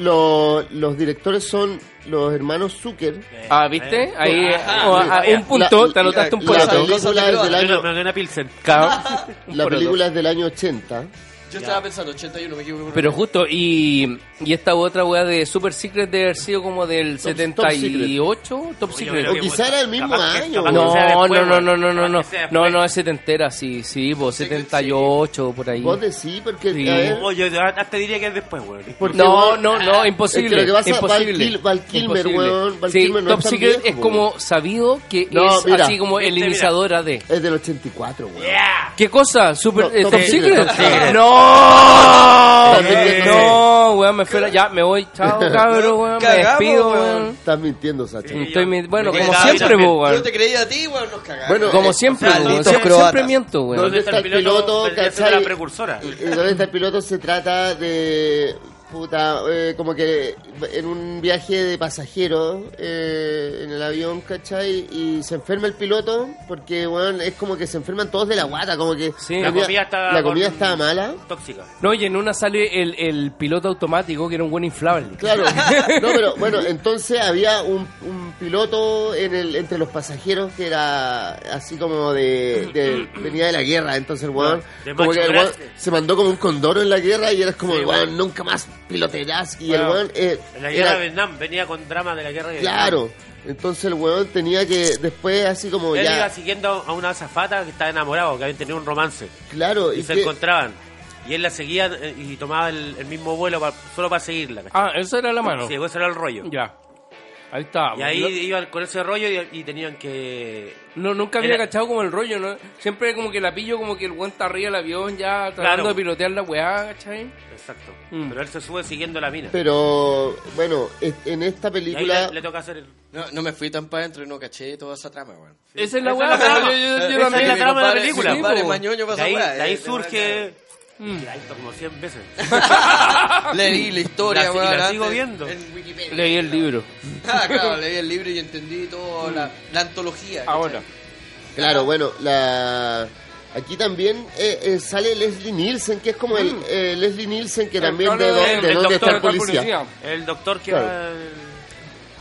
Speaker 5: lo- los directores son los hermanos Zucker.
Speaker 4: Ah,
Speaker 5: Eh,
Speaker 4: ¿viste? Ahí,
Speaker 6: Ajá.
Speaker 4: o- a- un punto,
Speaker 5: La-
Speaker 4: te anotaste un
Speaker 5: la
Speaker 4: punto.
Speaker 5: película es del
Speaker 7: Me
Speaker 5: año-
Speaker 7: dio una- me dio una Pilsen.
Speaker 4: Cabrón.
Speaker 5: La película es del año 80.
Speaker 6: Yo estaba pensando, 81, me equivoco.
Speaker 4: Pero justo, y, y esta otra weá de Super Secret debe haber sido como del
Speaker 5: Top
Speaker 4: 78, Top
Speaker 7: Oye,
Speaker 4: Secret.
Speaker 7: yo
Speaker 5: O
Speaker 7: creo que
Speaker 5: quizá era el mismo
Speaker 7: capaz que-
Speaker 5: año,
Speaker 7: capaz que
Speaker 4: No,
Speaker 7: sea
Speaker 4: no,
Speaker 7: después,
Speaker 4: no,
Speaker 7: weón.
Speaker 4: no, no, no,
Speaker 7: Capaz
Speaker 4: no,
Speaker 7: que sea
Speaker 4: no,
Speaker 7: después.
Speaker 4: no, es setentera, sí, sí, pues, po,
Speaker 6: Secret
Speaker 4: 78, por ahí.
Speaker 5: Vos decís, porque...
Speaker 4: Sí.
Speaker 5: a ver,
Speaker 7: Oh, yo hasta diría que es después, güey.
Speaker 5: porque
Speaker 4: No,
Speaker 5: vos- Ah,
Speaker 4: no, no, imposible,
Speaker 5: Es que lo que pasa,
Speaker 4: imposible.
Speaker 5: Val Kil- Val Kilmer,
Speaker 4: imposible.
Speaker 5: weón, Val
Speaker 4: sí,
Speaker 5: Kilmer no
Speaker 4: Top
Speaker 5: es tan
Speaker 4: Secret
Speaker 5: viejo,
Speaker 4: es como
Speaker 5: weón.
Speaker 4: sabido que
Speaker 5: No,
Speaker 4: es
Speaker 5: mira.
Speaker 4: así como el
Speaker 7: Viste, mira.
Speaker 4: iniciadora de...
Speaker 5: Es del 84, weón.
Speaker 4: ¿Qué cosa? Super,
Speaker 5: No,
Speaker 4: eh,
Speaker 5: Top
Speaker 4: top,
Speaker 5: Secret,
Speaker 4: Secret.
Speaker 5: Top Secret.
Speaker 4: No,
Speaker 5: También
Speaker 4: no, weón, me fue la- ya, me voy, chao, cabrón, weón, me
Speaker 6: Cagamos,
Speaker 4: despido,
Speaker 6: weón.
Speaker 4: weón.
Speaker 5: Estás mintiendo, Sacha.
Speaker 4: Estoy mi- bueno,
Speaker 6: Me
Speaker 4: como
Speaker 6: quedaba
Speaker 4: siempre,
Speaker 7: bien.
Speaker 4: po,
Speaker 6: Yo
Speaker 4: weón.
Speaker 6: te creía a ti, weón, nos cagamos.
Speaker 5: Bueno,
Speaker 4: Como
Speaker 5: eh,
Speaker 4: siempre,
Speaker 6: o sea,
Speaker 4: weón.
Speaker 6: malditos
Speaker 4: Siempre,
Speaker 6: croatas.
Speaker 4: siempre miento, weón.
Speaker 5: ¿Dónde está el piloto,
Speaker 7: vendría siendo
Speaker 5: cachai?
Speaker 7: la precursora.
Speaker 5: Eh, ¿Dónde está el piloto? Se trata de. Puta, eh, como que en un viaje de pasajeros eh, en el avión, ¿cachai? Y se enferma el piloto porque, bueno, es como que se enferman todos de la guata, como que
Speaker 4: Sí.
Speaker 7: La comida estaba
Speaker 5: la comida
Speaker 7: con-
Speaker 5: estaba mala.
Speaker 7: Tóxica.
Speaker 4: No, y en una sale el, el piloto automático que era un buen inflable.
Speaker 5: Claro, no, pero bueno, entonces había un, un piloto en el, entre los pasajeros que era así como de, de- venía de la guerra, entonces el weón,
Speaker 7: De
Speaker 5: como
Speaker 7: macho
Speaker 5: que el weón
Speaker 7: grande.
Speaker 5: se mandó como un condoro en la guerra y eras como,
Speaker 7: Sí,
Speaker 5: el weón,
Speaker 7: weón.
Speaker 5: nunca más piloterás y
Speaker 7: Bueno,
Speaker 5: el weón... eh,
Speaker 7: En la guerra
Speaker 5: era-
Speaker 7: de Vietnam venía con drama de la guerra de
Speaker 5: Claro, entonces el weón tenía que después así como
Speaker 7: Vietnam. Él
Speaker 5: ya...
Speaker 7: iba siguiendo a una azafata que estaba enamorado, que habían tenido un romance.
Speaker 5: Claro,
Speaker 7: Y
Speaker 5: y
Speaker 7: se
Speaker 5: que-
Speaker 7: encontraban. Y él la seguía eh, y tomaba el, el mismo vuelo pa- solo para seguirla. ¿cachai?
Speaker 4: Ah, eso era la mano.
Speaker 7: Sí, ese era el rollo.
Speaker 4: Ya. Ahí está.
Speaker 7: Y ahí iban con ese rollo y, y tenían que...
Speaker 4: No, nunca había
Speaker 7: Era-
Speaker 4: cachado como el rollo, ¿no? Siempre como que la pillo como que el weón está arriba del avión ya tratando
Speaker 7: Claro.
Speaker 4: de pilotear la weá, ¿cachai?
Speaker 7: Exacto.
Speaker 4: Mm.
Speaker 7: Pero él se sube siguiendo la mina.
Speaker 5: pero bueno, es- en esta
Speaker 7: Y ahí
Speaker 5: película...
Speaker 7: le, le toca hacer el...
Speaker 6: No, no me fui tan para adentro y no caché toda esa trama, weón.
Speaker 4: Esa es la
Speaker 7: Esa
Speaker 4: weá.
Speaker 7: es la
Speaker 4: pero
Speaker 7: trama.
Speaker 4: yo- yo- yo
Speaker 7: Esa es la
Speaker 4: también-
Speaker 7: trama de la
Speaker 4: compadre,
Speaker 7: película.
Speaker 4: sí,
Speaker 6: Compadre
Speaker 4: po.
Speaker 6: mañoño
Speaker 7: De
Speaker 6: pasa
Speaker 7: ahí,
Speaker 6: weá,
Speaker 7: de ahí
Speaker 6: eh,
Speaker 7: surge...
Speaker 4: Mm.
Speaker 7: Y la he visto como 100 veces.
Speaker 6: Leí la historia,
Speaker 7: La- y la
Speaker 6: weón.
Speaker 7: sigo
Speaker 6: antes
Speaker 7: viendo.
Speaker 6: En Wikipedia.
Speaker 4: Leí el libro.
Speaker 6: Ah, claro, leí el libro y entendí toda la, la antología. ¿cachai?
Speaker 4: Ahora.
Speaker 5: Claro, bueno, la... aquí también eh, eh, sale Leslie Nielsen, que es como el eh, Leslie Nielsen que también de, do- de dónde está el policía.
Speaker 7: El doctor que
Speaker 5: Claro.
Speaker 7: era el-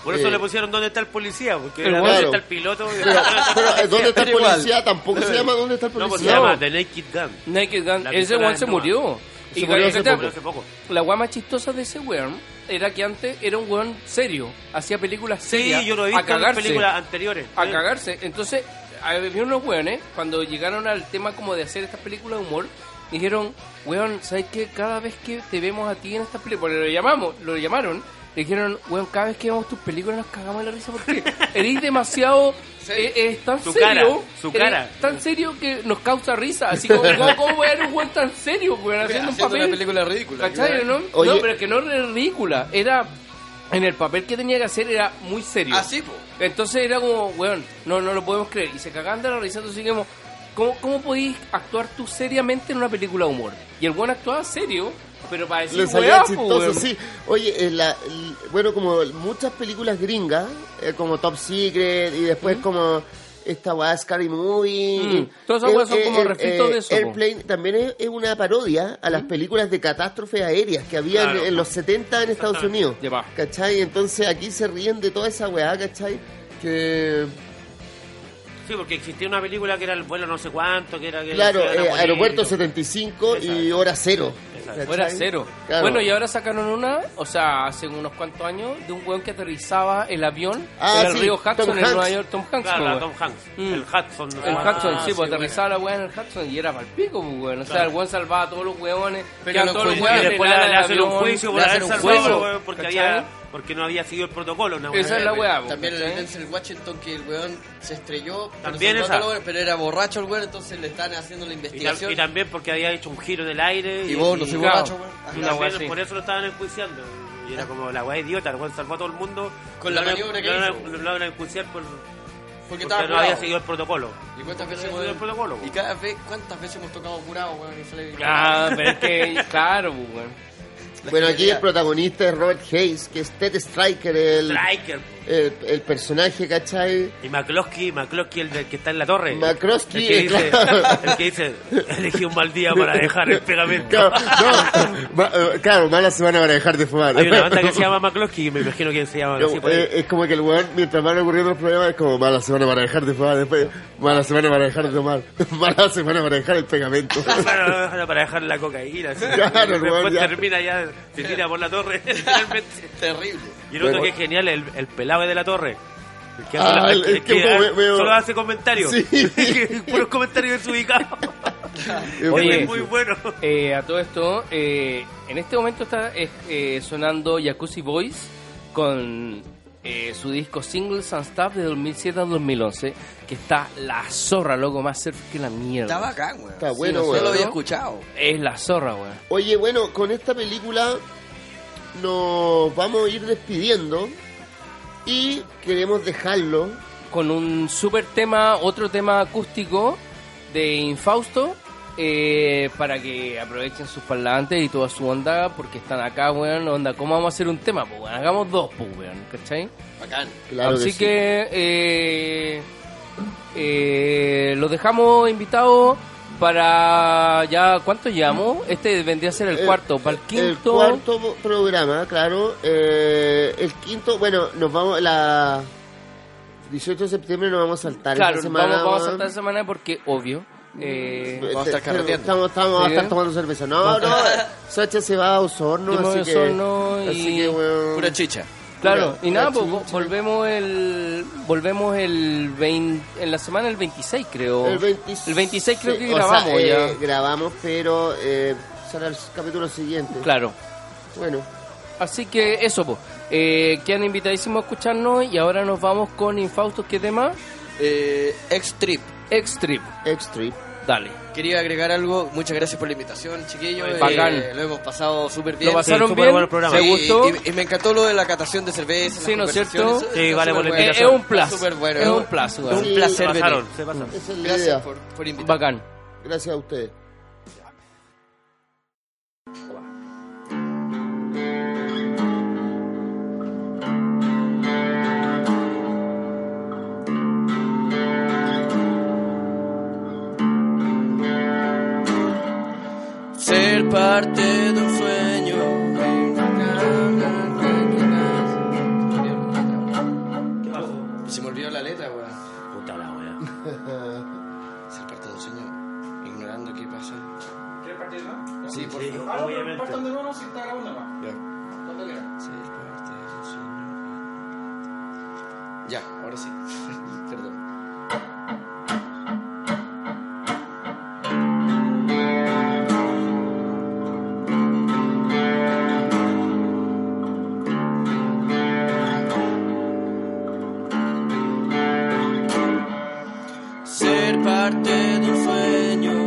Speaker 7: Por eso
Speaker 5: Eh.
Speaker 7: le pusieron ¿Dónde está el policía? Porque
Speaker 4: El
Speaker 7: era
Speaker 5: bueno.
Speaker 7: ¿Dónde está el piloto?
Speaker 5: Pero, pero eh, ¿dónde está el
Speaker 6: Pero igual.
Speaker 5: policía? Tampoco se llama ¿dónde está el
Speaker 7: No, pues se
Speaker 5: policía?
Speaker 7: llama The Naked Gun.
Speaker 4: Naked Gun.
Speaker 7: La
Speaker 4: Ese
Speaker 7: pistola
Speaker 4: weón
Speaker 7: de
Speaker 4: se
Speaker 7: Noah.
Speaker 4: murió.
Speaker 5: Se
Speaker 4: Y
Speaker 5: murió hace
Speaker 4: ¿cachai?
Speaker 5: poco.
Speaker 7: Pero hace poco.
Speaker 4: La weá más chistosa de ese weón era que antes era un weón serio. Hacía películas
Speaker 7: Sí,
Speaker 4: serias.
Speaker 7: yo lo he
Speaker 4: a
Speaker 7: visto en las
Speaker 4: cagarse.
Speaker 7: películas anteriores.
Speaker 4: a
Speaker 7: Sí.
Speaker 4: cagarse. Entonces, había unos weones, cuando llegaron al tema como de hacer estas películas de humor, dijeron, weón, ¿sabes qué? Cada vez que te vemos a ti en estas películas, porque lo llamamos, lo llamaron, le dijeron, weón, cada vez que vemos tus películas nos cagamos de la risa porque eres demasiado... eh, eh, tan
Speaker 7: Su
Speaker 4: serio,
Speaker 7: cara, su
Speaker 4: eres
Speaker 7: cara.
Speaker 4: tan serio que nos causa risa. Así como, weón, ¿cómo voy a ver un weón tan serio, weón, haciendo un
Speaker 6: Haciendo
Speaker 4: papel?
Speaker 6: una película ridícula.
Speaker 4: ¿Cachai, no?
Speaker 5: Oye.
Speaker 4: No, pero es que no era ridícula. Era. En el papel que tenía que hacer era muy serio.
Speaker 6: Así, Ah, po.
Speaker 4: Entonces era como, weón, no, no lo podemos creer. Y se cagaban de la risa, entonces dijimos, ¿Cómo, cómo podís actuar tú seriamente en una película de humor? Y el buen actuaba serio, pero para decir,
Speaker 5: Le salía
Speaker 4: "Weá, po,
Speaker 5: chistoso,
Speaker 4: weón".
Speaker 5: sí. Oye, eh, la- l- bueno, como muchas películas gringas, eh, como Top Secret y después como esta weá Scary Movie. Eh,
Speaker 4: Mm, todas esas weas son como refritos de eso, po.
Speaker 5: Airplane también es, es una parodia a las películas de catástrofes aéreas que había en-
Speaker 7: Claro.
Speaker 5: en, los 70 en Estados Unidos.
Speaker 4: Ya va.
Speaker 5: ¿Cachai? Entonces aquí se ríen de toda esa weá, ¿cachai? Que,
Speaker 7: Sí, porque existía una película que era el vuelo no sé cuánto, que era... Que
Speaker 5: claro,
Speaker 7: se iban a
Speaker 5: eh,
Speaker 7: morir,
Speaker 5: Aeropuerto
Speaker 7: todo.
Speaker 5: 75 y
Speaker 7: Exacto.
Speaker 5: Hora Cero.
Speaker 7: Exacto.
Speaker 4: Fuera
Speaker 5: ¿cachai?
Speaker 4: cero.
Speaker 5: Claro.
Speaker 4: Bueno, y ahora sacaron una, o sea, hace unos cuantos años, de un weón que aterrizaba el avión
Speaker 5: Ah,
Speaker 4: en el
Speaker 5: sí,
Speaker 4: río
Speaker 5: Tom
Speaker 4: Hudson, en
Speaker 5: Hanks.
Speaker 4: Nueva York, Tom Hanks.
Speaker 7: Claro,
Speaker 4: po,
Speaker 7: la
Speaker 5: pues.
Speaker 4: weón.
Speaker 7: Tom Hanks,
Speaker 4: Mm.
Speaker 7: el Hudson. no sé
Speaker 4: El
Speaker 7: cuánto.
Speaker 4: Hudson, sí,
Speaker 6: sí,
Speaker 4: pues aterrizaba la weá en el Hudson y era para el pico, pues, weón. O sea,
Speaker 7: Claro.
Speaker 4: el weón salvaba a todos los weones.
Speaker 6: Pero
Speaker 4: quedan
Speaker 6: lo
Speaker 4: todos los
Speaker 6: encuentran.
Speaker 4: weones
Speaker 7: Y después
Speaker 4: en
Speaker 7: le,
Speaker 4: el
Speaker 7: le hacen un
Speaker 4: avión,
Speaker 7: juicio por
Speaker 6: le
Speaker 7: haber
Speaker 6: hacen un
Speaker 7: salvado,
Speaker 4: juicio,
Speaker 7: weón, porque,
Speaker 4: ¿cachai?
Speaker 7: había, porque no había seguido el protocolo. una weá.
Speaker 4: Esa es la weá, po,
Speaker 6: También el
Speaker 4: ¿cachai?
Speaker 6: Denzel Washington, que el weón se estrelló. pero
Speaker 7: También
Speaker 6: salvó a
Speaker 7: esa.
Speaker 6: todo el weón, Pero era borracho el weón, entonces le están haciendo la
Speaker 7: Y, tam-
Speaker 6: investigación.
Speaker 7: y también porque había hecho un giro en el aire.
Speaker 6: Y vos, no soy
Speaker 4: claro.
Speaker 6: borracho, weón.
Speaker 7: y
Speaker 4: Una weá
Speaker 7: también
Speaker 4: así.
Speaker 7: por eso lo estaban enjuiciando. Y era como la weá idiota, el weón salvó a todo el mundo.
Speaker 6: Con la
Speaker 7: Lo van a-
Speaker 6: maniobra que
Speaker 7: lo van a-
Speaker 6: hizo.
Speaker 7: Lo van a enjuiciar por,
Speaker 6: Porque
Speaker 7: porque
Speaker 6: estaba
Speaker 7: no había
Speaker 6: curado.
Speaker 7: seguido el protocolo.
Speaker 6: ¿Y cuántas veces
Speaker 7: Porque no había
Speaker 6: hemos-
Speaker 7: seguido el protocolo,
Speaker 6: y cada vez, cuántas veces hemos tocado curado, weón? Y sale
Speaker 4: Ah, pero es que, claro, pues, weón.
Speaker 5: Bueno, aquí el protagonista es Robert Hayes, que es Ted Striker, el,
Speaker 7: Striker. po.
Speaker 5: el, el personaje, ¿cachai?
Speaker 7: Y McCloskey, McCloskey, el de- que está en la torre.
Speaker 5: McCloskey,
Speaker 7: el que dice,
Speaker 5: claro.
Speaker 7: el que dice, elegí un mal día para dejar el pegamento.
Speaker 5: Claro, no, ma- eh, claro, mala semana para dejar de fumar.
Speaker 7: Hay una banda que se llama McCloskey, me imagino que se llama
Speaker 5: Yo,
Speaker 7: así por ahí.
Speaker 5: eh, es como que el weón, mientras van ocurriendo los problemas, es como mala semana para dejar de fumar, después mala semana para dejar de tomar, mala semana para dejar el pegamento.
Speaker 7: Bueno, para dejar la cocaína. así.
Speaker 5: eh. Claro, el
Speaker 7: Después
Speaker 5: weón ya.
Speaker 7: termina ya, se tira por la torre. literalmente.
Speaker 6: Terrible.
Speaker 7: Y el otro
Speaker 5: Bueno.
Speaker 7: que es genial, el, el pelado de la torre. El que,
Speaker 5: Ah,
Speaker 7: hace la-
Speaker 5: el- el
Speaker 7: el
Speaker 5: que
Speaker 7: que
Speaker 5: me- me-
Speaker 7: solo hace comentarios.
Speaker 5: Sí.
Speaker 7: Puros comentarios desubicados.
Speaker 5: Eh,
Speaker 4: Oye.
Speaker 7: Es muy bueno.
Speaker 4: Eh, a todo esto, eh, en este momento está eh, eh, sonando Jacuzzi Boys con eh, su disco Singles and Stuff de 2007 a 2011, que está la zorra, loco, más surf que la mierda.
Speaker 6: Está bacán, weón.
Speaker 5: Está
Speaker 6: Sí,
Speaker 5: bueno,
Speaker 6: no
Speaker 5: weón,
Speaker 6: lo había
Speaker 5: ¿no?
Speaker 6: escuchado.
Speaker 4: Es la zorra, weón.
Speaker 5: Oye, bueno, con esta película nos vamos a ir despidiendo y queremos dejarlo
Speaker 4: Con un super tema, otro tema acústico de Infausto, eh, para que aprovechen sus parlantes y toda su onda, porque están acá, weón, onda, ¿cómo vamos a hacer un tema, pues, weón? Hagamos dos, pues, weón, ¿cachai?
Speaker 6: Bacán.
Speaker 5: Claro
Speaker 4: Así
Speaker 5: sí.
Speaker 4: que eh, eh, los dejamos invitados para ya cuánto llamo. Este vendría a ser el cuarto, para el
Speaker 5: El
Speaker 4: quinto.
Speaker 5: cuarto po- programa, claro. Eh, el quinto, bueno, nos vamos la 18 de septiembre nos vamos a saltar
Speaker 4: claro,
Speaker 5: esta semana.
Speaker 4: vamos, vamos a
Speaker 5: weón.
Speaker 4: saltar esta semana porque obvio. eh,
Speaker 5: Eh,
Speaker 6: Vamos a
Speaker 5: te-
Speaker 6: estar carreteando.
Speaker 5: Estamos, estamos- vamos a
Speaker 4: Sí.
Speaker 5: estar tomando cerveza. No, no, Sacha se va a Osorno,
Speaker 4: Yo me voy
Speaker 5: así
Speaker 4: a
Speaker 5: que.
Speaker 4: Osorno y-
Speaker 5: Así que, weón,
Speaker 6: Pura chicha.
Speaker 4: claro, y nada,
Speaker 5: la
Speaker 4: pues,
Speaker 5: chucha.
Speaker 4: volvemos el volvemos el 20, en la semana el 26 creo.
Speaker 5: El 26,
Speaker 4: El 26 creo que
Speaker 5: o sea,
Speaker 4: grabamos
Speaker 5: eh,
Speaker 4: ya.
Speaker 5: Grabamos, pero eh, será el capítulo siguiente.
Speaker 4: Claro.
Speaker 5: Bueno,
Speaker 4: Así que eso, pues. Eh, quedan invitadísimos a escucharnos y ahora nos vamos con Infaustos, ¿qué tema?
Speaker 6: Eh, X-Trip.
Speaker 4: Extrip.
Speaker 5: X-Trip.
Speaker 4: Dale.
Speaker 6: Quería agregar algo. Muchas gracias por la invitación, chiquillos. Eh,
Speaker 4: Bacán.
Speaker 6: lo hemos pasado súper bien.
Speaker 4: ¿Lo pasaron
Speaker 7: Sí, súper
Speaker 4: bien?
Speaker 7: bueno el programa.
Speaker 4: ¿Te
Speaker 6: Sí,
Speaker 4: gustó?
Speaker 6: Y, y me encantó lo de la catación de cerveza.
Speaker 4: Sí,
Speaker 6: las
Speaker 4: ¿no es cierto?
Speaker 6: conversaciones.
Speaker 7: Sí,
Speaker 6: Está
Speaker 7: vale por
Speaker 6: súper bueno.
Speaker 7: la
Speaker 4: es,
Speaker 7: invitación.
Speaker 4: un
Speaker 6: Está
Speaker 4: plus.
Speaker 6: súper bueno.
Speaker 4: Es un plus,
Speaker 6: Un
Speaker 4: weón.
Speaker 5: Sí.
Speaker 6: placer
Speaker 7: Se
Speaker 6: venir.
Speaker 7: pasaron, se pasaron.
Speaker 5: Esa es la idea.
Speaker 6: Gracias por, por invitarme.
Speaker 4: Bacán.
Speaker 5: Gracias a ustedes.
Speaker 6: Ser parte de un sueño. Se me olvidó la letra, weón.
Speaker 7: Puta la wea.
Speaker 6: Ser parte de un sueño, ignorando qué pasa.
Speaker 8: ¿Quieres partir de nuevo?
Speaker 6: Sí, por
Speaker 7: Sí,
Speaker 6: favor.
Speaker 8: Ah,
Speaker 7: obviamente.
Speaker 8: partan de nuevo, no, si está grabando nomás.
Speaker 6: Ya.
Speaker 8: Cuando quieran.
Speaker 6: Ser parte de un sueño. Ya, ahora sí. Perdón. ser parte de un sueño,